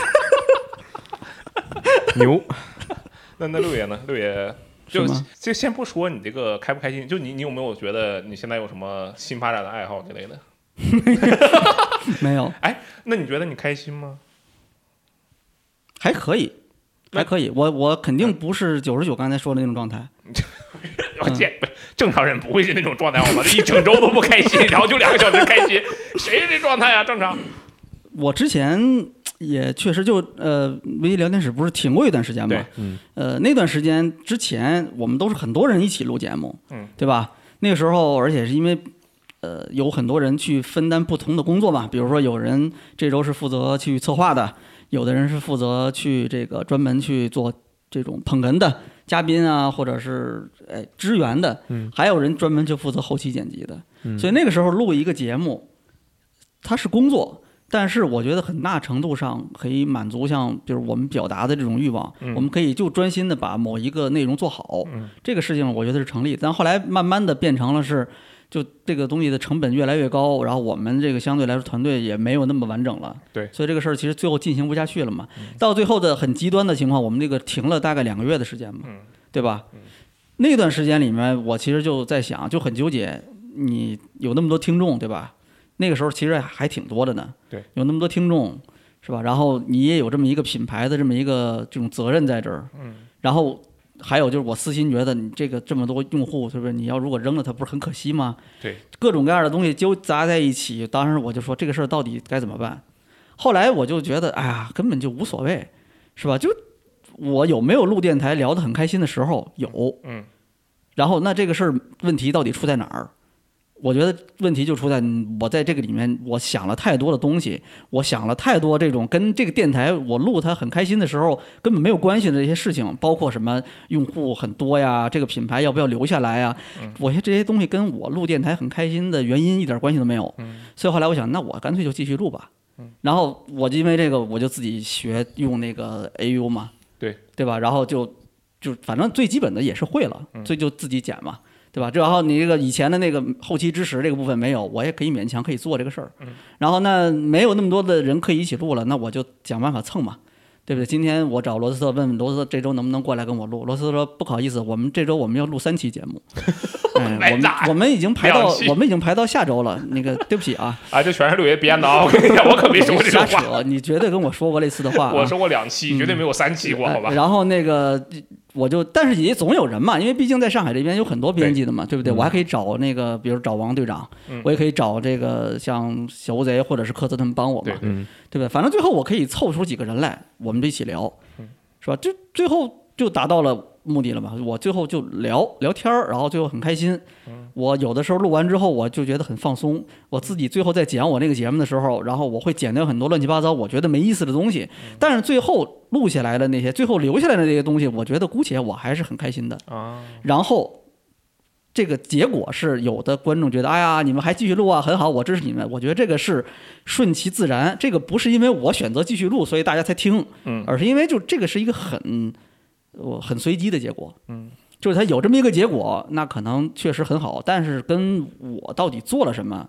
Speaker 1: 牛，
Speaker 2: 那那六爷呢？六爷
Speaker 3: 是
Speaker 2: 就
Speaker 3: 吗
Speaker 2: 就先不说你这个开不开心，就你你有没有觉得你现在有什么新发展的爱好之类的？
Speaker 3: 没有，
Speaker 2: 哎，那你觉得你开心吗？
Speaker 3: 还可以，还可以。我我肯定不是九十九刚才说的那种状态。
Speaker 2: 我见不是正常人不会是那种状态好吗？这一整周都不开心，然 后就两个小时开心，谁这状态啊？正常。
Speaker 3: 我之前也确实就呃，微聊天室不是停过一段时间
Speaker 2: 对
Speaker 3: 吗？
Speaker 1: 嗯，
Speaker 3: 呃，那段时间之前，我们都是很多人一起录节目，
Speaker 2: 嗯，
Speaker 3: 对吧？那个时候，而且是因为。呃，有很多人去分担不同的工作嘛，比如说有人这周是负责去策划的，有的人是负责去这个专门去做这种捧哏的嘉宾啊，或者是哎支援的，
Speaker 1: 嗯，
Speaker 3: 还有人专门就负责后期剪辑的，
Speaker 1: 嗯
Speaker 3: 所以那个时候录一个节目，它是工作，但是我觉得很大程度上可以满足像就是我们表达的这种欲望，
Speaker 2: 嗯
Speaker 3: 我们可以就专心的把某一个内容做好，
Speaker 2: 嗯
Speaker 3: 这个事情我觉得是成立。但后来慢慢的变成了是，就这个东西的成本越来越高，然后我们这个相对来说团队也没有那么完整了，
Speaker 2: 对嗯
Speaker 3: 所以这个事儿其实最后进行不下去了嘛。到最后的很极端的情况，我们那个停了大概两个月的时间嘛，
Speaker 2: 嗯
Speaker 3: 对吧？那段时间里面，我其实就在想，就很纠结，你有那么多听众，对吧？那个时候其实还挺多的呢，
Speaker 2: 对，
Speaker 3: 有那么多听众，是吧？然后你也有这么一个品牌的这么一个这种责任在这儿，
Speaker 2: 嗯，
Speaker 3: 然后还有就是我私心觉得你这个这么多用户，是不是你要如果扔了它，不是很可惜吗？
Speaker 2: 对，
Speaker 3: 各种各样的东西纠杂在一起，当时我就说这个事儿到底该怎么办？后来我就觉得，哎呀，根本就无所谓，是吧？就我有没有录电台聊得很开心的时候有，
Speaker 2: 嗯，
Speaker 3: 然后那这个事儿问题到底出在哪儿？我觉得问题就出在嗯我在这个里面，我想了太多的东西，我想了太多这种跟这个电台我录它很开心的时候根本没有关系的这些事情，包括什么用户很多呀，这个品牌要不要留下来呀？我觉得这些东西跟我录电台很开心的原因一点关系都没有。所以后来我想，那我干脆就继续录吧。然后我就因为这个，我就自己学用那个 AU 嘛，
Speaker 2: 对
Speaker 3: 对吧？然后就就反正最基本的也是会了，所以就自己剪嘛，对吧？这然后你这个以前的那个后期支持这个部分没有，我也可以勉强可以做这个事儿。然后那没有那么多的人可以一起录了，那我就想办法蹭嘛。对不对？今天我找罗斯特问问罗斯特这周能不能过来跟我录。罗斯特说不好意思，我们这周我们要录三期节目，哎，我们我们已经排到
Speaker 2: 两期
Speaker 3: 我们已经排到下周了。 那个对不起啊，
Speaker 2: 啊，这全是六爷编的啊！我跟你讲，我可没说过这种
Speaker 3: 瞎
Speaker 2: 话，
Speaker 3: 扯，你绝对跟我说过类似的话、啊。
Speaker 2: 我说过两期，绝对没有三期过，好吧
Speaker 3: 呃？然后那个我就，但是也总有人嘛，因为毕竟在上海这边有很多编辑的嘛，对不对？我还可以找那个，比如找王队长，
Speaker 2: 嗯
Speaker 3: 我也可以找这个像小乌贼或者是科特他们帮我嘛
Speaker 2: 对，
Speaker 1: 嗯，
Speaker 3: 对不对？反正最后我可以凑出几个人来，我们就一起聊，是吧？就最后就达到了目的了嘛。我最后就聊聊天儿，然后最后很开心。我有的时候录完之后，我就觉得很放松。我自己最后在剪我那个节目的时候，然后我会剪掉很多乱七八糟我觉得没意思的东西，但是最后录下来的哎那些，最后留下来的那些东西，我觉得姑且我还是很开心的。
Speaker 2: 啊，
Speaker 3: 然后这个结果是有的观众觉得，哎呀，你们还继续录啊，很好，我支持你们。我觉得这个是顺其自然，这个不是因为我选择继续录，所以大家才听，
Speaker 2: 嗯
Speaker 3: 而是因为就这个是一个很我很随机的结果，
Speaker 2: 嗯，
Speaker 3: 就是它有这么一个结果，那可能确实很好，但是跟我到底做了什么。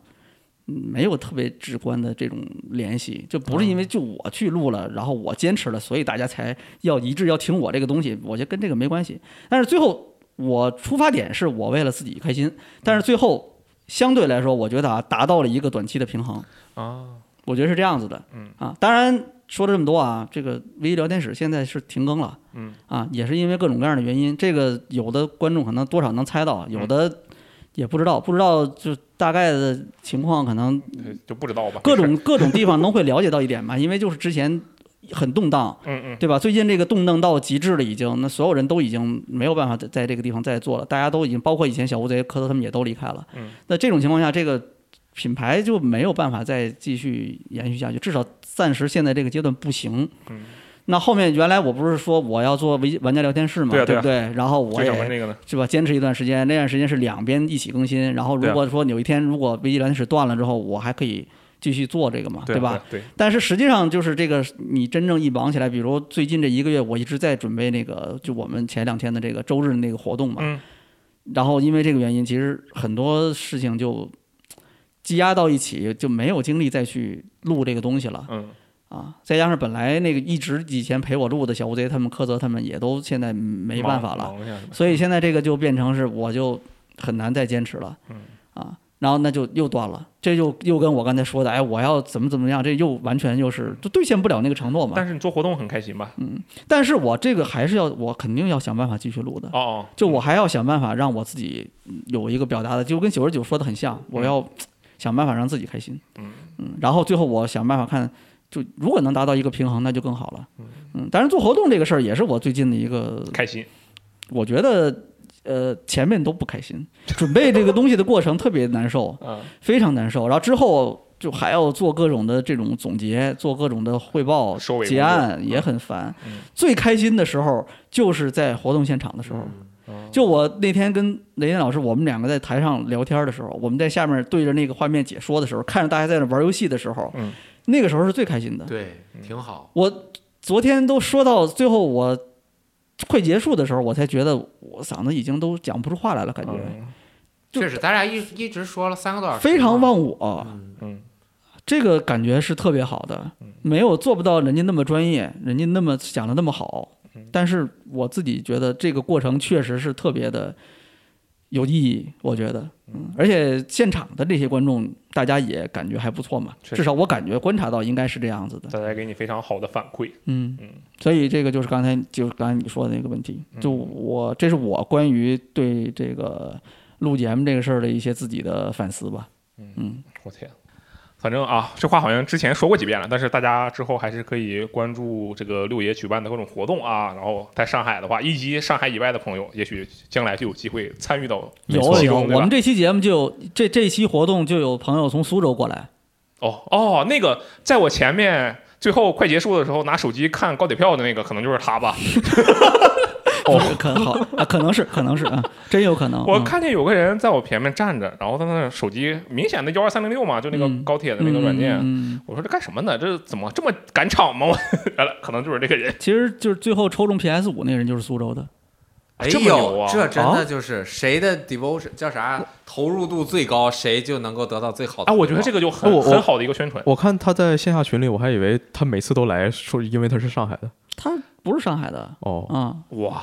Speaker 3: 嗯没有特别直观的这种联系，就不是
Speaker 2: 嗯
Speaker 3: 因为就我去录了，然后我坚持了，所以大家才要一致要听我这个东西，我觉得跟这个没关系。但是最后我出发点是我为了自己开心，但是最后相对来说，我觉得啊达到了一个短期的平衡。
Speaker 2: 啊，
Speaker 3: 我觉得是这样子的，
Speaker 2: 嗯
Speaker 3: 啊，当然说了这么多啊，这个微医聊天室现在是停更了，
Speaker 2: 嗯
Speaker 3: 啊，也是因为各种各样的原因，这个有的观众可能多少能猜
Speaker 2: 嗯
Speaker 3: 到，有的也不知道，不知道就大概的情况，可能
Speaker 2: 呃就不知道吧，
Speaker 3: 各
Speaker 2: 没事
Speaker 3: 种各种地方能会了解到一点吧，因为就是之前很动荡，
Speaker 2: 嗯嗯
Speaker 3: 对吧？最近这个动荡到极致了，已经，那所有人都已经没有办法在在这个地方再做了，大家都已经，包括以前小乌贼、科特他们也都离开了。
Speaker 2: 嗯，
Speaker 3: 那这种情况下，这个品牌就没有办法再继续延续下去，至少暂时现在这个阶段不行。
Speaker 2: 嗯，
Speaker 3: 那后面原来我不是说我要做玩玩家聊天室嘛，
Speaker 2: 对啊对
Speaker 3: 对
Speaker 2: 啊
Speaker 3: 不对？然后我
Speaker 2: 最想问
Speaker 3: 也
Speaker 2: 这个呢，
Speaker 3: 是吧，坚持一段时间，那段时间是两边一起更新，然后
Speaker 2: 对
Speaker 3: 如
Speaker 2: 啊
Speaker 3: 果说有一天如果危机聊天室断了之后，我还可以继续做这个嘛，
Speaker 2: 对啊
Speaker 3: 吧？？
Speaker 2: 对啊，
Speaker 3: 但是实际上就是这个，你真正一忙起来，比如最近这一个月，我一直在准备那个，就我们前两天的这个周日那个活动嘛。
Speaker 2: 嗯
Speaker 3: 然后因为这个原因，其实很多事情就积压到一起，就没有精力再去录这个东西了
Speaker 2: 嗯
Speaker 3: 啊。再加上本来那个一直以前陪我录的小乌贼他们、柯泽他们也都现在没办法了，
Speaker 2: 忙忙一下是吧
Speaker 3: 所以现在这个就变成是我就很难再坚持了，
Speaker 2: 嗯
Speaker 3: 啊，然后那就又断了，这就又跟我刚才说的，哎，我要怎么怎么样，这又完全又是就兑现不了那个承诺嘛。
Speaker 2: 但是你做活动很开心吧？
Speaker 3: 嗯但是我这个还是要，我肯定要想办法继续录的，
Speaker 2: 哦哦，
Speaker 3: 就我还要想办法让我自己嗯有一个表达的，就跟九十九说的很像，我要想办法让自己开心，
Speaker 2: 嗯
Speaker 3: 然后最后我想办法看。就如果能达到一个平衡，那就更好了。嗯，当然做活动这个事儿也是我最近的一个
Speaker 2: 开心，
Speaker 3: 我觉得，呃，前面都不开心， 准备这个东西的过程特别难受，
Speaker 2: 嗯
Speaker 3: 非常难受。然后之后就还要做各种的这种总结，做各种的汇报、
Speaker 2: 收尾工作
Speaker 3: 结案，也很烦。
Speaker 2: 嗯
Speaker 3: 最开心的时候就是在活动现场的时候。
Speaker 2: 哦
Speaker 3: 就我那天跟雷电老师，我们两个在台上聊天的时候，我们在下面对着那个画面解说的时候，看着大家在那玩游戏的时候，
Speaker 2: 嗯
Speaker 3: 那个时候是最开心的。
Speaker 4: 对，挺好。
Speaker 3: 我昨天都说到最后，我快结束的时候，我才觉得我嗓子已经都讲不出话来了，感觉、
Speaker 2: 嗯
Speaker 3: 就
Speaker 4: 确实，咱俩一一直说了三个多小时，
Speaker 3: 非常。忘我，
Speaker 4: 嗯，
Speaker 2: 嗯
Speaker 3: 这个感觉是特别好的
Speaker 2: 嗯，
Speaker 3: 没有做不到人家那么专业，人家那么讲的那么好
Speaker 2: 嗯，
Speaker 3: 但是我自己觉得这个过程确实是特别的有意义，我觉得，嗯，而且现场的这些观众，大家也感觉还不错嘛，
Speaker 2: 确实
Speaker 3: 至少我感觉观察到应该是这样子的，
Speaker 2: 大家给你非常好的反馈，
Speaker 3: 嗯
Speaker 2: 嗯，
Speaker 3: 所以这个就是刚才就是刚才你说的那个问题，就我这是我关于对这个录节目这个事儿的一些自己的反思吧。
Speaker 2: 我天。反正啊，这话好像之前说过几遍了，但是大家之后还是可以关注这个六爷举办的各种活动啊。然后在上海的话，以及上海以外的朋友，也许将来就有机会参与到没
Speaker 3: 有
Speaker 2: 错
Speaker 3: 有，
Speaker 2: 对吧
Speaker 3: 我们这期节目就有这这期活动就有朋友从苏州过来，
Speaker 2: 哦哦，那个在我前面最后快结束的时候拿手机看高铁票的那个，可能就是他吧。
Speaker 3: 嗯哦， 可好啊，可能是可能是啊，真有可能。
Speaker 2: 我
Speaker 3: 嗯
Speaker 2: 看见有个人在我前面站着，然后他那手机明显的幺二三零六嘛，就那个
Speaker 3: 嗯
Speaker 2: 高铁的那个软件。
Speaker 3: 嗯嗯嗯
Speaker 2: 我说这干什么呢？这怎么这么赶场吗？我 原来可能就是这个 人。
Speaker 3: 其实就是最后抽中 PS 五那个人就是苏州的，
Speaker 4: 哎
Speaker 2: 这么牛
Speaker 4: 呦
Speaker 2: 啊，
Speaker 4: 这真
Speaker 1: 啊
Speaker 4: 的就是谁的 devotion 叫啥？投入度最高，谁就能够得到最好的
Speaker 2: 啊，
Speaker 4: 回报。
Speaker 2: 我觉得这个就很
Speaker 1: 我我
Speaker 2: 很好的一个宣传。
Speaker 1: 我看他在线下群里，我还以为他每次都来说，因为他是上海的。
Speaker 3: 他不是上海的
Speaker 1: 哦，
Speaker 3: 啊，
Speaker 2: 哇，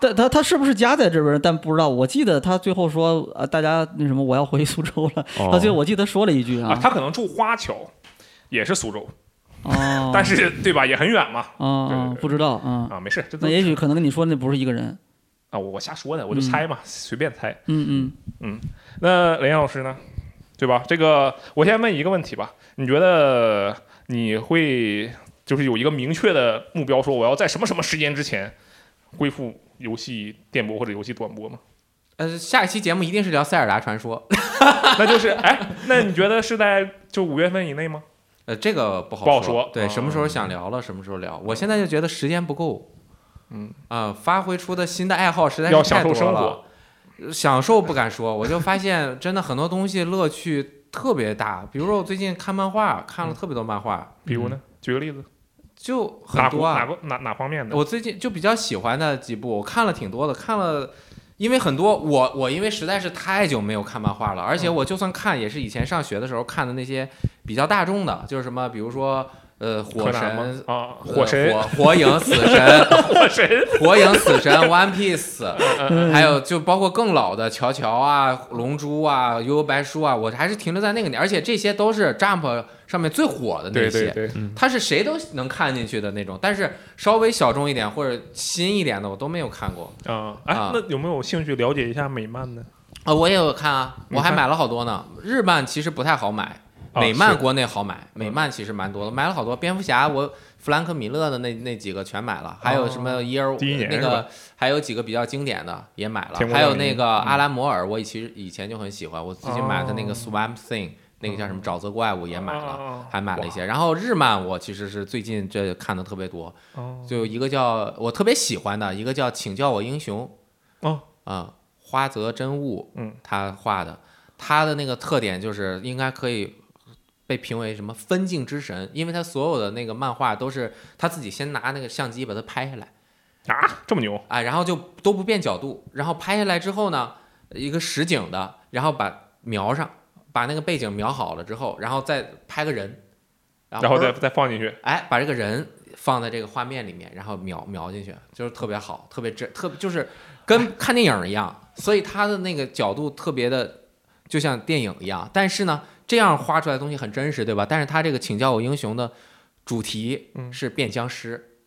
Speaker 3: 但他他是不是家在这边？但不知道。我记得他最后说啊，大家那什么，我要回苏州了。
Speaker 1: 哦
Speaker 3: 他最后我记得说了一句
Speaker 2: 啊
Speaker 3: 啊，，
Speaker 2: 他可能住花桥，也是苏州，
Speaker 3: 哦，
Speaker 2: 但是对吧，也很远嘛。
Speaker 3: 啊啊
Speaker 2: 对对对
Speaker 3: 不知道啊，
Speaker 2: 啊，没事，这都
Speaker 3: 那也许可能跟你说那不是一个人。
Speaker 2: 啊，我我瞎说的，我就
Speaker 3: 嗯
Speaker 2: 猜嘛，随便猜。
Speaker 3: 嗯嗯，
Speaker 2: 那雷岩老师呢？对吧？这个我先问一个问题吧，你觉得你会就是有一个明确的目标，说我要在什么什么时间之前恢复游戏电波或者游戏短波吗？
Speaker 4: 呃，下一期节目一定是聊《塞尔达传说》，
Speaker 2: 那就是哎，那你觉得是在就五月份以内吗？
Speaker 4: 呃，这个不好
Speaker 2: 不好说
Speaker 4: 说。对，
Speaker 2: 嗯
Speaker 4: 什么时候想聊了，什么时候聊。我现在就觉得时间不够，
Speaker 2: 嗯
Speaker 4: 啊、发挥出的新的爱好实在
Speaker 2: 要
Speaker 4: 是
Speaker 2: 享
Speaker 4: 太
Speaker 2: 受
Speaker 4: 多
Speaker 2: 生活
Speaker 4: 了。享受不敢说，我就发现真的很多东西乐趣特别大。比如说我最近看漫画，看
Speaker 2: 嗯
Speaker 4: 了特别多漫画，
Speaker 2: 比如呢，
Speaker 3: 嗯
Speaker 2: 举个例子，
Speaker 4: 就很
Speaker 2: 哪部
Speaker 4: 多啊
Speaker 2: 哪。个哪哪方面的？
Speaker 4: 我最近就比较喜欢的几部，我看了挺多的，看了。因为很多我我因为实在是太久没有看漫画了，而且
Speaker 2: 嗯
Speaker 4: 我就算看也是以前上学的时候看的那些比较大众的，就是什么比如说呃
Speaker 2: 柯
Speaker 4: 火
Speaker 2: 南吗
Speaker 4: 神、？
Speaker 2: 啊，
Speaker 4: 呃
Speaker 2: 火神，
Speaker 4: 火火影、死 神、
Speaker 2: 火神，
Speaker 4: 火影、死神、One Piece，
Speaker 3: 嗯
Speaker 4: 还有就包括更老的乔乔啊、龙珠啊、悠悠白书啊，我还是停留在那个年，而且这些都是 Jump 上面最火的那
Speaker 2: 对
Speaker 4: 些，
Speaker 2: 对对，
Speaker 4: 它是谁都能看进去的那种，但是稍微小众一点或者新一点的我都没有看过
Speaker 2: 啊，哎
Speaker 4: 啊，
Speaker 2: 那有没有兴趣了解一下美漫呢？
Speaker 4: 啊、我也有看哦啊，
Speaker 2: 你
Speaker 4: 我
Speaker 2: 看
Speaker 4: 还买了好多呢。日漫其实不太好买，
Speaker 2: 啊
Speaker 4: 美漫
Speaker 2: 是
Speaker 4: 国内好买，美漫其实蛮多的，买了好多。蝙蝠侠我弗兰克米勒的那那几个全买了，还有什么伊尔
Speaker 2: 第一年
Speaker 4: 那
Speaker 2: 是吧
Speaker 4: 个，还有几个比较经典的也买了
Speaker 2: 天，国
Speaker 4: 还有
Speaker 2: 降临
Speaker 4: 那个阿拉摩尔，我以前以前就很喜欢，我最近买的那个 Swamp Thing，、那个叫什么沼泽怪物也买了。
Speaker 2: 了
Speaker 4: 还买了一些，然后日漫我其实是最近这看的特别多，
Speaker 2: 哦
Speaker 4: 就一个叫我特别喜欢的，一个叫《请叫我英雄》
Speaker 2: 哦
Speaker 4: 啊、花泽真悟，
Speaker 2: 嗯，
Speaker 4: 他画的，他的那个特点就是应该可以被评为什么分镜之神，因为他所有的那个漫画都是他自己先拿那个相机把它拍下来，
Speaker 2: 啊，这么牛
Speaker 4: 啊，然后就都不变角度，然后拍下来之后呢，一个实景的，然后把描上，把那个背景描好了之后，然后再拍个人，然后
Speaker 2: 然后
Speaker 4: 嘣
Speaker 2: 再
Speaker 4: 儿
Speaker 2: 再放进去，
Speaker 4: 哎，把这个人放在这个画面里面，然后描描进去，就是特别好，特别真，特就是跟看电影一样，所以他的那个角度特别的，就像电影一样。但是呢，这样画出来的东西很真实，对吧？但是他这个《请叫我英雄》的主题
Speaker 2: 嗯
Speaker 4: 是变僵尸，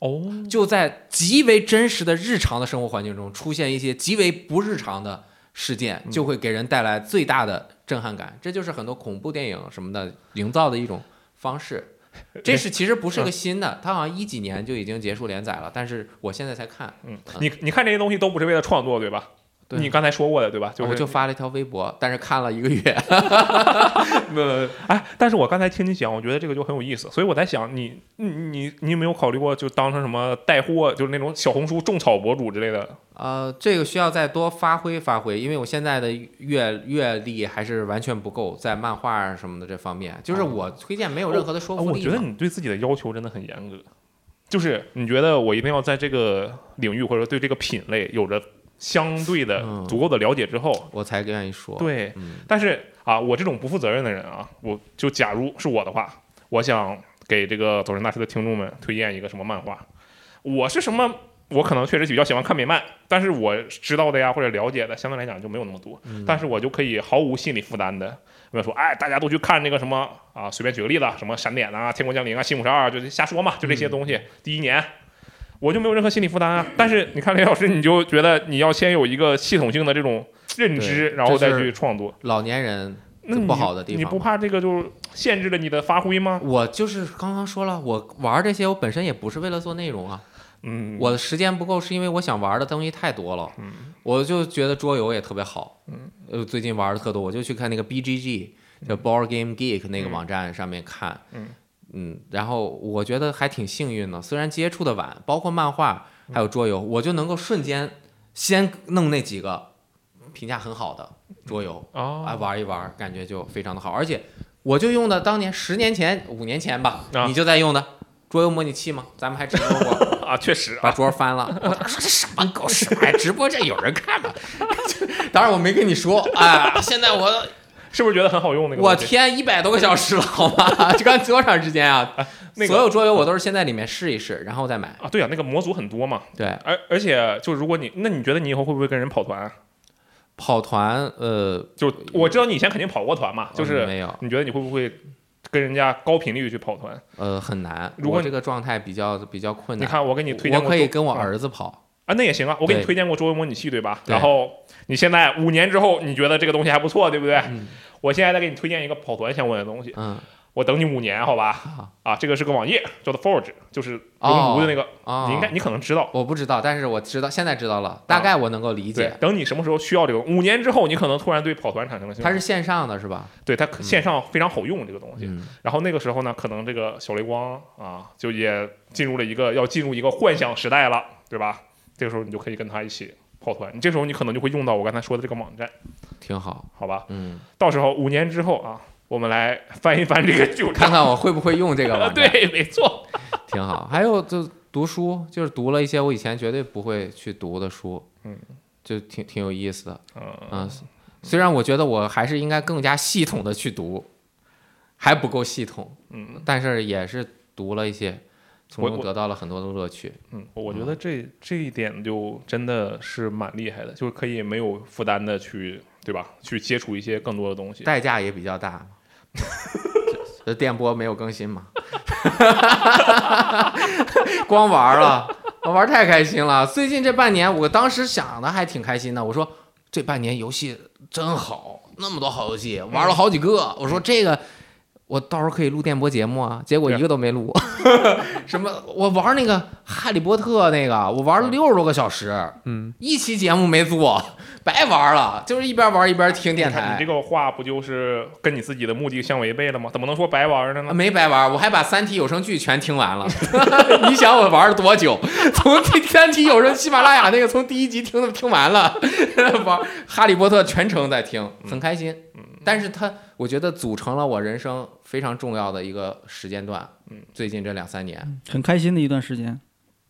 Speaker 2: 哦，
Speaker 4: 就在极为真实的日常的生活环境中出现一些极为不日常的事件，就会给人带来最大的震撼感。这就是很多恐怖电影什么的营造的一种方式。这是其实不是 个新的，它好像一几年就已经结束连载了，但是我现在才看，
Speaker 2: 嗯，你你看这些东西都不是为了创作对吧？
Speaker 4: 对
Speaker 2: 你刚才说过的对吧？就是
Speaker 4: 我就发了一条微博，但是看了一个月。
Speaker 2: 那哎，但是我刚才听你讲，我觉得这个就很有意思，所以我在想，你你你你有没有考虑过就当成什么带货，就是那种小红书种草博主之类的？
Speaker 4: 呃，这个需要再多发挥发挥，因为我现在的阅阅历还是完全不够，在漫画什么的这方面，就是我推荐没有任何的说
Speaker 2: 啊
Speaker 4: 服
Speaker 2: 我
Speaker 4: 力
Speaker 2: 觉
Speaker 4: 嘛。
Speaker 2: 得你对自己的要求真的很严格，就是你觉得我一定要在这个领域或者说对这个品类有着相对的
Speaker 4: 嗯
Speaker 2: 足够的了解之后，
Speaker 4: 我才愿意说。
Speaker 2: 对，
Speaker 4: 嗯
Speaker 2: 但是啊，我这种不负责任的人啊，我就假如是我的话，我想给这个走神大师的听众们推荐一个什么漫画。我是什么？我可能确实比较喜欢看美漫，但是我知道的呀或者了解的，相对来讲就没有那么多。
Speaker 4: 嗯
Speaker 2: 但是我就可以毫无心理负担的跟他说，哎，大家都去看那个什么啊，随便举个例子，什么闪点啊、天国降临啊、新五十二，就是瞎说嘛，就
Speaker 4: 嗯
Speaker 2: 这些东西。第一年。我就没有任何心理负担啊，但是你看雷老师，你就觉得你要先有一个系统性的这种认知，
Speaker 4: 对
Speaker 2: 然后
Speaker 4: 这
Speaker 2: 再
Speaker 4: 是
Speaker 2: 去创作。
Speaker 4: 老年人
Speaker 2: 那
Speaker 4: 就
Speaker 2: 你
Speaker 4: 不好的地方
Speaker 2: 你
Speaker 4: 嘛
Speaker 2: 不怕这个就限制了你的发挥吗？
Speaker 4: 我就是刚刚说了，我玩这些我本身也不是为了做内容啊，
Speaker 2: 嗯，
Speaker 4: 我的时间不够，是因为我想玩的东西太多了。
Speaker 2: 嗯
Speaker 4: 我就觉得桌游也特别好，
Speaker 2: 嗯，
Speaker 4: 呃，最近玩的特多，我就去看那个 BGG 叫 Board Game Geek 那个网站上面看，
Speaker 2: 嗯
Speaker 4: 嗯然后我觉得还挺幸运的，虽然接触的晚，包括漫画
Speaker 2: 嗯
Speaker 4: 还有桌游，我就能够瞬间先弄那几个评价很好的桌游，
Speaker 2: 哦
Speaker 4: 哎，玩一玩，感觉就非常的好，而且我就用的当年十年前、五年前吧，
Speaker 2: 啊
Speaker 4: 你就在用的桌游模拟器嘛，咱们还直播过。
Speaker 2: 啊，确实
Speaker 4: 把
Speaker 2: 啊，
Speaker 4: 桌翻了。我当时说这什么狗屎玩意儿？直播这有人看吗？ 当然我没跟你说啊，现在我
Speaker 2: 是不是觉得很好用那个
Speaker 4: 我
Speaker 2: 东西？
Speaker 4: 天一百多个小时了，好吗？ 就刚多长时间啊？
Speaker 2: 那
Speaker 4: 所
Speaker 2: 个
Speaker 4: 有桌游我都是先在里面试一试，然后再买。
Speaker 2: 啊，对啊，那个模组很多嘛，
Speaker 4: 对，
Speaker 2: 而而且就如果你，那你觉得你以后会不会跟人跑团啊？
Speaker 4: 跑团呃，
Speaker 2: 就我知道你以前肯定跑过团嘛，就
Speaker 4: 呃
Speaker 2: 是
Speaker 4: 没有
Speaker 2: 你觉得你会不会跟人家高频率去跑团？
Speaker 4: 呃很难，
Speaker 2: 如果
Speaker 4: 我
Speaker 2: 你
Speaker 4: 这个状态比较比较困
Speaker 2: 你
Speaker 4: 难。
Speaker 2: 看我给你推荐
Speaker 4: 我
Speaker 2: 过
Speaker 4: 可以
Speaker 2: 桌
Speaker 4: 跟我儿子跑，
Speaker 2: 啊，那也行啊，我给你
Speaker 4: 对
Speaker 2: 推荐过桌游模拟器对吧？
Speaker 4: 对
Speaker 2: 然后你现在五年之后你觉得这个东西还不错对不对
Speaker 4: 嗯？
Speaker 2: 我现在再给你推荐一个跑团相关的东西，
Speaker 4: 嗯
Speaker 2: 我等你五年，好吧？
Speaker 4: 啊
Speaker 2: 啊，这个是个网页，叫做 Forge，就是
Speaker 4: 哦
Speaker 2: 熔炉的那个，
Speaker 4: 啊，
Speaker 2: 你应该你可能知道。
Speaker 4: 我不知道，但是我知道现在知道了，
Speaker 2: 啊
Speaker 4: 大概我能够理
Speaker 2: 对
Speaker 4: 解。，
Speaker 2: 等你什么时候需要这个，五年之后你可能突然对跑团产生了兴趣。
Speaker 4: 它是线上的是吧？
Speaker 2: 对它可线上非常好用这个东西。
Speaker 4: 嗯，
Speaker 2: 然后那个时候呢，可能这个小雷光啊，就也进入了一个要进入一个幻想时代了，对吧？这个时候你就可以跟他一起跑团。你这时候你可能就会用到我刚才说的这个网站，
Speaker 4: 挺好。
Speaker 2: 好吧？
Speaker 4: 嗯，
Speaker 2: 到时候五年之后啊，我们来翻一翻这个旧
Speaker 4: 看
Speaker 2: 账。
Speaker 4: 看我会不会用这个网站，
Speaker 2: 对，没错，
Speaker 4: 挺好。还有就读书，就是读了一些我以前绝对不会去读的书，
Speaker 2: 嗯，
Speaker 4: 就挺挺有意思的。
Speaker 2: 嗯，
Speaker 4: 嗯，虽然我觉得我还是应该更加系统的去读，还不够系统，
Speaker 2: 嗯，
Speaker 4: 但是也是读了一些，从
Speaker 2: 我
Speaker 4: 中
Speaker 2: 我
Speaker 4: 得到了很多的乐趣。
Speaker 2: 嗯，我觉得这这一点就真的是蛮厉害的，就是可以没有负担的去，对吧？去接触一些更多的东西。
Speaker 4: 代价也比较大 嘛。这这电波没有更新嘛？ 光玩儿了，我玩儿太开心了。最近这半年，我当时想的还挺开心的。我说这半年游戏真好，那么多好游戏，玩了好几个。我说这个我到时候可以录电波节目啊，结果一个都没录。 什么？我玩儿那个《哈利波特》那个，我玩了六十多个小时，
Speaker 1: 嗯，
Speaker 4: 一期节目没做，白玩儿了。就是一边玩儿一边听电
Speaker 2: 你看
Speaker 4: 台
Speaker 2: 你这。个话不就是跟你自己的目的相违背了吗？怎么能说白玩儿的
Speaker 4: 啊
Speaker 2: 呢？
Speaker 4: 没白玩儿，我还把《三体有声剧》全听完了。 你想我玩了多久？从 第《三体有声》喜马拉雅那个从第一集听的听完了， 玩《哈利波特》全程在听，很开心。但是它，我觉得组成了我人生非常重要的一个时间段。
Speaker 2: 嗯，
Speaker 4: 最近这两三年，
Speaker 3: 嗯很开心的一段时间，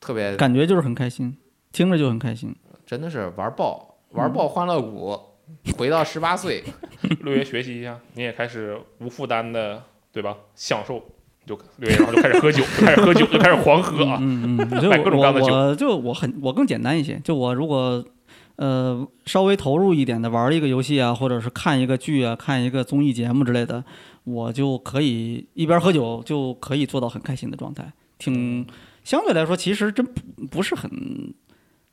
Speaker 4: 特别
Speaker 3: 感觉就是很开心，听着就很开心。
Speaker 4: 真的是玩爆，玩爆欢乐谷，回到十八岁。
Speaker 2: 六爷学习一下，你也开始无负担的，对吧？享受，就六爷然后就开始喝酒，就开始喝酒，就开始狂喝啊！
Speaker 3: 嗯嗯，嗯所以
Speaker 2: 买各种各
Speaker 3: 我
Speaker 2: 样的酒
Speaker 3: 我我就我很我更简单一些，就我如果呃稍微投入一点的玩一个游戏啊，或者是看一个剧啊，看一个综艺节目之类的，我就可以一边喝酒就可以做到很开心的状态，挺相对来说其实真不不是很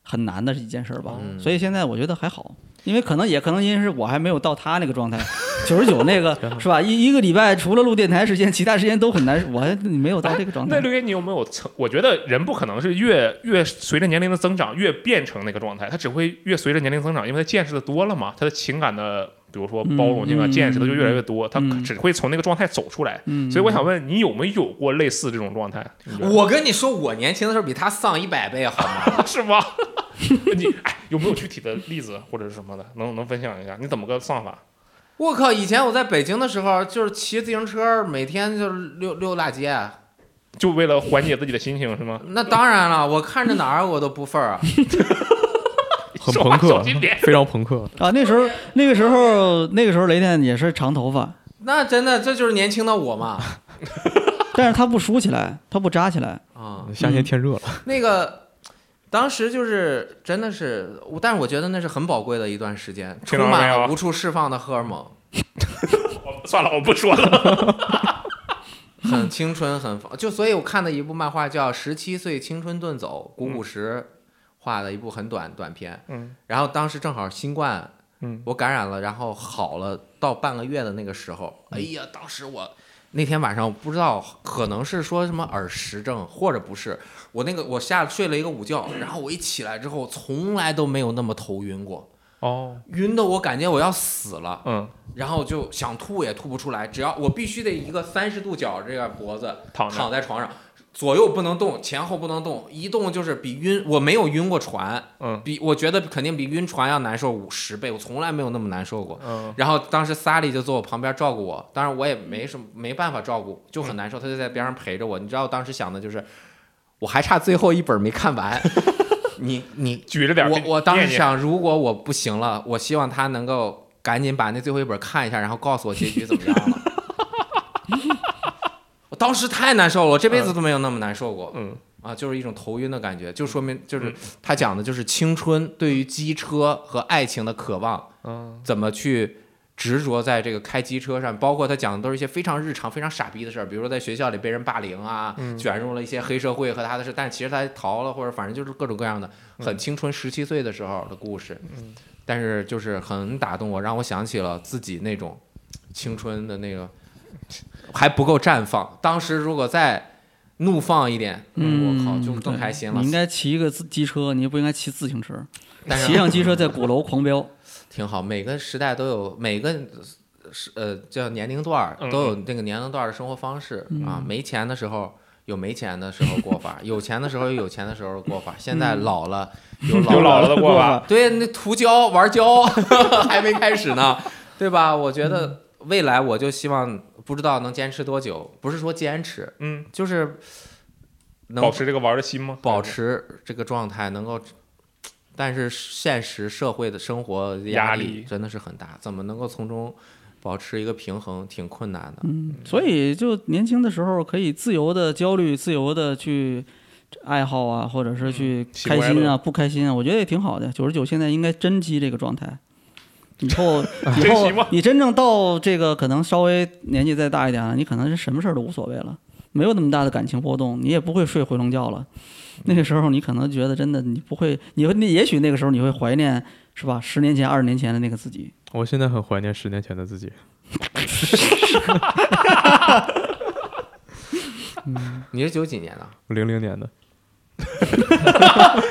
Speaker 3: 很难的一件事儿吧。
Speaker 4: 嗯
Speaker 3: 所以现在我觉得还好，因为可能也可能因为是我还没有到他那个状态，九十九那个是吧？一一个礼拜除了录电台时间，其他时间都很难，我还没有到这个 状态
Speaker 2: 那。六爷，你有没有曾？我觉得人不可能是越越随着年龄的增长越变成那个状态，他只会越随着年龄增长，因为他见识的多了嘛，他的情感的，比如说包容性啊、
Speaker 3: 嗯嗯
Speaker 2: 见识的就越来越多，他
Speaker 3: 嗯
Speaker 2: 只会从那个状态走出来。
Speaker 3: 嗯，
Speaker 2: 所以我想问你有没有过类似这种状态？你觉得
Speaker 4: 我跟你说，我年轻的时候比他丧一百倍，好吗？
Speaker 2: 是吗？ 你哎，有没有具体的例子或者是什么的，能能分享一下？你怎么个算法？
Speaker 4: 我靠！以前我在北京的时候，就是骑自行车，每天就是溜溜大街。
Speaker 2: 就为了缓解自己的心情是吗？
Speaker 4: 那当然了，我看着哪儿我都不忿儿啊。
Speaker 1: 很
Speaker 2: 手
Speaker 1: 朋
Speaker 2: 把
Speaker 1: 克
Speaker 2: 手机别，
Speaker 1: 非常朋克。
Speaker 3: 啊，那时候那个时候那个时候雷电也是长头发，
Speaker 4: 那真的，这就是年轻的我嘛。
Speaker 3: 但是他不梳起来，他不扎起来，
Speaker 4: 啊、
Speaker 1: 夏天天热了，
Speaker 4: 那个当时就是真的是，我但是我觉得那是很宝贵的一段时间，充
Speaker 2: 听到了
Speaker 4: 满
Speaker 2: 没有
Speaker 4: 了无处释放的荷尔蒙，
Speaker 2: 我算了，我不说了。
Speaker 4: 很青春，很就所以我看的一部漫画叫《十七岁青春遁走》，古古时画的一部很短短片。
Speaker 2: 嗯
Speaker 4: 然后当时正好新冠，
Speaker 2: 嗯，
Speaker 4: 我感染了，然后好了到半个月的那个时候，哎
Speaker 2: 嗯
Speaker 4: 呀，当时我那天晚上我不知道，可能是说什么耳石症，或者不是，我那个我下睡了一个午觉，然后我一起来之后，从来都没有那么头晕过，
Speaker 2: 哦，
Speaker 4: 晕的我感觉我要死了，
Speaker 2: 嗯，
Speaker 4: 然后就想吐也吐不出来，只要我必须得一个三十度角这个脖子
Speaker 2: 躺着
Speaker 4: 躺在床上，左右不能动，前后不能动，一动就是比晕，我没有晕过船，
Speaker 2: 嗯
Speaker 4: 比我觉得肯定比晕船要难受五十倍，我从来没有那么难受过。
Speaker 2: 嗯
Speaker 4: 然后当时萨莉就坐我旁边照顾我，当然我也没什么没办法照顾，就很难受，她就在边上陪着我。你知道我当时想的就是，我还差最后一本没看 完，你你
Speaker 2: 举着点儿
Speaker 4: 我
Speaker 2: 给你
Speaker 4: 我当时
Speaker 2: 念念
Speaker 4: 想，如果我不行了，我希望他能够赶紧把那最后一本看一下，然后告诉我结局怎么样了。 我当时太难受了，我这辈子都没有那么难受过。
Speaker 2: 嗯
Speaker 4: 啊，就是一种头晕的感觉，就说明就是他讲的就是青春对于机车和爱情的渴望，
Speaker 2: 嗯
Speaker 4: 怎么去执着在这个开机车上，包括他讲的都是一些非常日常、非常傻逼的事儿，比如说在学校里被人霸凌啊，
Speaker 2: 嗯
Speaker 4: 卷入了一些黑社会和他的事，但其实他逃了，或者反正就是各种各样的，很青春十七岁的时候的故事，
Speaker 2: 嗯
Speaker 4: 但是就是很打动我，让我想起了自己那种青春的那个还不够绽放，当时如果再怒放一点，
Speaker 3: 嗯，
Speaker 4: 哎我靠，就更开心了
Speaker 3: 对你。应该骑一个自机车，你不应该骑自行车，
Speaker 4: 但是
Speaker 3: 骑上 机车在鼓楼狂飙。
Speaker 4: 挺好，每个时代都有每个是呃叫年龄段
Speaker 2: 嗯
Speaker 4: 儿都有那个年龄段儿的生活方式、
Speaker 3: 嗯
Speaker 4: 啊。没钱的时候有没钱的时候过法，有钱的时候有有钱的时候过法。现在老了有
Speaker 2: 有
Speaker 4: 老
Speaker 2: 老了的过法，
Speaker 4: 对，那涂胶玩胶 还没开始呢，对吧？我觉得未来我就希望不知道能坚持多久，不是说坚持，
Speaker 2: 嗯，
Speaker 4: 就是能
Speaker 2: 保持这个玩儿的心吗？
Speaker 4: 保持这个状态，能够。但是现实社会的生活
Speaker 2: 压
Speaker 4: 压
Speaker 2: 力
Speaker 4: 真的是很大，怎么能够从中保持一个平衡，挺困难的。
Speaker 3: 嗯，所以就年轻的时候可以自由的焦虑，自由的去爱好啊，或者是
Speaker 2: 嗯
Speaker 3: 去
Speaker 2: 喜
Speaker 3: 开
Speaker 2: 欢
Speaker 3: 心
Speaker 2: 乐
Speaker 3: 啊，不开心啊，我觉得也挺好的。九十九现在应该珍惜这个状态。以 后，以
Speaker 2: 珍惜
Speaker 3: 后
Speaker 2: 吗
Speaker 3: 你真正到这个可能稍微年纪再大一点了，你可能是什么事儿都无所谓了，没有那么大的感情波动，你也不会睡回笼觉了。那个时候你可能觉得真的你不会，你会，你也许那个时候你会怀念是吧？十年前、二十年前的那个自己，
Speaker 1: 我现在很怀念十年前的自己。
Speaker 4: 你是九几年的？
Speaker 1: 零零年的，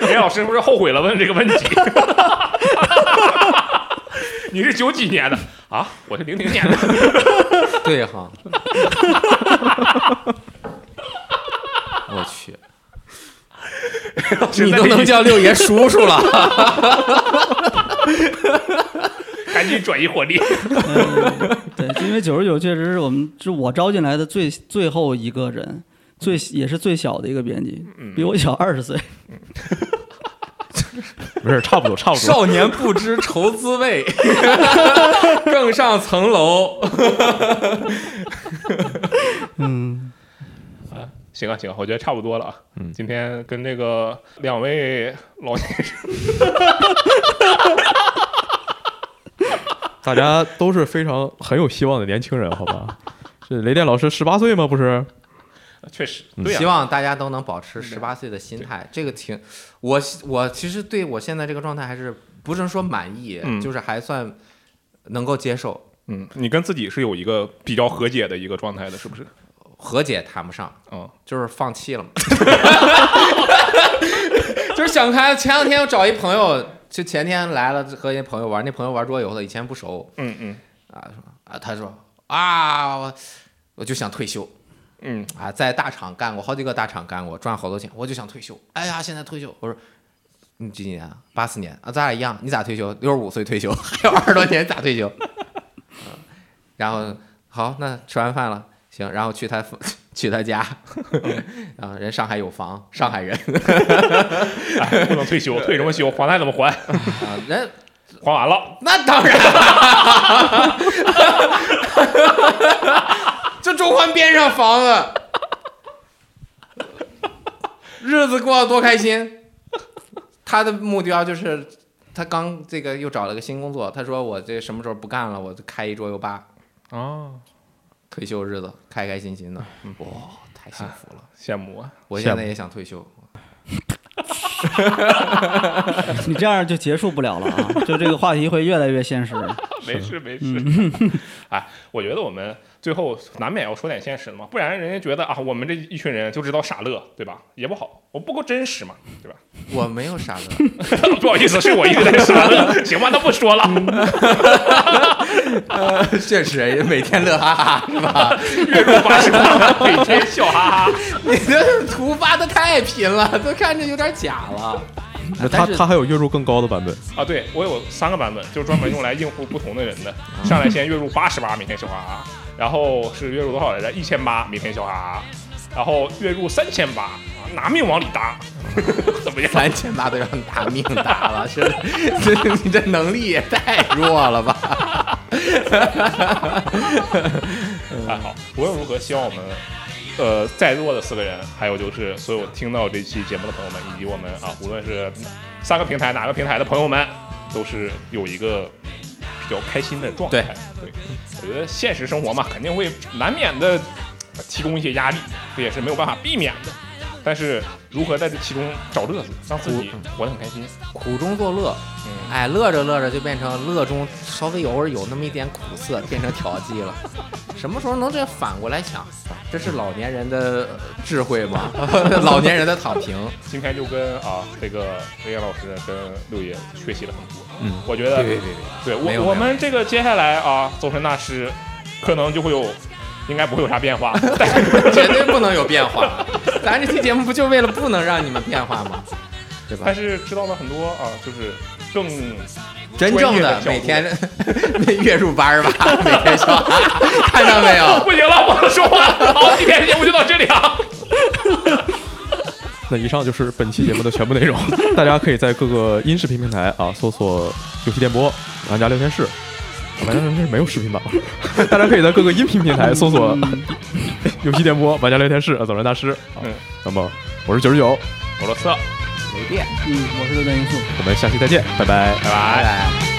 Speaker 2: 任老师是不是后悔了问这个问题？ 你是九几年的啊？我是零零年的，
Speaker 4: 对哈。我去，你都能叫六爷叔叔了，
Speaker 2: 赶紧转移火力。
Speaker 3: 对，因为九十九确实是我们是我招进来的最最后一个人，最也是最小的一个编辑，比我小二十岁。
Speaker 1: 没事，差不多，差不多。
Speaker 4: 少年不知愁滋味， 更上层楼。
Speaker 3: 嗯，
Speaker 2: 行啊行啊，我觉得差不多了啊。今天跟这个两位老先生，
Speaker 1: 大家都是非常很有希望的年轻人，好吧？ 是雷电老师十八岁吗？不
Speaker 4: 啊
Speaker 1: 是，
Speaker 2: 确实对啊
Speaker 4: 希
Speaker 2: 呀、
Speaker 4: 望大家都能保持十八岁的心态，这个挺我我其实对我现在这个状态还是不是说满意，
Speaker 2: 嗯
Speaker 4: 就是还算能够接受，
Speaker 2: 嗯，你跟自己是有一个比较和解的一个状态的，是不是？
Speaker 4: 和解谈不上，
Speaker 2: 嗯，
Speaker 4: 就是放 弃了嘛， 就是想开。前两天我找一朋友，就前天来了和一朋友玩，那朋友玩桌游的，以前不熟
Speaker 2: 嗯嗯
Speaker 4: 啊，说啊，他说啊，我我就想退休
Speaker 2: 嗯，
Speaker 4: 啊，在大厂干过好几个大厂干过，赚好多钱，我就想退休。哎呀，现在退休，我说。你几几年啊？八四年啊，咱俩一样。你咋退休？六十五岁退休，还有二十多年咋退休？ 嗯然后好，那吃完饭了，行，然后去他 去他家，啊，人上海有房，上海人
Speaker 2: 哎， 不能退休，退什 么休？还贷怎么还？
Speaker 4: 啊，人
Speaker 2: 还完了，
Speaker 4: 那当然 了，就中环边上房啊子，日子过得多开心。他的目标就是，他刚这个又找了个新工作，他说我这什么时候不干了，我就开一桌游吧，
Speaker 2: 哦，
Speaker 4: 退休日子开开心心的，哇、太幸福了！
Speaker 2: 羡慕啊！
Speaker 4: 我
Speaker 1: 羡
Speaker 4: 现在
Speaker 1: 慕
Speaker 4: 也想退休，
Speaker 3: 你这样就结束不了了啊！就这个话题会越来越现实。嗯
Speaker 2: 没事没事， 哎，我觉得我们最后难免要说点现实的嘛，不然人家觉得啊，我们这一群人就知道傻乐，对吧？也不好，我不够真实嘛，对吧？
Speaker 4: 我没有傻乐，
Speaker 2: 不好意思，是我一直在傻乐，行吧，那不说了。
Speaker 4: 确实每天乐哈哈是吧？
Speaker 2: 月入八十万，每天笑哈哈。
Speaker 4: 你这图发的太贫了，都看着有点假了。
Speaker 1: 那
Speaker 4: 但
Speaker 1: 他
Speaker 4: 是
Speaker 1: 他还有月入更高的版本。
Speaker 2: 啊，对我有三个版本，就是专门用来应付不同的人的。上来先月入八十八，每天笑哈哈，然后是月入多少来着？一千八，每天笑哈哈，然后月入三千八，拿命往里搭， 怎么样？
Speaker 4: 三千八都让拿命打了，是这你这能力也太弱了吧？
Speaker 2: 还好，无论如何，希望我们呃在座的四个人，还有就是所有听到这期节目的朋友们，以及我们啊，无论是三个平台哪个平台的朋友们，都是有一个比较开心的状态。对，我觉得现实生活嘛，肯定会难免的提供一些压力，这也是没有办法避免的。但是如何在这其中找乐子，让自己活得很开心，
Speaker 4: 苦中作乐，
Speaker 2: 嗯，
Speaker 4: 哎，乐着乐着就变成乐中稍微偶尔有那么一点苦涩，变成调剂了。什么时候能这反过来想？这是老年人的呃智慧吗？ 老年人的躺平，
Speaker 2: 今天就跟啊这个雷岩老师跟六爷学习了很多。
Speaker 1: 嗯，
Speaker 2: 我觉得
Speaker 4: 对，
Speaker 2: 对
Speaker 4: 没有
Speaker 2: 我，我
Speaker 4: 没有
Speaker 2: 们这个接下来啊，走神大 师可能就会有，应该不会有啥变化。但是
Speaker 4: 绝对不能有变化。咱这期节目不就为了不能让你们变化吗？对吧
Speaker 2: 但？是知道了很多啊，就是更
Speaker 4: 真正的每天 月入八十八，每天笑，看到没有？
Speaker 2: 啊不行了，忘了说话了。好，今天节目就到这里啊。
Speaker 1: 那以上就是本期节目的全部内容， 大家可以在各个音视频平台啊搜索“游戏电波”“玩家聊天室”。啊玩家聊天室没有视频版吧？ 大家可以在各个音频平台搜索“游戏电波”“玩家聊天室”“走人大师”啊
Speaker 2: 嗯。
Speaker 1: 那么我是九十九，
Speaker 2: 我罗斯，
Speaker 4: 没变，
Speaker 3: 嗯，我是刘段因素。
Speaker 1: 我们下期再见，拜拜。
Speaker 2: 拜拜
Speaker 4: 拜。拜。